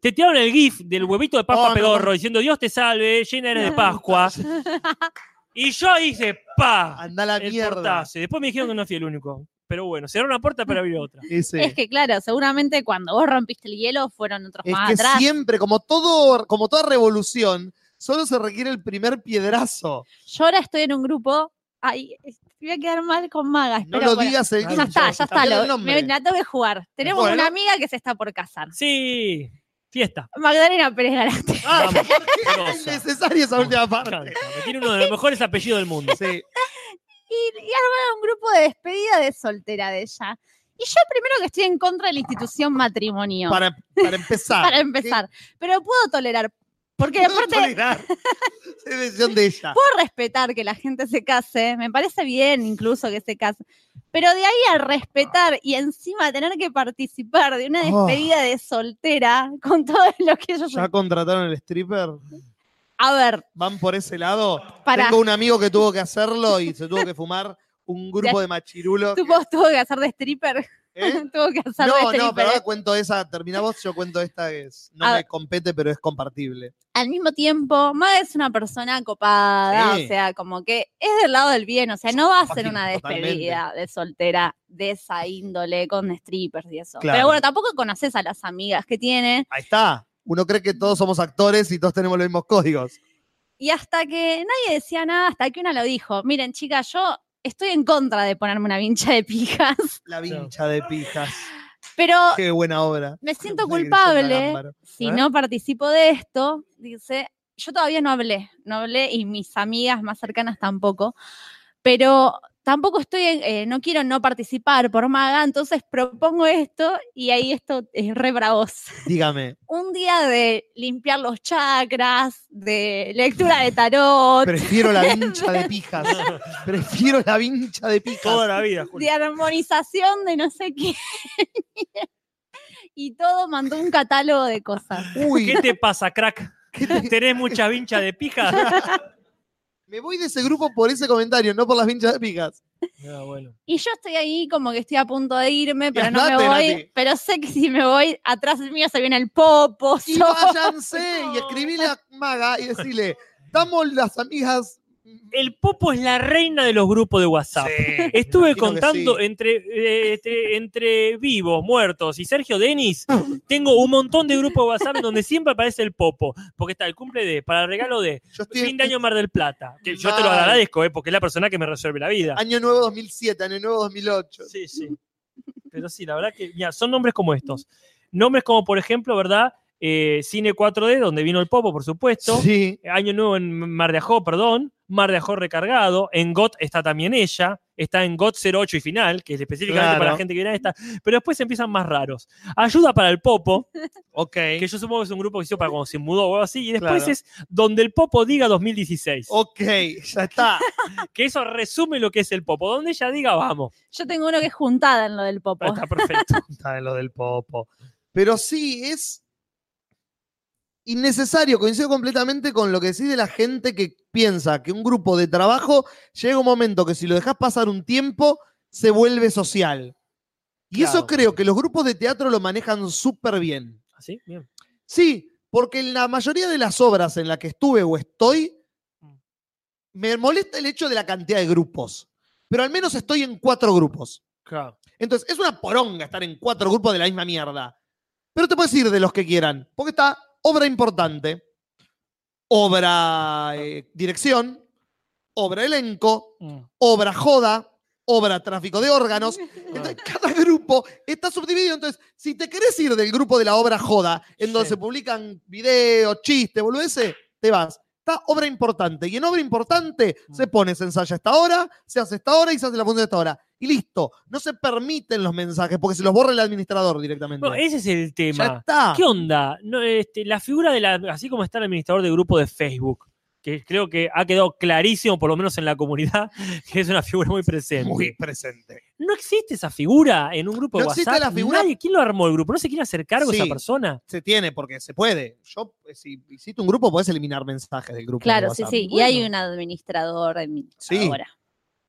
S5: Te tiraron el GIF del huevito de Pascua
S3: Oh, no.
S5: Pedorro diciendo Dios te salve, llena eres de Pascua. y yo hice pa
S3: Anda a la
S5: el
S3: mierda.
S5: portazo. Y Después me dijeron que no fui el único. Pero bueno, cerró una puerta para abrir otra.
S3: Ese.
S4: Es que claro, seguramente cuando vos rompiste el hielo fueron otros
S3: Es
S4: más
S3: que
S4: atrás.
S3: siempre, como, todo, como toda revolución, solo se requiere el primer piedrazo.
S4: Yo ahora estoy en un grupo. Ay, voy a quedar mal con Maga.
S3: No
S4: espera,
S3: lo
S4: para-
S3: digas el
S5: Ya
S4: Ya
S3: gancho,
S4: está, ya está.
S3: cambiar el
S4: Lo,
S3: nombre.
S4: me la tengo que jugar. Tenemos
S3: Bueno.
S4: una amiga que se está por casar.
S5: Sí, fiesta.
S4: Magdalena Pérez Galante.
S3: Ah,
S5: Vamos.
S3: ¿por qué
S5: Grosa.
S3: es necesaria esa última parte?
S5: Me tiene uno de los mejores apellidos del mundo.
S3: Sí.
S4: Y, y armaron un grupo de despedida de soltera de ella. Y yo primero que estoy en contra de la institución matrimonio. Para,
S3: Para, para empezar.
S4: empezar. Pero puedo tolerar. Porque
S3: ¿Qué puedo
S4: aparte
S3: tolerar? Es decisión de ella.
S4: puedo respetar que la gente se case, me parece bien incluso que se case, pero de ahí a respetar y encima tener que participar de una
S3: Oh.
S4: despedida de soltera con todo lo que ellos...
S3: ¿Ya contrataron el stripper?
S4: A ver,
S3: ¿Van por ese lado?
S4: para,
S3: Tengo un amigo que tuvo que hacerlo y se tuvo que fumar un grupo de machirulos.
S4: tu voz tuvo que hacer de stripper,
S3: ¿Eh?
S4: tuvo que hacer de
S3: No,
S4: este stripper. ¿eh?
S3: no, pero ahora cuento esa, termina vos, yo cuento esta que es, no
S4: A
S3: me
S4: ver.
S3: compete, pero es compartible.
S4: Al mismo tiempo, Maga es una persona copada,
S3: Sí.
S4: o sea, como que es del lado del bien, o sea, no va a ser
S3: Imagino,
S4: una
S3: totalmente.
S4: despedida de soltera de esa índole con strippers y eso.
S3: Claro.
S4: Pero bueno, tampoco conoces a las amigas que tiene.
S3: Ahí está. Uno cree que todos somos actores y todos tenemos los mismos códigos.
S4: Y hasta que nadie decía nada, hasta que una lo dijo, miren chicas, yo estoy en contra de ponerme una vincha de pijas,
S3: La vincha de pijas.
S4: pero
S3: Qué buena obra.
S4: Oh, me siento
S3: Dice Griselda
S4: culpable
S3: Gámbaro.
S4: si
S3: ¿Eh?
S4: no participo de esto, dice, yo todavía no hablé, no hablé y mis amigas más cercanas tampoco, pero tampoco estoy, en- eh, no quiero no participar por maga, entonces propongo esto y ahí esto es re bravos.
S3: Dígame,
S4: Un día de limpiar los chakras, de lectura de tarot,
S3: prefiero la vincha de pijas. Prefiero la vincha de
S5: Toda
S3: pijas.
S5: la vida, Juli.
S4: de armonización de no sé qué. y todo mandó un catálogo de cosas.
S3: Uy,
S5: ¿Qué te pasa, crack?
S3: ¿qué te-
S5: ¿Tenés mucha vincha de pija?
S3: me voy de ese grupo por ese comentario, no por las vinchas de pijas.
S5: No, bueno.
S4: Y yo estoy ahí como que estoy a punto de irme, pero no
S3: andate,
S4: me voy.
S3: Nati.
S4: Pero sé que si me voy, atrás mío se viene el popo.
S3: Y
S4: so-
S3: váyanse y escribile a Maga y decirle, damos las amigas.
S5: El Popo es la reina de los grupos de WhatsApp. Estuve
S3: imagino que
S5: contando
S3: sí.
S5: entre, eh, entre, entre vivos, muertos y Sergio Denis. Tengo un montón de grupos de WhatsApp en donde siempre aparece el Popo. Porque está el cumple de, para el regalo de,
S3: Yo estoy
S5: fin
S3: en
S5: de año Mar del Plata. Que yo te lo
S3: Mal.
S5: agradezco, eh, porque es la persona que me resuelve la vida.
S3: año nuevo 2007, año nuevo 2008.
S5: Sí, sí. Pero sí, la verdad que mira, son nombres como estos. Nombres como, por ejemplo, ¿verdad? Eh, Cine 4D, donde vino el Popo, por supuesto.
S3: Sí.
S5: Año Nuevo en Mar de Ajó, perdón. Mar de Ajó recargado. En GOT está también ella. Está en GOT 08 y final, que es específicamente
S3: Claro.
S5: para la gente que viene a esta. Pero después empiezan más raros. Ayuda para el Popo,
S3: Ok.
S5: que yo supongo que es un grupo que hizo para cuando se mudó o algo así. Y después
S3: Claro. Oh.
S5: es Donde el Popo diga 2016.
S3: Ok, ya está.
S5: Que eso resume lo que es el Popo. Donde ella diga, vamos.
S4: Yo tengo uno que es juntada en lo del popo.
S5: Está perfecto.
S3: Está en lo del popo. Pero sí, es innecesario. Coincido completamente con lo que decís de la gente que piensa que un grupo de trabajo llega un momento que si lo dejas pasar un tiempo, se vuelve social. Y eso
S5: Claro.
S3: creo que los grupos de teatro lo manejan súper bien.
S5: ¿Así? ¿Ah, Bien.
S3: Sí, porque en la mayoría de las obras en las que estuve o estoy, me molesta el hecho de la cantidad de grupos. Pero al menos estoy en cuatro grupos.
S5: Claro.
S3: Entonces, es una poronga estar en cuatro grupos de la misma mierda. Pero te puedes ir de los que quieran, porque está obra importante, obra eh, dirección, obra elenco,
S5: Mm.
S3: obra joda, obra tráfico de órganos. Entonces, cada grupo está subdividido. Entonces, si te querés ir del grupo de la obra joda, en donde
S5: Sí.
S3: se publican videos, chistes, boludeces, te vas. Está obra importante. Y en obra importante
S5: Mm.
S3: se pone, se ensaya esta hora, se hace esta hora y se hace la función de esta hora. Y listo. No se permiten los mensajes porque se los borra el administrador directamente.
S5: Bueno, ese es el
S3: ya
S5: tema.
S3: está.
S5: ¿Qué onda? No, este, la figura de la. Así como está el administrador de grupo de Facebook, que creo que ha quedado clarísimo, por lo menos en la comunidad, que es una figura muy presente.
S3: Muy presente.
S5: No existe esa figura en un grupo de
S3: No existe
S5: WhatsApp.
S3: la figura-
S5: Nadie- ¿Quién lo armó el grupo? ¿No se quiere hacer cargo
S3: Sí.
S5: esa persona?
S3: Se tiene porque se puede. Yo, eh, si hiciste un grupo, podés eliminar mensajes del grupo. de
S4: Claro, sí,
S3: WhatsApp.
S4: sí. Y hay un administrador, administradora.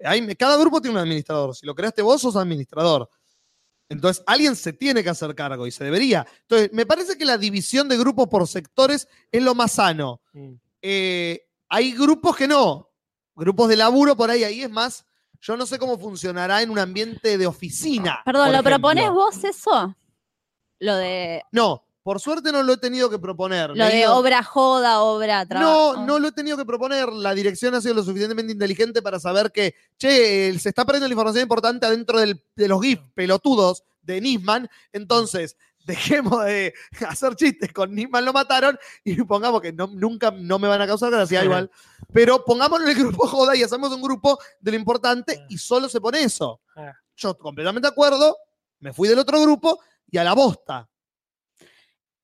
S3: Hay- cada grupo tiene un administrador. Si lo creaste vos, sos administrador. Entonces, alguien se tiene que hacer cargo y se debería. Entonces, me parece que la división de grupos por sectores es lo más sano. Eh, hay grupos que no. Grupos de laburo por ahí, ahí es más. Yo no sé cómo funcionará en un ambiente de oficina.
S4: Perdón,
S3: por
S4: ¿lo
S3: ejemplo.
S4: propones vos eso? Lo de,
S3: No, por suerte no lo he tenido que proponer.
S4: lo
S3: Me he
S4: de
S3: ido-
S4: obra joda, obra trabajo.
S3: No, no lo he tenido que proponer. La dirección ha sido lo suficientemente inteligente para saber que, che, eh, se está perdiendo la información importante adentro del- de los GIF pelotudos de Nisman. Entonces, dejemos de hacer chistes con Nisman lo mataron y pongamos que no- nunca no me van a causar gracia igual. Pero pongámoslo en el grupo joda y hacemos un grupo de lo importante y solo se pone eso.
S5: Ah.
S3: Yo completamente de acuerdo, me fui del otro grupo y a la bosta.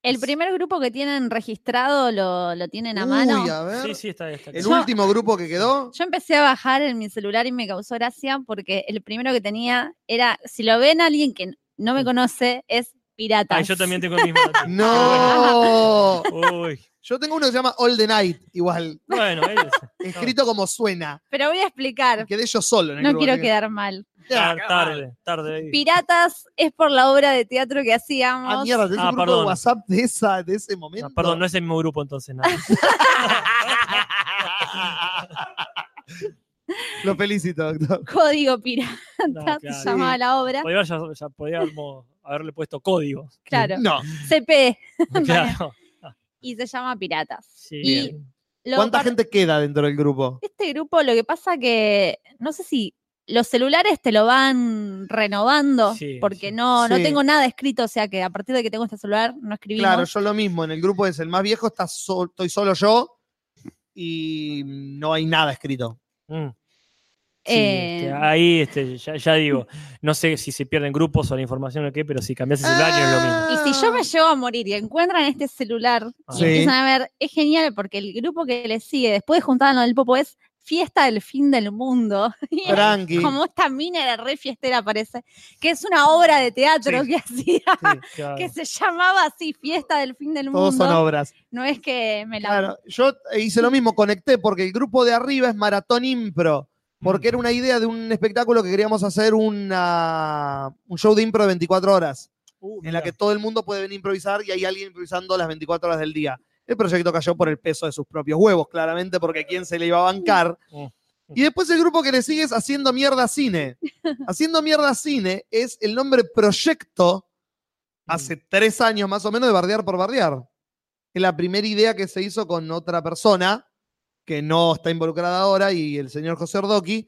S4: El primer grupo que tienen registrado lo, lo tienen a
S3: Uy,
S4: mano.
S3: a ver,
S5: Sí, sí, está bien. está
S3: El
S5: bien.
S4: Yo-
S3: último grupo que quedó.
S4: Yo empecé a bajar en mi celular y me causó gracia porque el primero que tenía era, si lo ven alguien que no me conoce, es pirata.
S5: Ah, yo también tengo el mismo.
S3: ¡No!
S5: Uy.
S3: Yo tengo uno que se llama All the Night, igual,
S5: Bueno, él es-
S3: escrito como suena.
S4: Pero voy a
S3: y
S4: explicar,
S3: Quedé yo solo en el
S4: no
S3: grupo.
S4: quiero quedar mal.
S3: Ah,
S5: tar- tarde, tarde.
S4: Piratas es por la obra de teatro que
S3: ah,
S4: hacíamos.
S3: mierda, tenés
S5: Ah,
S3: un grupo de
S5: perdón.
S3: WhatsApp de, esa, de ese momento.
S5: Ah, perdón, no es el mismo grupo entonces. nada.
S3: Lo felicito, doctor.
S4: Código pirata
S5: No,
S4: se
S5: claro.
S4: llamaba la obra.
S5: Podía- ya- ya podíamos haberle puesto código.
S4: Claro,
S3: No.
S4: CP.
S5: Claro.
S4: Y se llama Piratas.
S5: Sí.
S4: Y-
S5: bien.
S4: Lo
S3: ¿Cuánta
S4: par-
S3: gente queda dentro del grupo?
S4: Este grupo, lo que pasa que, no sé si los celulares te lo van renovando
S5: Sí,
S4: porque
S5: sí.
S4: no, no
S3: Sí.
S4: tengo nada escrito, o sea que a partir de que tengo este celular no escribimos.
S3: Claro, yo lo mismo. En el grupo es el más viejo, está sol- estoy solo yo y no hay nada escrito.
S5: Mm. Sí,
S4: Eh,
S5: este, ahí este, ya, ya digo, no sé si se pierden grupos o la información o qué, pero si cambias el celular no es lo mismo.
S4: Y si yo me llevo a morir y encuentran este celular y
S3: Sí.
S4: empiezan a ver, es genial porque el grupo que le sigue después de juntarnos del Popo es Fiesta del Fin del Mundo. Y es
S3: Tranqui.
S4: Como esta mina era re fiestera, parece, que es una obra de teatro
S3: Sí.
S4: que hacía,
S5: Sí, claro.
S4: que se llamaba así, Fiesta del Fin del
S3: Todos
S4: Mundo.
S3: son obras.
S4: No es que me la.
S3: Claro, yo hice lo mismo, conecté porque el grupo de arriba es Maratón Impro, porque era una idea de un espectáculo que queríamos hacer una, un show de impro de 24 horas, en la que todo el mundo puede venir a improvisar y hay alguien improvisando las 24 horas del día. El proyecto cayó por el peso de sus propios huevos, claramente, porque quién se le iba a bancar.
S5: Mm.
S3: Y después el grupo que le sigue es Haciendo Mierda Cine. Haciendo Mierda Cine es el nombre proyecto
S5: Mm.
S3: hace tres años más o menos de Bardear por Bardear. Es la primera idea que se hizo con otra persona que no está involucrada ahora y el señor José Ordoqui,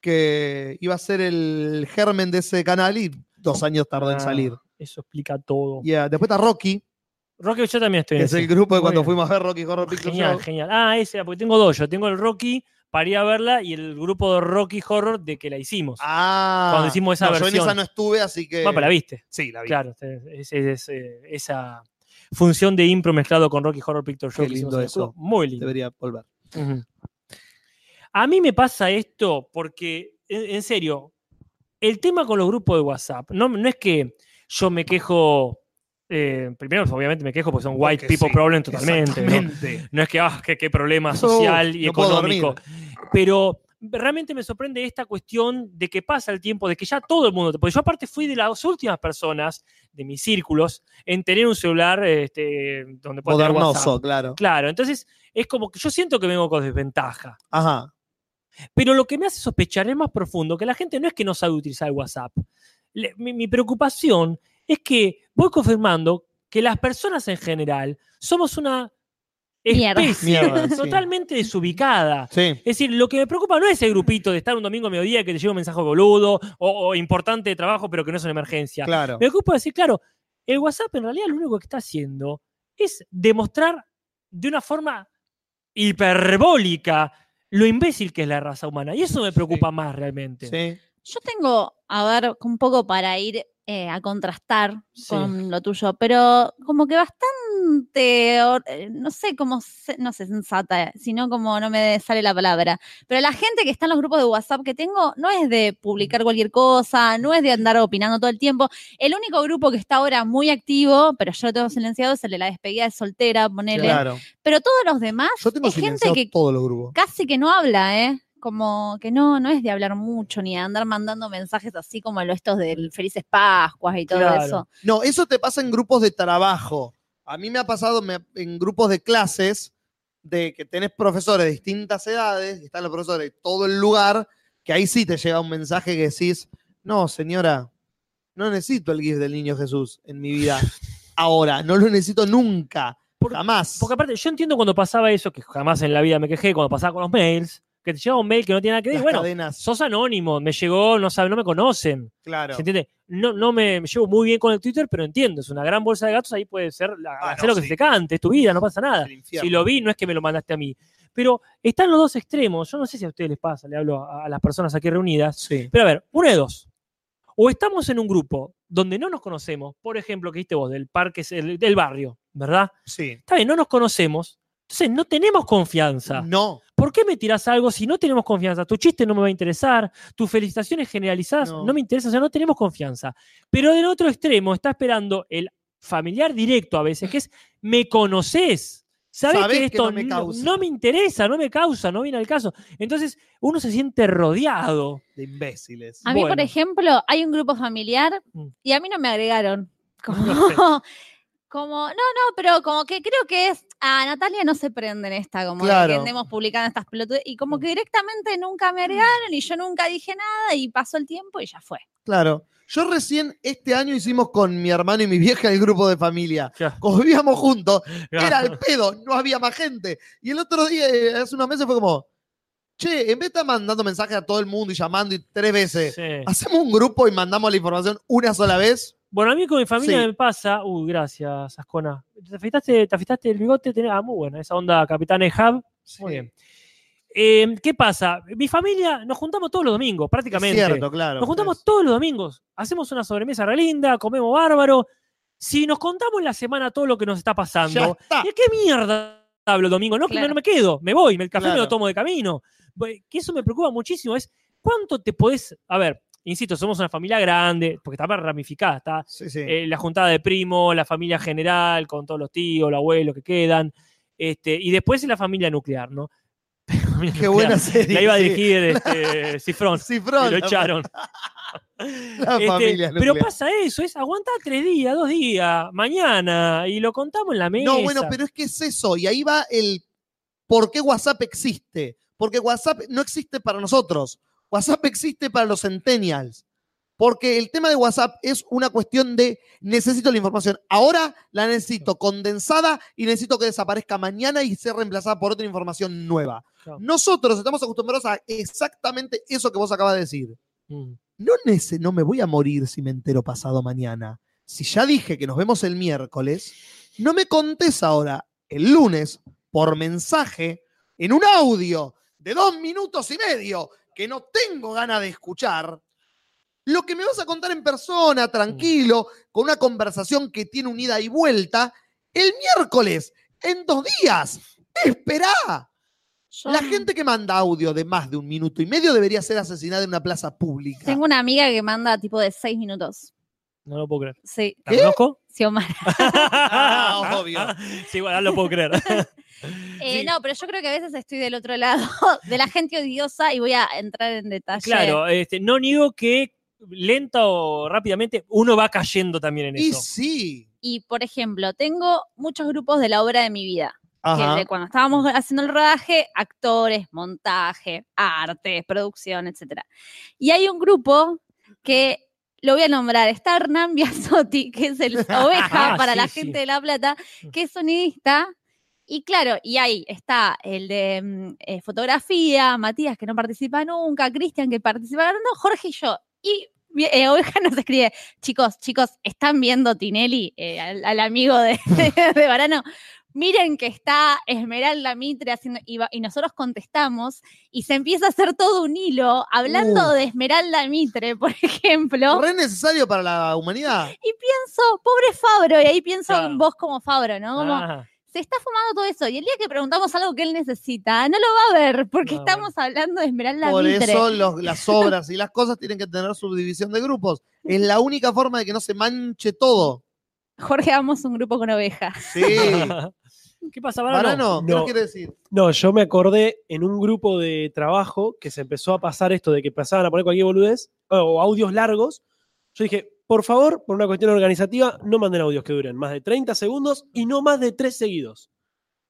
S3: que iba a ser el germen de ese canal y dos años tardó
S5: Ah,
S3: en salir.
S5: Eso explica todo.
S3: Yeah, Después está Rocky,
S5: Rocky, yo también estoy en
S3: que es
S5: ese.
S3: el grupo de
S5: Muy
S3: cuando
S5: bien.
S3: fuimos a ver Rocky Horror Picture
S5: Genial,
S3: Show.
S5: genial. Ah, ese, era, porque tengo dos. Yo tengo el Rocky para ir a verla y el grupo de Rocky Horror de que la hicimos.
S3: Ah,
S5: Cuando hicimos esa
S3: no, yo en
S5: versión.
S3: esa no estuve, así que.
S5: Bueno, pero la viste.
S3: Sí, la vi.
S5: Claro, es- es- es, eh, esa función de impro mezclado con Rocky Horror Picture Show.
S3: Qué
S5: que hicimos
S3: lindo
S5: en el club.
S3: eso.
S5: Muy lindo.
S3: Debería volver.
S5: Ujú. A mí me pasa esto porque, en, en serio, el tema con los grupos de WhatsApp, no, no es que yo me quejo, eh, primero obviamente me quejo porque son white people problem totalmente, ¿no?
S3: Exactamente.
S5: No es que, ah, qué, qué problema
S3: Uh,
S5: social y
S3: no puedo
S5: económico. Pero realmente me sorprende esta cuestión de que pasa el tiempo, de que ya todo el mundo, porque yo aparte fui de las últimas personas de mis círculos en tener un celular este, donde pueda tener WhatsApp.
S3: Modernoso, claro.
S5: Claro, entonces es como que yo siento que vengo con desventaja.
S3: Ajá.
S5: Pero lo que me hace sospechar es más profundo, que la gente no es que no sabe utilizar el WhatsApp. Le- mi, mi preocupación es que voy confirmando que las personas en general somos una
S4: Mierda.
S5: especie
S3: Mierda, sí.
S5: totalmente desubicada.
S3: Sí.
S5: Es decir, lo que me preocupa no es el grupito de estar un domingo a mediodía que te llega un mensaje boludo o, o importante de trabajo pero que no es una emergencia.
S3: Claro.
S5: Me ocupo de decir, claro, el WhatsApp en realidad lo único que está haciendo es demostrar de una forma hiperbólica lo imbécil que es la raza humana. Y eso me preocupa más realmente.
S3: Sí.
S4: Yo tengo, a ver, un poco para ir eh, a contrastar
S5: Sí.
S4: con lo tuyo, pero como que bastante, or- eh, no sé cómo, se- no sé, sensata, eh, sino como no me sale la palabra. Pero la gente que está en los grupos de WhatsApp que tengo no es de publicar cualquier cosa, no es de andar opinando todo el tiempo. El único grupo que está ahora muy activo, pero yo lo tengo silenciado, es el de la despedida de soltera, ponele.
S3: Claro.
S4: Pero todos los demás
S3: Yo tengo
S4: Es gente
S3: silenciado
S4: que-
S3: todos los grupos.
S4: casi que no habla, ¿eh? Como que no, no es de hablar mucho ni de andar mandando mensajes así como lo estos del Felices Pascuas y todo
S5: Claro.
S4: eso.
S3: No, eso te pasa en grupos de trabajo. A mí me ha pasado me- en grupos de clases de que tenés profesores de distintas edades, y están los profesores de todo el lugar, que ahí sí te llega un mensaje que decís, no, señora, no necesito el GIF del niño Jesús en mi vida. Ahora, no lo necesito nunca,
S5: Porque-
S3: jamás.
S5: Porque aparte, yo entiendo cuando pasaba eso, que jamás en la vida me quejé, cuando pasaba con los mails, que te llegaba un mail que no tiene nada que ver.
S3: Las
S5: bueno,
S3: cadenas,
S5: sos anónimo, me llegó, no saben, no me conocen.
S3: claro.
S5: ¿Se entiende? No, no me, me llevo muy bien con el Twitter, pero entiendo, es una gran bolsa de gatos, ahí puede ser, la-
S3: Ah,
S5: hacer
S3: no,
S5: lo que
S3: sí.
S5: se te cante, es tu vida, no pasa nada.
S3: El infierno.
S5: Si lo vi, no es que me lo mandaste a mí. Pero están los dos extremos, yo no sé si a ustedes les pasa, le hablo a, a las personas aquí reunidas,
S3: Sí.
S5: pero a ver, uno de dos. O estamos en un grupo donde no nos conocemos, por ejemplo, que dijiste vos, del parque, el- del barrio, ¿verdad?
S3: Sí.
S5: Está bien, no nos conocemos, entonces no tenemos confianza.
S3: No,
S5: ¿Por qué me tirás algo si no tenemos confianza? Tu chiste no me va a interesar, tus felicitaciones generalizadas no,
S3: No.
S5: me interesan, o sea, no tenemos confianza. Pero del otro extremo está esperando el familiar directo a veces, que es, me conoces. Sabes
S3: Sabés
S5: que
S3: que
S5: esto
S3: no me causa".
S5: no me interesa, no me causa, no viene al caso. Entonces uno se siente rodeado.
S3: de imbéciles.
S4: A mí, por
S5: Bueno.
S4: ejemplo, hay un grupo familiar
S5: Mm.
S4: y a mí no me agregaron. Como,
S5: No sé.
S4: como, no, no, pero como que creo que es, a Natalia no se prende en esta, como de
S3: Claro.
S4: que andemos publicando estas pelotudes, y
S5: Mm.
S4: como que directamente nunca me agregaron y yo nunca dije nada y pasó el tiempo y ya fue.
S3: Claro. Yo recién este año hicimos con mi hermano y mi vieja el grupo de familia.
S5: Ya.
S3: Vivíamos juntos, era el pedo, no había más gente. Y el otro día, eh, hace unos meses, fue como, Che, en vez de estar mandando mensajes a todo el mundo y llamando y tres veces,
S5: Sí.
S3: hacemos un grupo y mandamos la información una sola vez.
S5: Bueno, a mí con mi familia
S3: Sí.
S5: me pasa. Uy, gracias, Ascona. Te afeitaste, te afeitaste el bigote. Tenés, ah, muy buena esa onda, Capitán Hub. Muy bien. Eh, ¿Qué pasa? Mi familia nos juntamos todos los domingos,
S3: Es
S5: prácticamente.
S3: cierto, claro.
S5: Nos juntamos todos los domingos, hacemos una sobremesa re linda, comemos bárbaro. Si nos contamos en la semana todo lo que nos está
S3: Ya
S5: pasando,
S3: está.
S5: ¿de qué mierda hablo domingo? No, primero
S4: Claro.
S5: me quedo, me voy, me- el café me
S3: Claro.
S5: lo tomo de camino. Bueno, Que eso me preocupa muchísimo, es cuánto te podés. A ver, insisto, somos una familia grande, porque está más ramificada, está
S3: Sí, sí.
S5: eh, la juntada de primo, la familia general, con todos los tíos, los abuelos que quedan, este, y después la familia nuclear, ¿no? Familia
S3: Qué
S5: nuclear.
S3: buena serie.
S5: La iba a
S3: sí.
S5: dirigir este, Cifrón.
S3: Cifrón,
S5: Y lo
S3: la-
S5: echaron.
S3: La
S5: Este,
S3: familia
S5: pero
S3: nuclear.
S5: pasa eso, es aguantar tres días, dos días, mañana, y lo contamos en la mesa.
S3: No, bueno, pero es que es eso. Y ahí va el por qué WhatsApp existe. Porque WhatsApp no existe para nosotros. WhatsApp existe para los centennials. Porque el tema de WhatsApp es una cuestión de necesito la información. Ahora la necesito condensada y necesito que desaparezca mañana y sea reemplazada por otra información nueva.
S5: Claro.
S3: Nosotros estamos acostumbrados a exactamente eso que vos acabas de decir.
S5: Mm,
S3: No, nece- no me voy a morir si me entero pasado mañana. Si ya dije que nos vemos el miércoles, no me contés ahora el lunes por mensaje en un audio de dos minutos y medio que no tengo ganas de escuchar. Lo que me vas a contar en persona, tranquilo, con una conversación que tiene un ida y vuelta, el miércoles, en dos días. Esperá.
S4: Yo
S3: La gente que manda audio de más de un minuto y medio debería ser asesinada en una plaza pública.
S4: Tengo una amiga que manda tipo de seis minutos.
S5: no lo puedo creer.
S4: Sí,
S5: ¿La
S3: ¿Qué?
S5: conozco?
S4: Xiomara.
S3: Ah, obvio.
S5: Sí, bueno, no lo puedo creer.
S4: Eh,
S5: Sí,
S4: No, pero yo creo que a veces estoy del otro lado de la gente odiosa y voy a entrar en detalle.
S5: Claro, este, no niego que lenta o rápidamente uno va cayendo también en
S3: Y
S5: eso.
S3: sí.
S4: Y por ejemplo, tengo muchos grupos de la obra de mi vida. que
S3: Ajá.
S4: de cuando estábamos haciendo el rodaje, actores, montaje, arte, producción, etcétera. Y hay un grupo que lo voy a nombrar, está Hernán Biasotti, que es el oveja
S5: Ah,
S4: para
S5: sí,
S4: la
S5: sí. Mm.
S4: gente de La Plata, que es sonidista. Y claro, y ahí está el de mm, eh, fotografía, Matías, que no participa nunca, Cristian, que participa no, Jorge y yo. Y eh, Oveja nos escribe, chicos, chicos, ¿están viendo Tinelli, Eh, al, al amigo de, de Varano? Miren que está Esmeralda Mitre haciendo, y, va- y nosotros contestamos, y se empieza a hacer todo un hilo hablando
S3: Uh.
S4: de Esmeralda Mitre, por ejemplo.
S3: Re necesario para la humanidad.
S4: Y pienso, pobre Fabro, y ahí pienso
S5: Claro.
S4: en vos como Fabro, ¿no? Como,
S5: Ah,
S4: se está fumando todo eso, y el día que preguntamos algo que él necesita, no lo va a ver, porque
S5: No,
S4: estamos hablando de Esmeralda
S3: Por
S4: Mitre.
S3: eso los- las obras y las cosas tienen que tener subdivisión de grupos. Es la única forma de que no se manche todo.
S4: Jorge, hagamos un grupo con Oveja.
S3: Sí.
S5: ¿Qué pasa, Barano?
S3: Barano, ¿qué
S8: No.
S3: nos quiere decir?
S8: No, yo me acordé en un grupo de trabajo que se empezó a pasar esto de que pasaban a poner cualquier boludez o audios largos. Yo dije, por favor, por una cuestión organizativa, no manden audios que duren más de 30 segundos y no más de 3 seguidos.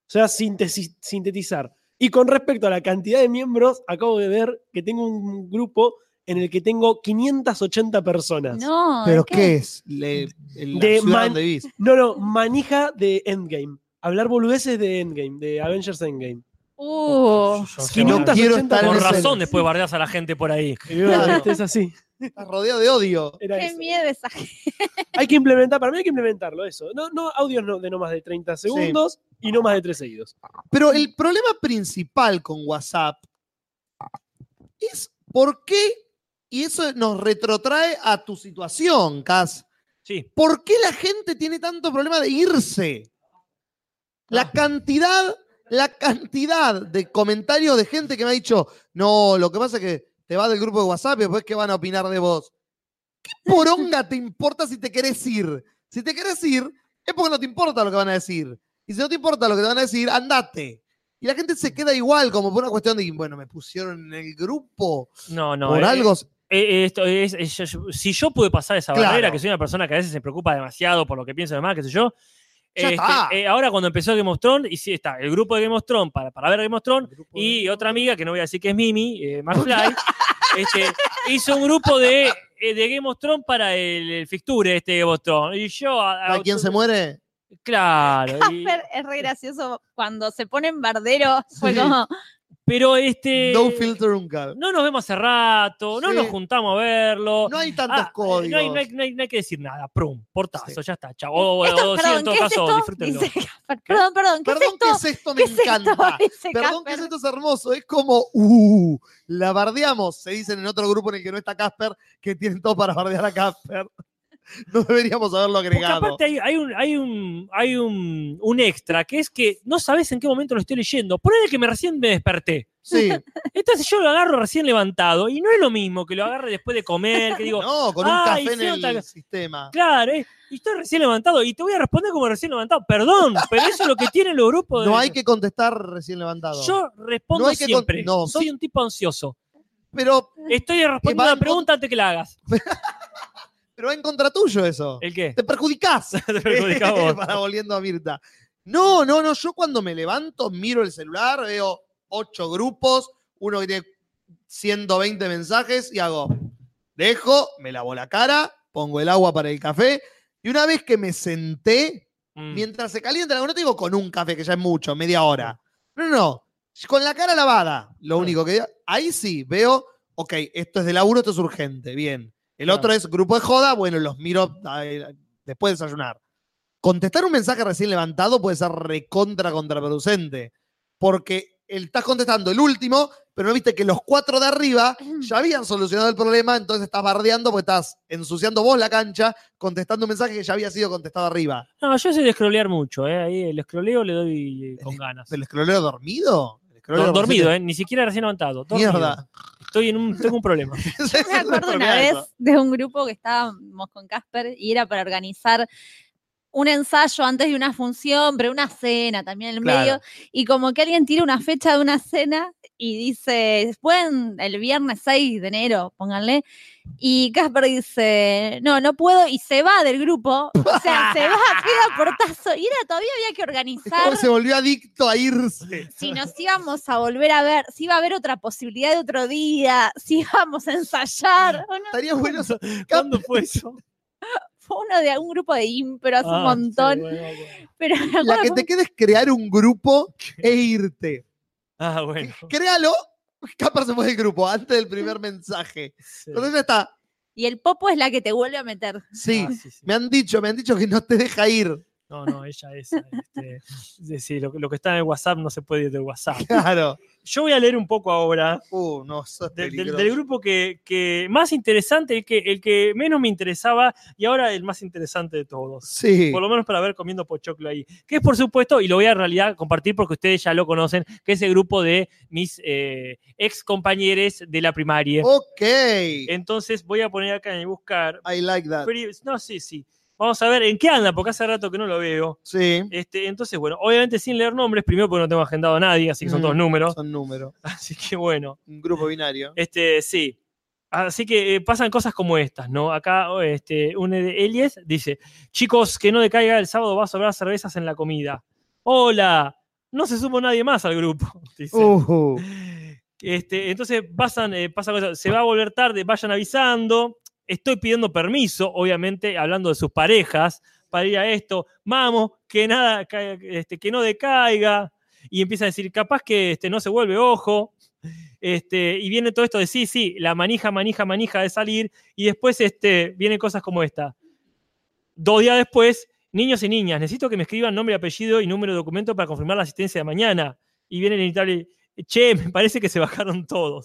S8: O sea, sintesi- sintetizar. Y con respecto a la cantidad de miembros, acabo de ver que tengo un grupo en el que tengo 580 personas.
S4: No, ¿de
S3: ¿Pero qué es? Le- el- la
S8: De
S3: ciudad
S8: man-
S3: donde vivís.
S8: no, no, manija de Endgame. Hablar boludeces de Endgame, de Avengers Endgame.
S4: Uh,
S5: Yo- yo-
S8: Y
S5: yo-
S3: No
S8: nunca-
S3: quiero
S8: 580
S3: estar en
S5: Por
S3: ese-
S5: razón después bardeas a la gente por ahí.
S8: Y bueno, este es así.
S3: Estás rodeado de odio.
S8: Era
S4: qué
S8: eso.
S4: miedo esa gente.
S8: Hay que implementar, para mí hay que implementarlo, eso. No, no audios no- de no más de 30 segundos y no más de 3 seguidos.
S3: Pero el problema principal con WhatsApp es por qué, y eso nos retrotrae a tu situación, Cas.
S5: Sí.
S3: ¿Por qué la gente tiene tanto problema de irse? La cantidad, la cantidad de comentarios de gente que me ha dicho, no, lo que pasa es que te vas del grupo de WhatsApp y después qué van a opinar de vos. ¿Qué poronga te importa si te querés ir? Si te querés ir, es porque no te importa lo que van a decir. Y si no te importa lo que te van a decir, andate. Y la gente se queda igual, como por una cuestión de, bueno, me pusieron en el grupo
S5: No, no.
S3: por
S5: eh,
S3: algo.
S5: eh, esto es, es- yo- yo- si yo pude pasar esa
S3: Claro.
S5: barrera, que soy una persona que a veces se preocupa demasiado por lo que piensa demás, qué sé yo.
S3: Ya
S5: este,
S3: está.
S5: eh, ahora cuando empezó Game of Thrones, y sí está, el grupo de Game of Thrones para, para ver Game of Thrones, y otra amiga, que no voy a decir que es Mimi, eh, McFly, este, hizo un grupo de, eh, de Game of Thrones para el, el fixture este Game of Thrones. Y yo... a- a-
S3: ¿A quién se muere?
S5: Claro. y-
S4: Es re gracioso cuando se ponen bardero. Fue
S5: Sí.
S4: como,
S5: Pero este.
S3: No filter nunca.
S5: no nos vemos hace rato, no
S3: Sí.
S5: nos juntamos a verlo.
S3: No hay tantos
S5: Ah,
S3: códigos.
S5: No hay, no hay- no hay- no hay que decir nada, prum, portazo,
S3: Sí.
S5: ya está, chao. O, o-
S4: Esto-
S5: o sí, en
S4: perdón,
S5: todo
S4: ¿qué es
S5: caso,
S4: esto?
S5: disfrútenlo.
S4: Dice Casper. Perdón, perdón, ¿qué es
S3: Perdón,
S4: esto?
S3: que es esto? Me
S4: ¿Qué es esto?
S3: encanta.
S4: Dice
S3: Perdón, que es
S4: Casper.
S3: esto es hermoso. Es como, uh, la bardeamos. Se dicen en otro grupo en el que no está Casper, que tienen todo para bardear a Casper. No deberíamos haberlo
S5: Porque
S3: agregado.
S5: aparte hay, hay un, hay, un, hay un, un extra, que es que no sabes en qué momento lo estoy leyendo. Ponele que me recién me desperté.
S3: Sí.
S5: Entonces yo lo agarro recién levantado y no es lo mismo que lo agarre después de comer, que digo,
S3: No, con un
S5: Ah,
S3: café en
S5: hicieron
S3: el
S5: tal-
S3: sistema.
S5: claro, eh, y estoy recién levantado y te voy a responder como recién levantado. Perdón, pero eso es lo que tienen los grupos. de-
S3: No hay que contestar recién levantado.
S5: Yo respondo
S3: No hay que con-
S5: siempre.
S3: no,
S5: Soy
S3: sos-
S5: un tipo ansioso.
S3: Pero,
S5: Estoy respondiendo
S3: va
S5: la
S3: en
S5: pregunta antes que la hagas.
S3: pero va en contra tuyo eso.
S5: ¿El qué?
S3: Te perjudicás.
S5: Te perjudicás vos.
S3: Para volviendo a Mirta. No, no, no. Yo cuando me levanto, miro el celular, veo ocho grupos, uno que tiene 120 mensajes y hago. Dejo, me lavo la cara, pongo el agua para el café. Y una vez que me senté,
S5: Mm.
S3: mientras se calienta, no te digo con un café, que ya es mucho, media hora.
S5: Mm.
S3: No, no, no. Con la cara lavada, lo único que digo. Ahí sí, veo, ok, esto es de laburo, esto es urgente, bien. El
S5: Claro.
S3: otro es grupo de joda, bueno, los miro ay, después de desayunar. Contestar un mensaje recién levantado puede ser recontra contraproducente, porque el- estás contestando el último, pero no viste que los cuatro de arriba ya habían solucionado el problema, entonces estás bardeando porque estás ensuciando vos la cancha contestando un mensaje que ya había sido contestado arriba.
S5: No, yo soy de scrollear mucho, ¿eh? Ahí el scroleo le doy eh, con ganas.
S3: ¿El escrolero dormido? El escrolero
S5: Dor-
S3: recién-
S5: dormido, ¿eh? Ni siquiera recién levantado. dormido.
S3: Mierda.
S5: Estoy en un, tengo un problema.
S3: Ese es
S4: me
S3: el
S4: acuerdo una
S3: problema.
S4: vez de un grupo que estábamos con Casper y era para organizar un ensayo antes de una función, pero una cena también en el
S3: Claro.
S4: medio. Y como que alguien tira una fecha de una cena y dice, pueden el viernes 6 de enero, pónganle. Y Casper dice, no, no puedo. Y se va del grupo. O sea, se va, queda portazo. Y era, todavía había que
S3: Es
S4: organizar
S3: como se volvió adicto a irse.
S4: si nos íbamos a volver a ver, si iba a haber otra posibilidad de otro día, si íbamos a ensayar. Uno,
S3: Estaría bueno.
S5: ¿Cuándo fue eso?
S4: fue uno de algún grupo de impro hace un
S5: Ah,
S4: montón,
S5: sí, bueno, bueno.
S4: pero me
S3: La
S4: acuerdo
S3: que te queda es crear un grupo e irte.
S5: Ah, bueno.
S3: Créalo. Capar se fue del grupo antes del primer mensaje.
S5: Sí.
S3: Entonces ya está.
S4: Y el popo es la que te vuelve a meter.
S3: Sí.
S5: Ah, sí, sí.
S3: Me han dicho, me han dicho que no te deja ir.
S5: No, no, ella es. Este, sí, sí, lo, lo que está en el WhatsApp no se puede ir del WhatsApp.
S3: Claro.
S5: Yo voy a leer un poco ahora
S3: Uh, no, eso es
S5: de- del-
S3: peligroso.
S5: del grupo que, que más interesante, el que, el que menos me interesaba y ahora el más interesante de todos.
S3: Sí.
S5: por lo menos para ver comiendo pochoclo ahí. Que es, por supuesto, y lo voy a en realidad compartir porque ustedes ya lo conocen, que es el grupo de mis eh, ex compañeros de la primaria.
S3: Ok.
S5: Eh, Entonces voy a poner acá en el buscar.
S3: I like that.
S5: Pri- No, sí, sí. Vamos a ver en qué anda, porque hace rato que no lo veo.
S3: Sí.
S5: Este, entonces, bueno, obviamente sin leer nombres, primero porque no tengo agendado a nadie, así que son
S3: Mm.
S5: todos números.
S3: Son números.
S5: Así que bueno.
S3: Un grupo binario.
S5: Este, sí. Así que eh, pasan cosas como estas, ¿no? Acá este, un de Elias dice, chicos, que no decaiga el sábado, va a sobrar cervezas en la comida. Hola, no se sumó nadie más al grupo. dice.
S3: Ujú.
S5: Este, entonces pasan, eh, pasan cosas, se va a volver tarde, vayan avisando. Estoy pidiendo permiso, obviamente, hablando de sus parejas, para ir a esto. Vamos, que nada, ca- este, que no decaiga. Y empieza a decir, capaz que este, no se vuelve ojo. Este, y viene todo esto de sí, sí, la manija, manija, manija de salir. Y después este, vienen cosas como esta. Dos días después, niños y niñas, necesito que me escriban nombre, apellido y número de documento para confirmar la asistencia de mañana. Y viene el inevitable, che, me parece que se bajaron todos.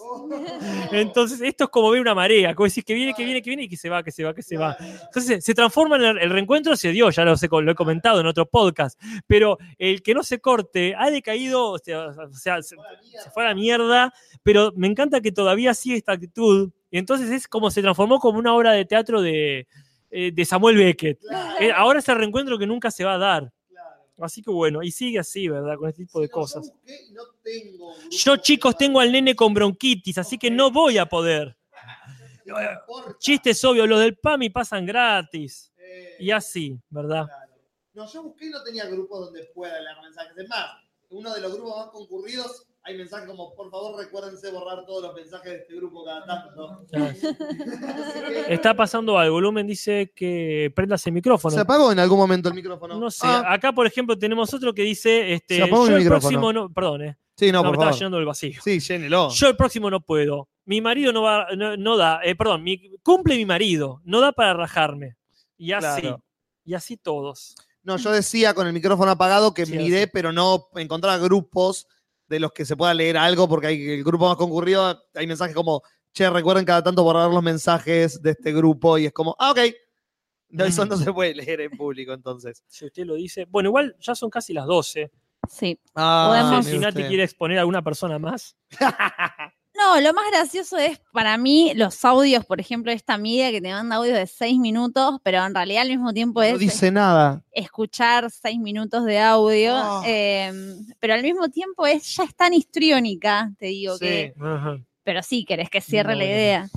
S5: Entonces, esto es como ver una marea, como decís que viene, que viene, que viene y que se va, que se va, que se va. Entonces, se transforma en el, el reencuentro, se dio, ya lo, sé, lo he comentado en otro podcast, pero el que no se corte ha decaído, o sea, o sea, se, se fue a la mierda, pero me encanta que todavía sigue esta actitud. Y entonces es como se transformó como una obra de teatro de, eh, de Samuel Beckett. Eh, Ahora es el reencuentro que nunca se va a dar. Así que bueno, y sigue así, ¿verdad? Con este tipo de cosas. Yo, chicos, tengo al nene con bronquitis, así que no voy a poder. Chistes obvios, los del PAMI pasan gratis. Y así, ¿verdad?
S3: No, yo busqué y no tenía grupos donde pueda leer mensajes. Es más, en uno de los grupos más concurridos hay mensajes como, por favor, recuérdense borrar todos los mensajes de este grupo cada tanto.
S5: Está pasando algo. Lumen dice que prendas el micrófono.
S3: ¿Se apagó en algún momento el micrófono?
S5: No sé,
S3: Ah,
S5: acá por ejemplo tenemos otro que dice, este,
S3: Se apagó
S5: yo
S3: mi
S5: el
S3: micrófono.
S5: próximo, no, perdón, eh,
S3: Sí,
S5: No,
S3: no, por
S5: me estaba
S3: favor.
S5: llenando el vacío.
S3: Sí, llénelo.
S5: Yo el próximo no puedo. Mi marido no va, no, no da, eh, perdón, mi- cumple mi marido, no da para rajarme. Y así,
S3: Claro.
S5: y así todos.
S3: No, yo decía con el micrófono apagado que
S5: Sí,
S3: miré,
S5: así.
S3: pero no encontraba grupos de los que se pueda leer algo, porque hay el grupo más concurrido, hay mensajes como, che, recuerden cada tanto borrar los mensajes de este grupo, y es como, ah, ok. No, eso
S5: Mm.
S3: no se puede leer en público, entonces.
S5: Si usted lo dice. Bueno, igual ya son casi las 12.
S4: Sí.
S3: Ah,
S4: Podemos-
S3: mire
S5: Cincinnati
S3: usted.
S5: quiere exponer a alguna persona más.
S4: No, lo más gracioso es para mí los audios, por ejemplo, esta media que te manda audios de seis minutos, pero en realidad al mismo tiempo es
S3: No dice nada.
S4: escuchar seis minutos de audio,
S3: Ah.
S4: eh, pero al mismo tiempo es ya es tan histriónica, te digo que, pero sí querés que cierre
S5: No,
S4: la
S5: no.
S4: idea.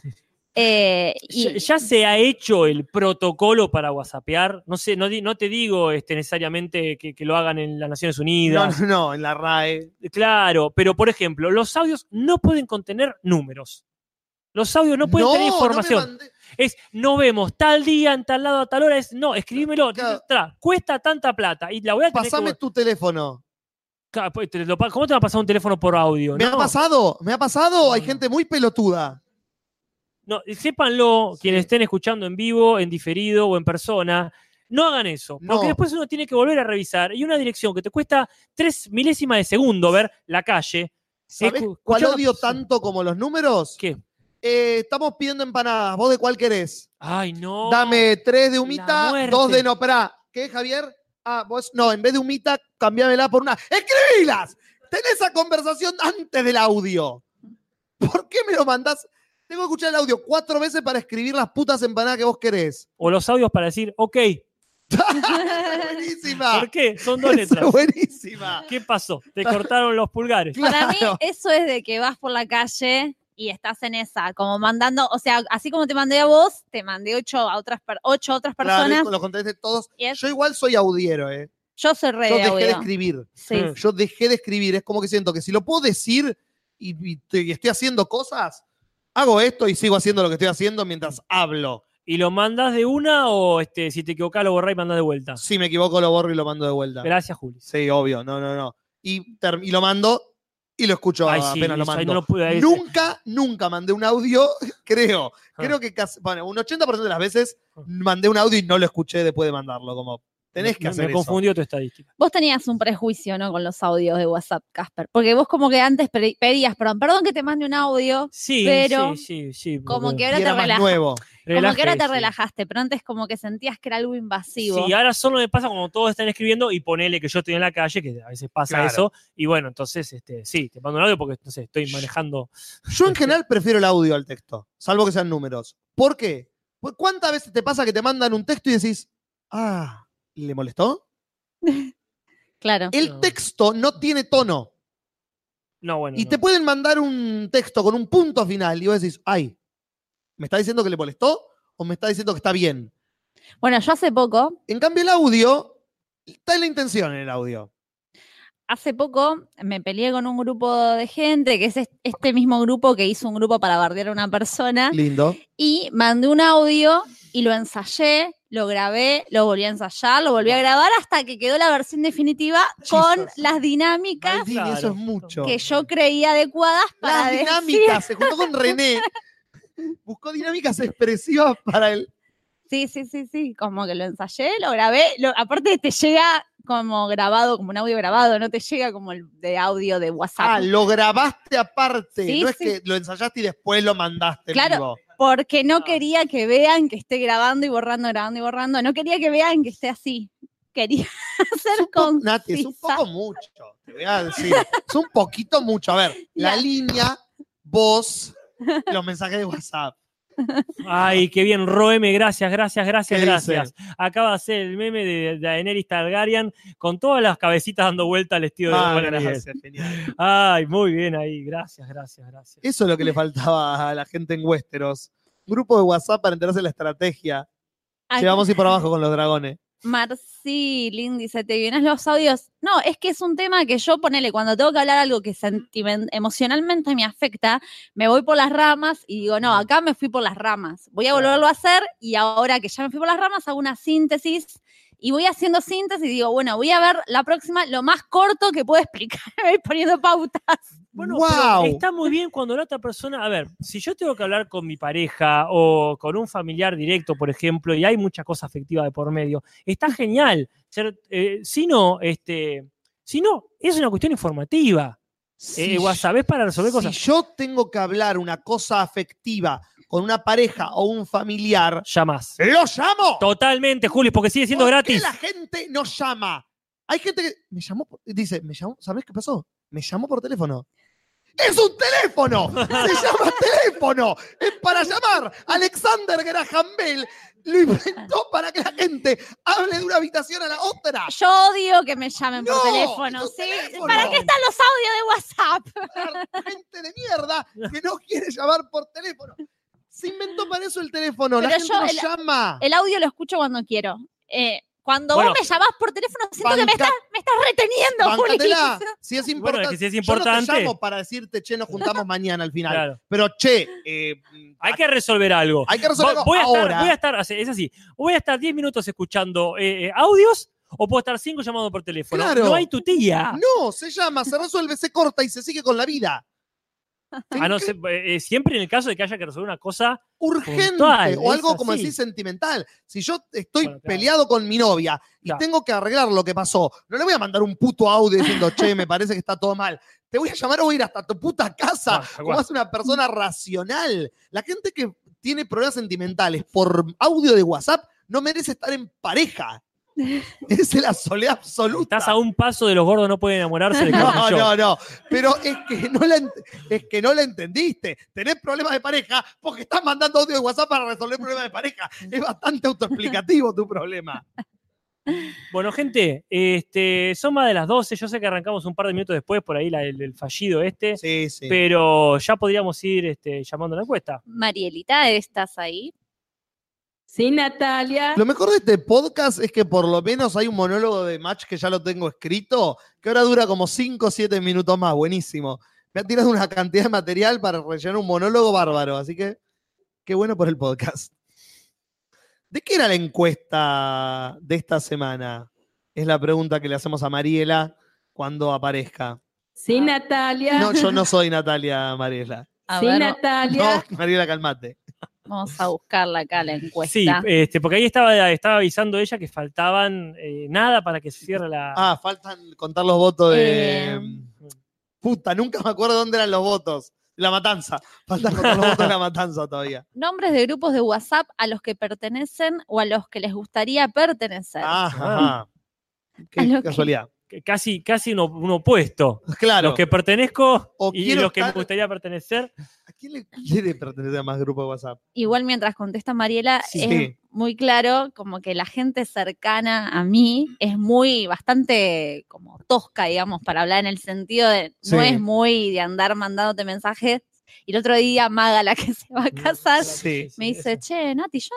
S4: Eh,
S5: Ya,
S4: y,
S5: ya se ha hecho el protocolo para whatsappear. No sé, no, di- no te digo este, necesariamente que, que lo hagan en las Naciones
S3: No,
S5: Unidas.
S3: no, no, en la RAE.
S5: Claro, pero por ejemplo, los audios no pueden contener números. Los audios no pueden tener
S3: me
S5: información.
S3: mandé-
S5: es no vemos tal día, en tal lado, a tal hora. Es no, escríbemelo.
S3: Claro.
S5: tra, cuesta tanta plata. Y la voy a tener que
S3: Pasame
S5: vol-
S3: tu teléfono.
S5: Ca- pues, te lo pa- ¿Cómo te va a pasar un teléfono por audio?
S3: Me
S5: no,
S3: ha pasado, me ha pasado. Oh, Hay
S5: No.
S3: gente muy pelotuda.
S5: no, y sépanlo,
S3: Sí.
S5: quienes estén escuchando en vivo, en diferido o en persona. No hagan eso, porque
S3: No.
S5: después uno tiene que volver a revisar. Y una dirección que te cuesta tres milésimas de segundo ver la calle.
S3: ¿Sabés
S5: Escu-
S3: cuál
S5: escuchá-
S3: odio tanto como los números?
S5: ¿Qué?
S3: Eh, estamos pidiendo empanadas. ¿Vos de cuál querés?
S5: Ay, no.
S3: Dame tres de
S5: la
S3: humita,
S5: muerte.
S3: dos de no. Pará, ¿qué, Javier? Ah, vos, no, en vez de humita, cambiámela por una. ¡Escribilas! Ten esa conversación antes del audio. ¿Por qué me lo mandás? Tengo que escuchar el audio cuatro veces para escribir las putas empanadas que vos querés.
S5: O los audios para decir, ok,
S3: buenísima.
S5: ¿por qué? Son dos
S3: Es
S5: letras.
S3: buenísima.
S5: ¿Qué pasó? Te cortaron los pulgares.
S4: Para mí
S3: Claro.
S4: eso es de que vas por la calle y estás en esa, como mandando, o sea, así como te mandé a vos, te mandé ocho a otras per- ocho a otras
S3: Claro,
S4: personas.
S3: Nico, los contesté todos.
S4: Y es-
S3: Yo igual soy audiero, ¿eh?
S4: yo soy re
S3: Yo
S4: de
S3: dejé de
S4: audio.
S3: escribir.
S4: Sí.
S5: Mm.
S3: Yo dejé de escribir. Es como que siento que si lo puedo decir y, y te- y estoy haciendo cosas, hago esto y sigo haciendo lo que estoy haciendo mientras hablo.
S5: ¿Y lo mandas de una o este, si te equivocás lo borrás y mandás de vuelta?
S3: Si me equivoco, lo borro y lo mando de vuelta.
S5: Gracias, Juli.
S3: Sí, obvio. No, no, no. Y, ter- y lo mando y lo escucho
S5: Ay, sí,
S3: apenas lo
S5: eso ahí
S3: mando.
S5: no lo pude- ahí-
S3: Nunca, nunca mandé un audio, creo.
S5: Ah.
S3: Creo que casi, bueno, un 80% de las veces mandé un audio y no lo escuché después de mandarlo. Como, tenés que
S5: Me-
S3: hacer
S5: Me
S3: eso.
S5: confundió tu estadística.
S4: Vos tenías un prejuicio, ¿no? Con los audios de WhatsApp, Casper. Porque vos como que antes pe- pedías, perdón, perdón que te mande un audio,
S5: Sí,
S4: Pero,
S5: sí, sí, sí.
S4: como que
S3: Y
S4: ahora te
S3: era más
S4: relajas.
S3: nuevo.
S4: Como que ahora te
S5: sí.
S4: relajaste, pero antes como que sentías que era algo invasivo.
S5: Sí, ahora solo me pasa cuando todos están escribiendo y ponele que yo estoy en la calle, que a veces pasa
S3: Claro.
S5: eso. Y bueno, entonces, este, sí, te mando un audio porque no sé, estoy manejando.
S3: Yo en general prefiero el audio al texto, salvo que sean números. ¿Por qué? Pues, ¿Cuántas veces te pasa que te mandan un texto y decís, ah, ¿le molestó?
S4: Claro.
S3: El
S5: No.
S3: texto no tiene tono.
S5: No, bueno.
S3: Y
S5: no.
S3: te pueden mandar un texto con un punto final y vos decís, ay, ¿me está diciendo que le molestó o me está diciendo que está bien?
S4: Bueno, yo hace poco,
S3: En cambio, el audio, está en la intención en el audio.
S4: hace poco me peleé con un grupo de gente, que es est- este mismo grupo que hizo un grupo para bardear a una persona,
S3: Lindo.
S4: y mandé un audio y lo ensayé, lo grabé, lo volví a ensayar, lo volví a grabar hasta que quedó la versión definitiva con
S3: Jesus.
S4: las dinámicas
S3: Maldini,
S5: Claro.
S3: eso es mucho.
S4: que yo creía adecuadas para
S3: Las
S4: decir-
S3: dinámicas, se juntó con René. Buscó dinámicas expresivas para el.
S4: Sí, sí, sí, sí, como que lo ensayé, lo grabé, lo- aparte te llega como grabado, como un audio grabado, no te llega como el de audio de WhatsApp.
S3: Ah, lo grabaste aparte.
S4: Sí,
S3: no es
S4: sí.
S3: que lo ensayaste y después lo mandaste. en
S4: Claro.
S3: vivo.
S4: Porque
S3: Ah.
S4: no quería que vean que esté grabando y borrando, grabando y borrando. No quería que vean que esté así. Quería hacer con.
S3: Nati, es un poco mucho. Te voy a decir. es un poquito mucho. A ver, la
S4: Ya.
S3: línea, voz, los mensajes de WhatsApp.
S5: Ay, qué bien, Roeme, gracias, gracias, gracias,
S3: ¿Qué
S5: gracias. Acaba de hacer el meme de Daenerys Targaryen con todas las cabecitas dando vuelta al estilo
S3: Ah,
S5: de Dolores.
S3: gracias, genial.
S5: Ay, muy bien ahí, gracias, gracias, gracias.
S3: Eso es lo que le faltaba a la gente en Westeros. Grupo de WhatsApp para enterarse de la estrategia.
S4: Ay,
S3: Llevamos y por abajo con los
S5: Eh,
S3: dragones.
S4: Marcilin dice: ¿Te vienes los audios? No, es que es un tema que yo ponele cuando tengo que hablar algo que sentimen- emocionalmente me afecta, me voy por las ramas y digo: No, acá me fui por las ramas. Voy a volverlo a hacer y ahora que ya me fui por las ramas hago una síntesis y voy haciendo cintas y digo, bueno, voy a ver la próxima lo más corto que puedo explicar, voy poniendo pautas.
S5: Bueno,
S3: ¡Guau!
S5: pero está muy bien cuando la otra persona, a ver, si yo tengo que hablar con mi pareja o con un familiar directo, por ejemplo, y hay mucha cosa afectiva de por medio, está genial. Ser- eh, si no, este, si no, es una cuestión informativa.
S3: Si
S5: Eh, WhatsApp es para resolver
S3: yo-
S5: cosas.
S3: si yo tengo que hablar una cosa afectiva con una pareja o un familiar,
S5: Llamás.
S3: ¡lo llamo!
S5: Totalmente, Juli, porque sigue siendo
S3: ¿Por
S5: gratis.
S3: Oh, qué la gente no llama? Hay gente que me llamó, por- dice, me llamó, ¿sabés qué pasó? Me llamó por teléfono. ¡Es un teléfono! ¡Se llama teléfono! Es para llamar. Alexander Graham Bell lo inventó para que la gente hable de una habitación a la otra.
S4: Yo odio que me llamen
S3: No,
S4: por teléfono,
S3: es un
S4: ¿sí?
S3: teléfono.
S4: ¿Para qué están los audios de WhatsApp?
S3: Gente de mierda que no quiere llamar por teléfono. Se inventó para eso el teléfono. La
S4: Pero
S3: gente
S4: yo
S3: no
S4: el-
S3: llama.
S4: El audio lo escucho cuando quiero. Eh, cuando
S5: Bueno.
S4: vos me llamás por teléfono, siento que me
S3: Banca-
S4: estás, me estás reteniendo,
S3: Bancatela.
S4: Juli.
S3: Si es
S5: Bueno,
S3: importante.
S5: es que si es
S3: Yo no te
S5: importante.
S3: llamo para decirte, che, nos juntamos mañana al final.
S5: Claro.
S3: Pero che, eh,
S5: Hay que resolver algo.
S3: hay que resolverlo
S5: Vo- voy a
S3: ahora.
S5: Estar, voy a estar, así- es así, voy a estar 10 minutos escuchando eh, eh, audios o puedo estar 5 llamando por teléfono.
S3: Claro.
S5: No hay tu tía.
S3: No, se llama, se resuelve, se corta y se sigue con la vida.
S5: Ah, no, se- eh, eh, siempre en el caso de que haya que resolver una cosa,
S3: Urgente
S5: Puntual,
S3: o
S5: es
S3: algo como
S5: así.
S3: decir sentimental. Si yo estoy
S5: Bueno, claro.
S3: peleado con mi novia y
S5: Claro.
S3: tengo que arreglar lo que pasó, no le voy a mandar un puto audio diciendo, che, me parece que está todo mal. Te voy a llamar o voy a ir hasta tu puta casa.
S5: No, tal
S3: como
S5: cual.
S3: hace una persona racional. La gente que tiene problemas sentimentales por audio de WhatsApp no merece estar en pareja. es la soledad absoluta.
S5: estás a un paso de los gordos no pueden enamorarse de
S3: No,
S5: Carlos Show.
S3: no, no. Pero es que no, la ent- es que no la entendiste. Tenés problemas de pareja porque estás mandando audio de WhatsApp para resolver problemas de pareja. Es bastante autoexplicativo tu problema.
S5: Bueno, gente, este, son más de las 12. Yo sé que arrancamos un par de minutos después por ahí la del del fallido este,
S3: Sí, sí.
S5: pero ya podríamos ir este, llamando a la encuesta.
S4: Marielita, ¿estás ahí?
S1: Sí, Natalia.
S3: Lo mejor de este podcast es que por lo menos hay un monólogo de match que ya lo tengo escrito, que ahora dura como 5 o 7 minutos más. Buenísimo. Me ha tirado una cantidad de material para rellenar un monólogo bárbaro. Así que, qué bueno por el podcast. ¿De qué era la encuesta de esta semana? Es la pregunta que le hacemos a Mariela cuando aparezca.
S1: Sí, Natalia.
S3: No, yo no soy Natalia Mariela.
S4: A
S1: sí,
S4: ver,
S3: No,
S1: Natalia.
S3: Mariela, calmate.
S4: vamos a buscarla acá la encuesta.
S5: Sí, este, porque ahí estaba, estaba avisando ella que faltaban eh, nada para que se cierre la.
S3: Ah, faltan contar los votos de.
S4: Eh.
S3: Puta, nunca me acuerdo dónde eran los votos. La matanza. Faltan contar los votos de la matanza todavía.
S4: Nombres de grupos de WhatsApp a los que pertenecen o a los que les gustaría pertenecer.
S3: Ah, Ajá.
S5: Ah.
S4: A
S3: Qué
S4: lo que-
S3: casualidad.
S5: C- Casi, casi un, op- un opuesto.
S3: Claro.
S5: Los que pertenezco
S3: O
S5: y
S3: quiero
S5: los que me
S3: estar-
S5: gustaría pertenecer.
S3: ¿A quién le quiere pertenecer a más grupos de WhatsApp?
S4: Igual mientras contesta Mariela,
S3: Sí.
S4: es muy claro como que la gente cercana a mí es muy, bastante como tosca, digamos, para hablar en el sentido de no
S3: Sí.
S4: es muy de andar mandándote mensajes. Y el otro día Maga, la que se va a casar,
S3: Sí.
S4: me dice, che, Nati, yo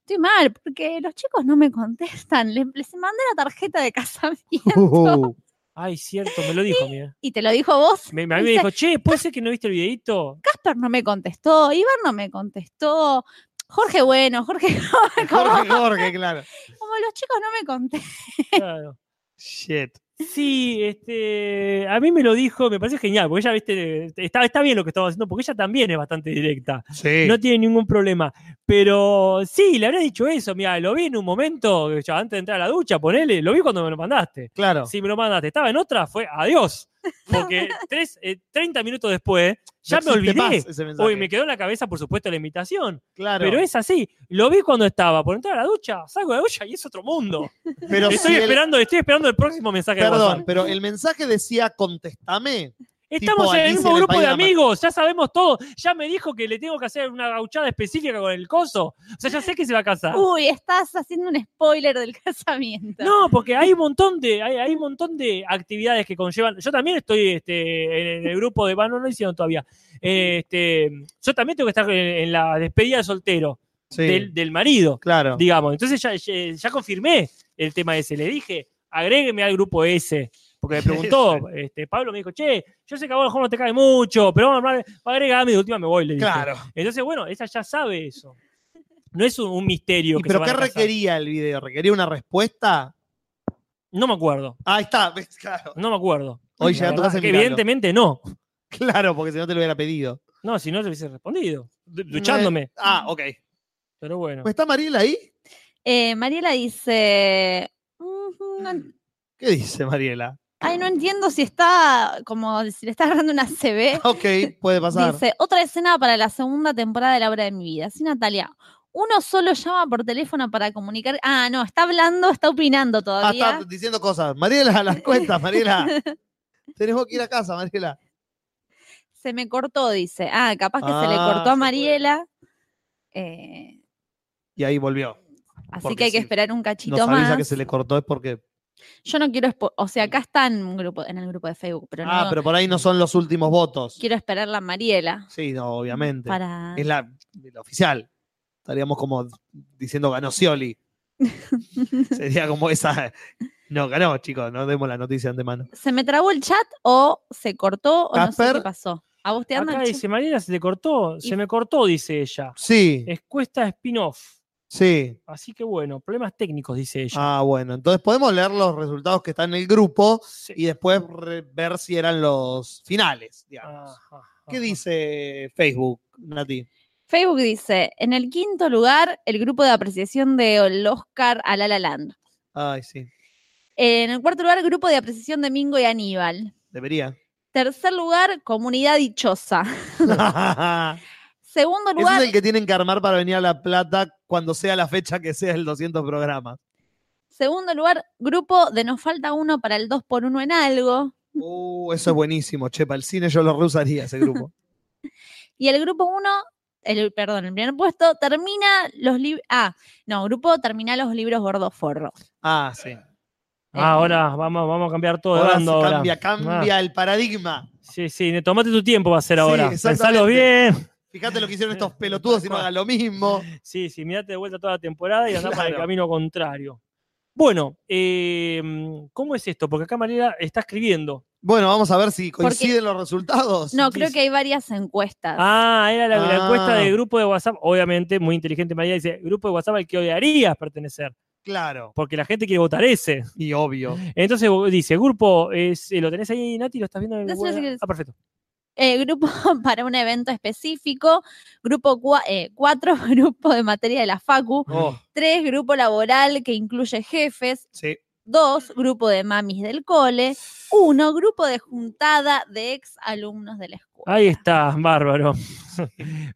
S4: estoy mal porque los chicos no me contestan. Les, les mandé la tarjeta de casamiento
S3: Uh,
S5: Ay, cierto, me lo dijo, mira.
S4: y te lo dijo vos.
S5: Me, me- a mí me
S4: Dice,
S5: dijo, che, ¿puede ser que no viste el videito?
S4: Casper no me contestó, Iván no me contestó, Jorge bueno, Jorge no, como,
S3: Jorge, Jorge, claro.
S4: como los chicos no me contestan.
S5: Claro.
S3: Shit.
S5: Sí, este, a mí me lo dijo, me parece genial, porque ella, viste, está, está bien lo que estaba haciendo, porque ella también es bastante directa,
S3: Sí.
S5: no tiene ningún problema. Pero sí, le habré dicho eso, mira, lo vi en un momento, ya antes de entrar a la ducha, ponele, lo vi cuando me lo mandaste.
S3: claro.
S5: Si me lo mandaste, estaba en otra, fue adiós. Porque tres, eh, 30 minutos después, ya
S3: No
S5: me
S3: existe más
S5: olvidé.
S3: ese mensaje.
S5: Hoy me quedó en la cabeza, por supuesto, la invitación.
S3: Claro.
S5: Pero es así. Lo vi cuando estaba por entrar a la ducha, salgo de la ducha y es otro mundo.
S3: Pero
S5: estoy,
S3: si el-
S5: esperando, estoy esperando el próximo mensaje de
S3: Perdón,
S5: WhatsApp.
S3: pero el mensaje decía contestame.
S5: Estamos
S3: tipo
S5: en el
S3: Alicia
S5: mismo
S3: en el
S5: grupo
S3: País
S5: de
S3: de la Ma-
S5: amigos, ya sabemos todo. Ya me dijo que le tengo que hacer una gauchada específica con el coso. O sea, ya sé que se va a casar.
S4: Uy, estás haciendo un spoiler del casamiento.
S5: No, porque hay un montón de, hay, hay un montón de actividades que conllevan. Yo también estoy este, en el grupo de bueno, no lo hicieron todavía. Eh, Este, yo también tengo que estar en, en la despedida de soltero
S3: Sí.
S5: del, del marido.
S3: Claro.
S5: digamos. Entonces ya, ya- ya confirmé el tema ese. Le dije, agrégueme al grupo S. Porque me preguntó, este, Pablo me dijo, che, yo sé que a vos a lo mejor no te cae mucho, pero vamos a hablar, agregame, de última me voy, le dije.
S3: Claro.
S5: Entonces, bueno, ella ya sabe eso. No es un, un misterio.
S3: ¿Y
S5: que
S3: ¿Pero
S5: se
S3: qué
S5: van a casar.
S3: requería el video? ¿Requería una respuesta? Ah,
S5: No me acuerdo.
S3: Ahí está, ves, claro.
S5: No me acuerdo.
S3: Hoy
S5: La
S3: llega a tu
S5: verdad
S3: casa y
S5: que
S3: miralo.
S5: Evidentemente no.
S3: Claro, porque si no te lo hubiera pedido.
S5: No, si no te hubiese respondido.
S3: Eh,
S5: Du- Duchándome.
S3: Ah, ok. Pues
S5: Pero bueno.
S4: Pues,
S3: ¿Está Mariela ahí?
S4: Eh, Mariela dice. "Mm, no en-
S3: ¿Qué dice Mariela?
S4: Ay, no entiendo si está como si le está agarrando una CB.
S3: Ok, puede pasar.
S4: Dice, otra escena para la segunda temporada de la obra de mi vida. Sí, Natalia. Uno solo llama por teléfono para comunicar. Ah, no, está hablando, está opinando
S3: Ah,
S4: todavía.
S3: está diciendo cosas. Mariela, las cuentas, Mariela. Tenemos que ir a casa, Mariela.
S4: se me cortó, dice. Ah, capaz que se le
S3: Ah, se
S4: cortó
S3: fue.
S4: a Mariela. Eh,
S3: Y ahí volvió.
S4: así
S3: Porque
S4: que hay que
S3: sí.
S4: esperar un
S3: Nos
S4: cachito
S3: avisa
S4: más.
S3: que se le cortó, es porque.
S4: Yo no quiero, expo- o sea, acá está en, un grupo, en el grupo de Facebook, pero
S3: ah,
S4: no
S3: pero por ahí no son los últimos votos.
S4: quiero esperar la Mariela.
S3: Sí, no, obviamente.
S4: Para...
S3: Es la, la oficial. Estaríamos como diciendo ganó Scioli. Sería como esa. No, ganó, chicos. No demos la noticia de antemano.
S4: ¿Se me trabó el chat o se cortó o no sé qué
S3: Casper.
S4: pasó? ¿A vos te anda
S5: Acá
S4: el chat?
S5: dice, Mariela se te cortó. Se
S4: Y-
S5: me cortó, dice ella.
S3: Sí,
S5: Es cuesta spin-off.
S3: sí.
S5: Así que bueno, problemas técnicos, dice ella.
S3: Ah, bueno. Entonces podemos leer los resultados que están en el grupo
S5: Sí.
S3: y después re- ver si eran los finales, digamos.
S5: Ajá,
S3: Ah. ¿Qué
S5: Ah, ajá.
S3: dice Facebook, Nati?
S4: Facebook dice, en el quinto lugar, el grupo de apreciación del Oscar a La La Land.
S3: Ay, sí.
S4: En el cuarto lugar, el grupo de apreciación de Mingo y Aníbal.
S3: Debería.
S4: Tercer lugar, Comunidad Dichosa. Segundo
S3: Ese
S4: lugar,
S3: es el que tienen que armar para venir a La Plata cuando sea la fecha que sea el 200 programa.
S4: segundo lugar, grupo de Nos Falta Uno para el 2 por 1 en algo.
S3: Uh, eso es buenísimo, che, para el cine yo lo reusaría ese grupo.
S4: Y el grupo 1, el, perdón, el primer puesto, termina los libros. Ah, no, grupo termina los libros gordos forro.
S3: Ah, sí.
S5: Ah, ahora vamos, vamos a cambiar todo de
S3: Ahora Ah. se
S5: bando ahora.
S3: cambia, cambia el paradigma.
S5: Sí, sí, tomate tu tiempo va a ser
S3: Sí,
S5: ahora. Pensalo
S3: exactamente.
S5: bien.
S3: Fíjate lo que hicieron estos pelotudos y no hagan lo mismo.
S5: Sí, sí, mirate de vuelta toda la temporada y andá para el
S3: Claro.
S5: camino contrario. Bueno, eh, ¿cómo es esto? Porque acá Mariela está escribiendo.
S3: Bueno, vamos a ver si
S4: Porque-
S3: coinciden los resultados.
S4: No, creo que hay varias encuestas.
S5: Ah, era la, la
S3: Ah.
S5: encuesta del grupo de WhatsApp. Obviamente, muy inteligente Mariela dice, grupo de WhatsApp al que odiarías pertenecer,
S3: Claro,
S5: porque la gente quiere votar ese.
S3: y obvio.
S5: Entonces vos dice, grupo, es, eh, ¿lo tenés ahí, Nati? ¿Lo estás viendo en el
S4: No sé, no sé qué
S5: web?
S4: es.
S5: Ah, perfecto.
S4: Eh, grupo para un evento específico, grupo 4, grupo de materia de la Facu,
S3: Oh,
S4: 3, grupo laboral que incluye jefes,
S3: sí.
S4: 2, grupo de mamis del cole, 1, grupo de juntada de ex alumnos de la escuela.
S5: Ahí está, bárbaro.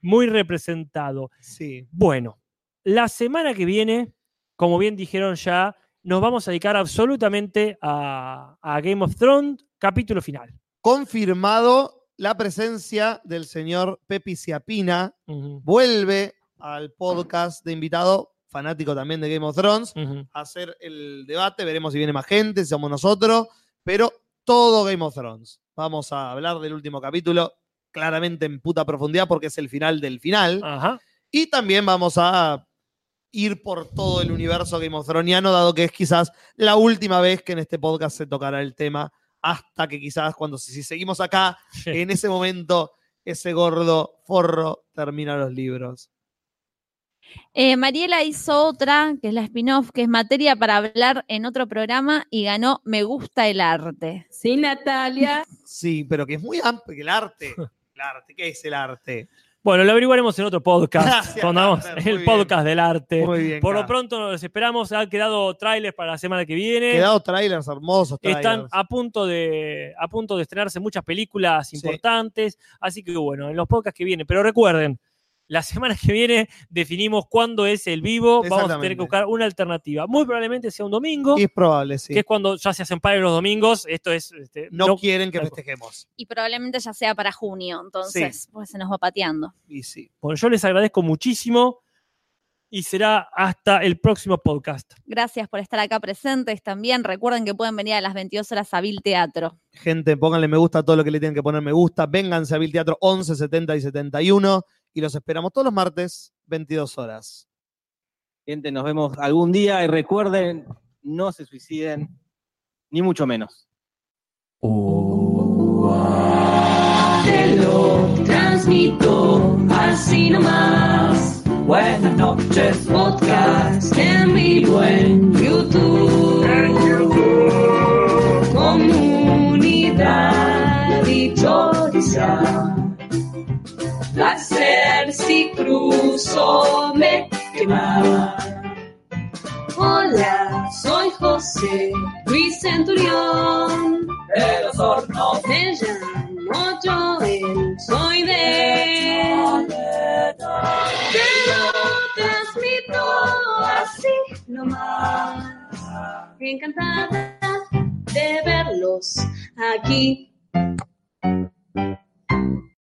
S5: Muy representado.
S3: Sí.
S5: Bueno, la semana que viene, como bien dijeron ya, nos vamos a dedicar absolutamente a, a Game of Thrones, capítulo final.
S3: Confirmado la presencia del señor Pepi Ciapina.
S5: Ujú,
S3: Vuelve al podcast de invitado, fanático también de Game of Thrones.
S5: ujú.
S3: hacer el debate, veremos si viene más gente, si somos nosotros, pero todo Game of Thrones. Vamos a hablar del último capítulo, claramente en puta profundidad, porque es el final del final.
S5: Ajá.
S3: Y también vamos a ir por todo el universo Game of Thronesiano, dado que es quizás la última vez que en este podcast se tocará el tema, hasta que quizás cuando si si seguimos acá, en ese momento, ese gordo forro termina los libros.
S4: Eh, Mariela hizo otra, que es la spin-off, que es materia para hablar en otro programa y ganó Me gusta el arte.
S1: Sí, Natalia.
S3: Sí, pero que es muy amplio, el arte. El arte, ¿qué es el arte?
S5: Bueno, lo averiguaremos en otro podcast.
S3: Gracias,
S5: cuando hagamos
S3: Carter, muy
S5: el
S3: bien.
S5: podcast del arte.
S3: Muy bien.
S5: Por lo
S3: Kat.
S5: pronto nos esperamos. Han quedado trailers para la semana que viene.
S3: Quedado trailers hermosos. Trailers.
S5: Están a punto, de, a punto de estrenarse muchas películas
S3: Sí.
S5: importantes. Así que bueno, en los podcasts que vienen. Pero recuerden, la semana que viene definimos cuándo es el vivo. Vamos a tener que
S3: Exactamente.
S5: buscar una alternativa. Muy probablemente sea un domingo,
S3: Y es probable, sí.
S5: que es cuando ya se hacen pares los domingos. Esto es. este,
S3: No,
S5: no-
S3: quieren que
S5: no.
S3: festejemos.
S4: Y probablemente ya sea para junio, entonces pues se nos va pateando.
S3: Y sí.
S5: Bueno, yo les agradezco muchísimo. Y será hasta el próximo podcast.
S4: Gracias por estar acá presentes también. Recuerden que pueden venir a las 22 horas a Vil Teatro.
S3: Gente, pónganle me gusta a todo lo que le tienen que poner me gusta. Vénganse a Vil Teatro 11, 70 y 71. Y los esperamos todos los martes, 22 horas.
S11: Gente, nos vemos algún día y recuerden, no se suiciden, ni mucho menos.
S1: Te lo transmito así nomás.
S10: Buenas noches, podcast en vivo en YouTube. Comunidad y chorizá. Placer si cruzo me quema. Hola, soy José Luis Centurión. De los hornos. Me llamo Joel, soy de. Te lo transmito así nomás. Encantada de verlos aquí.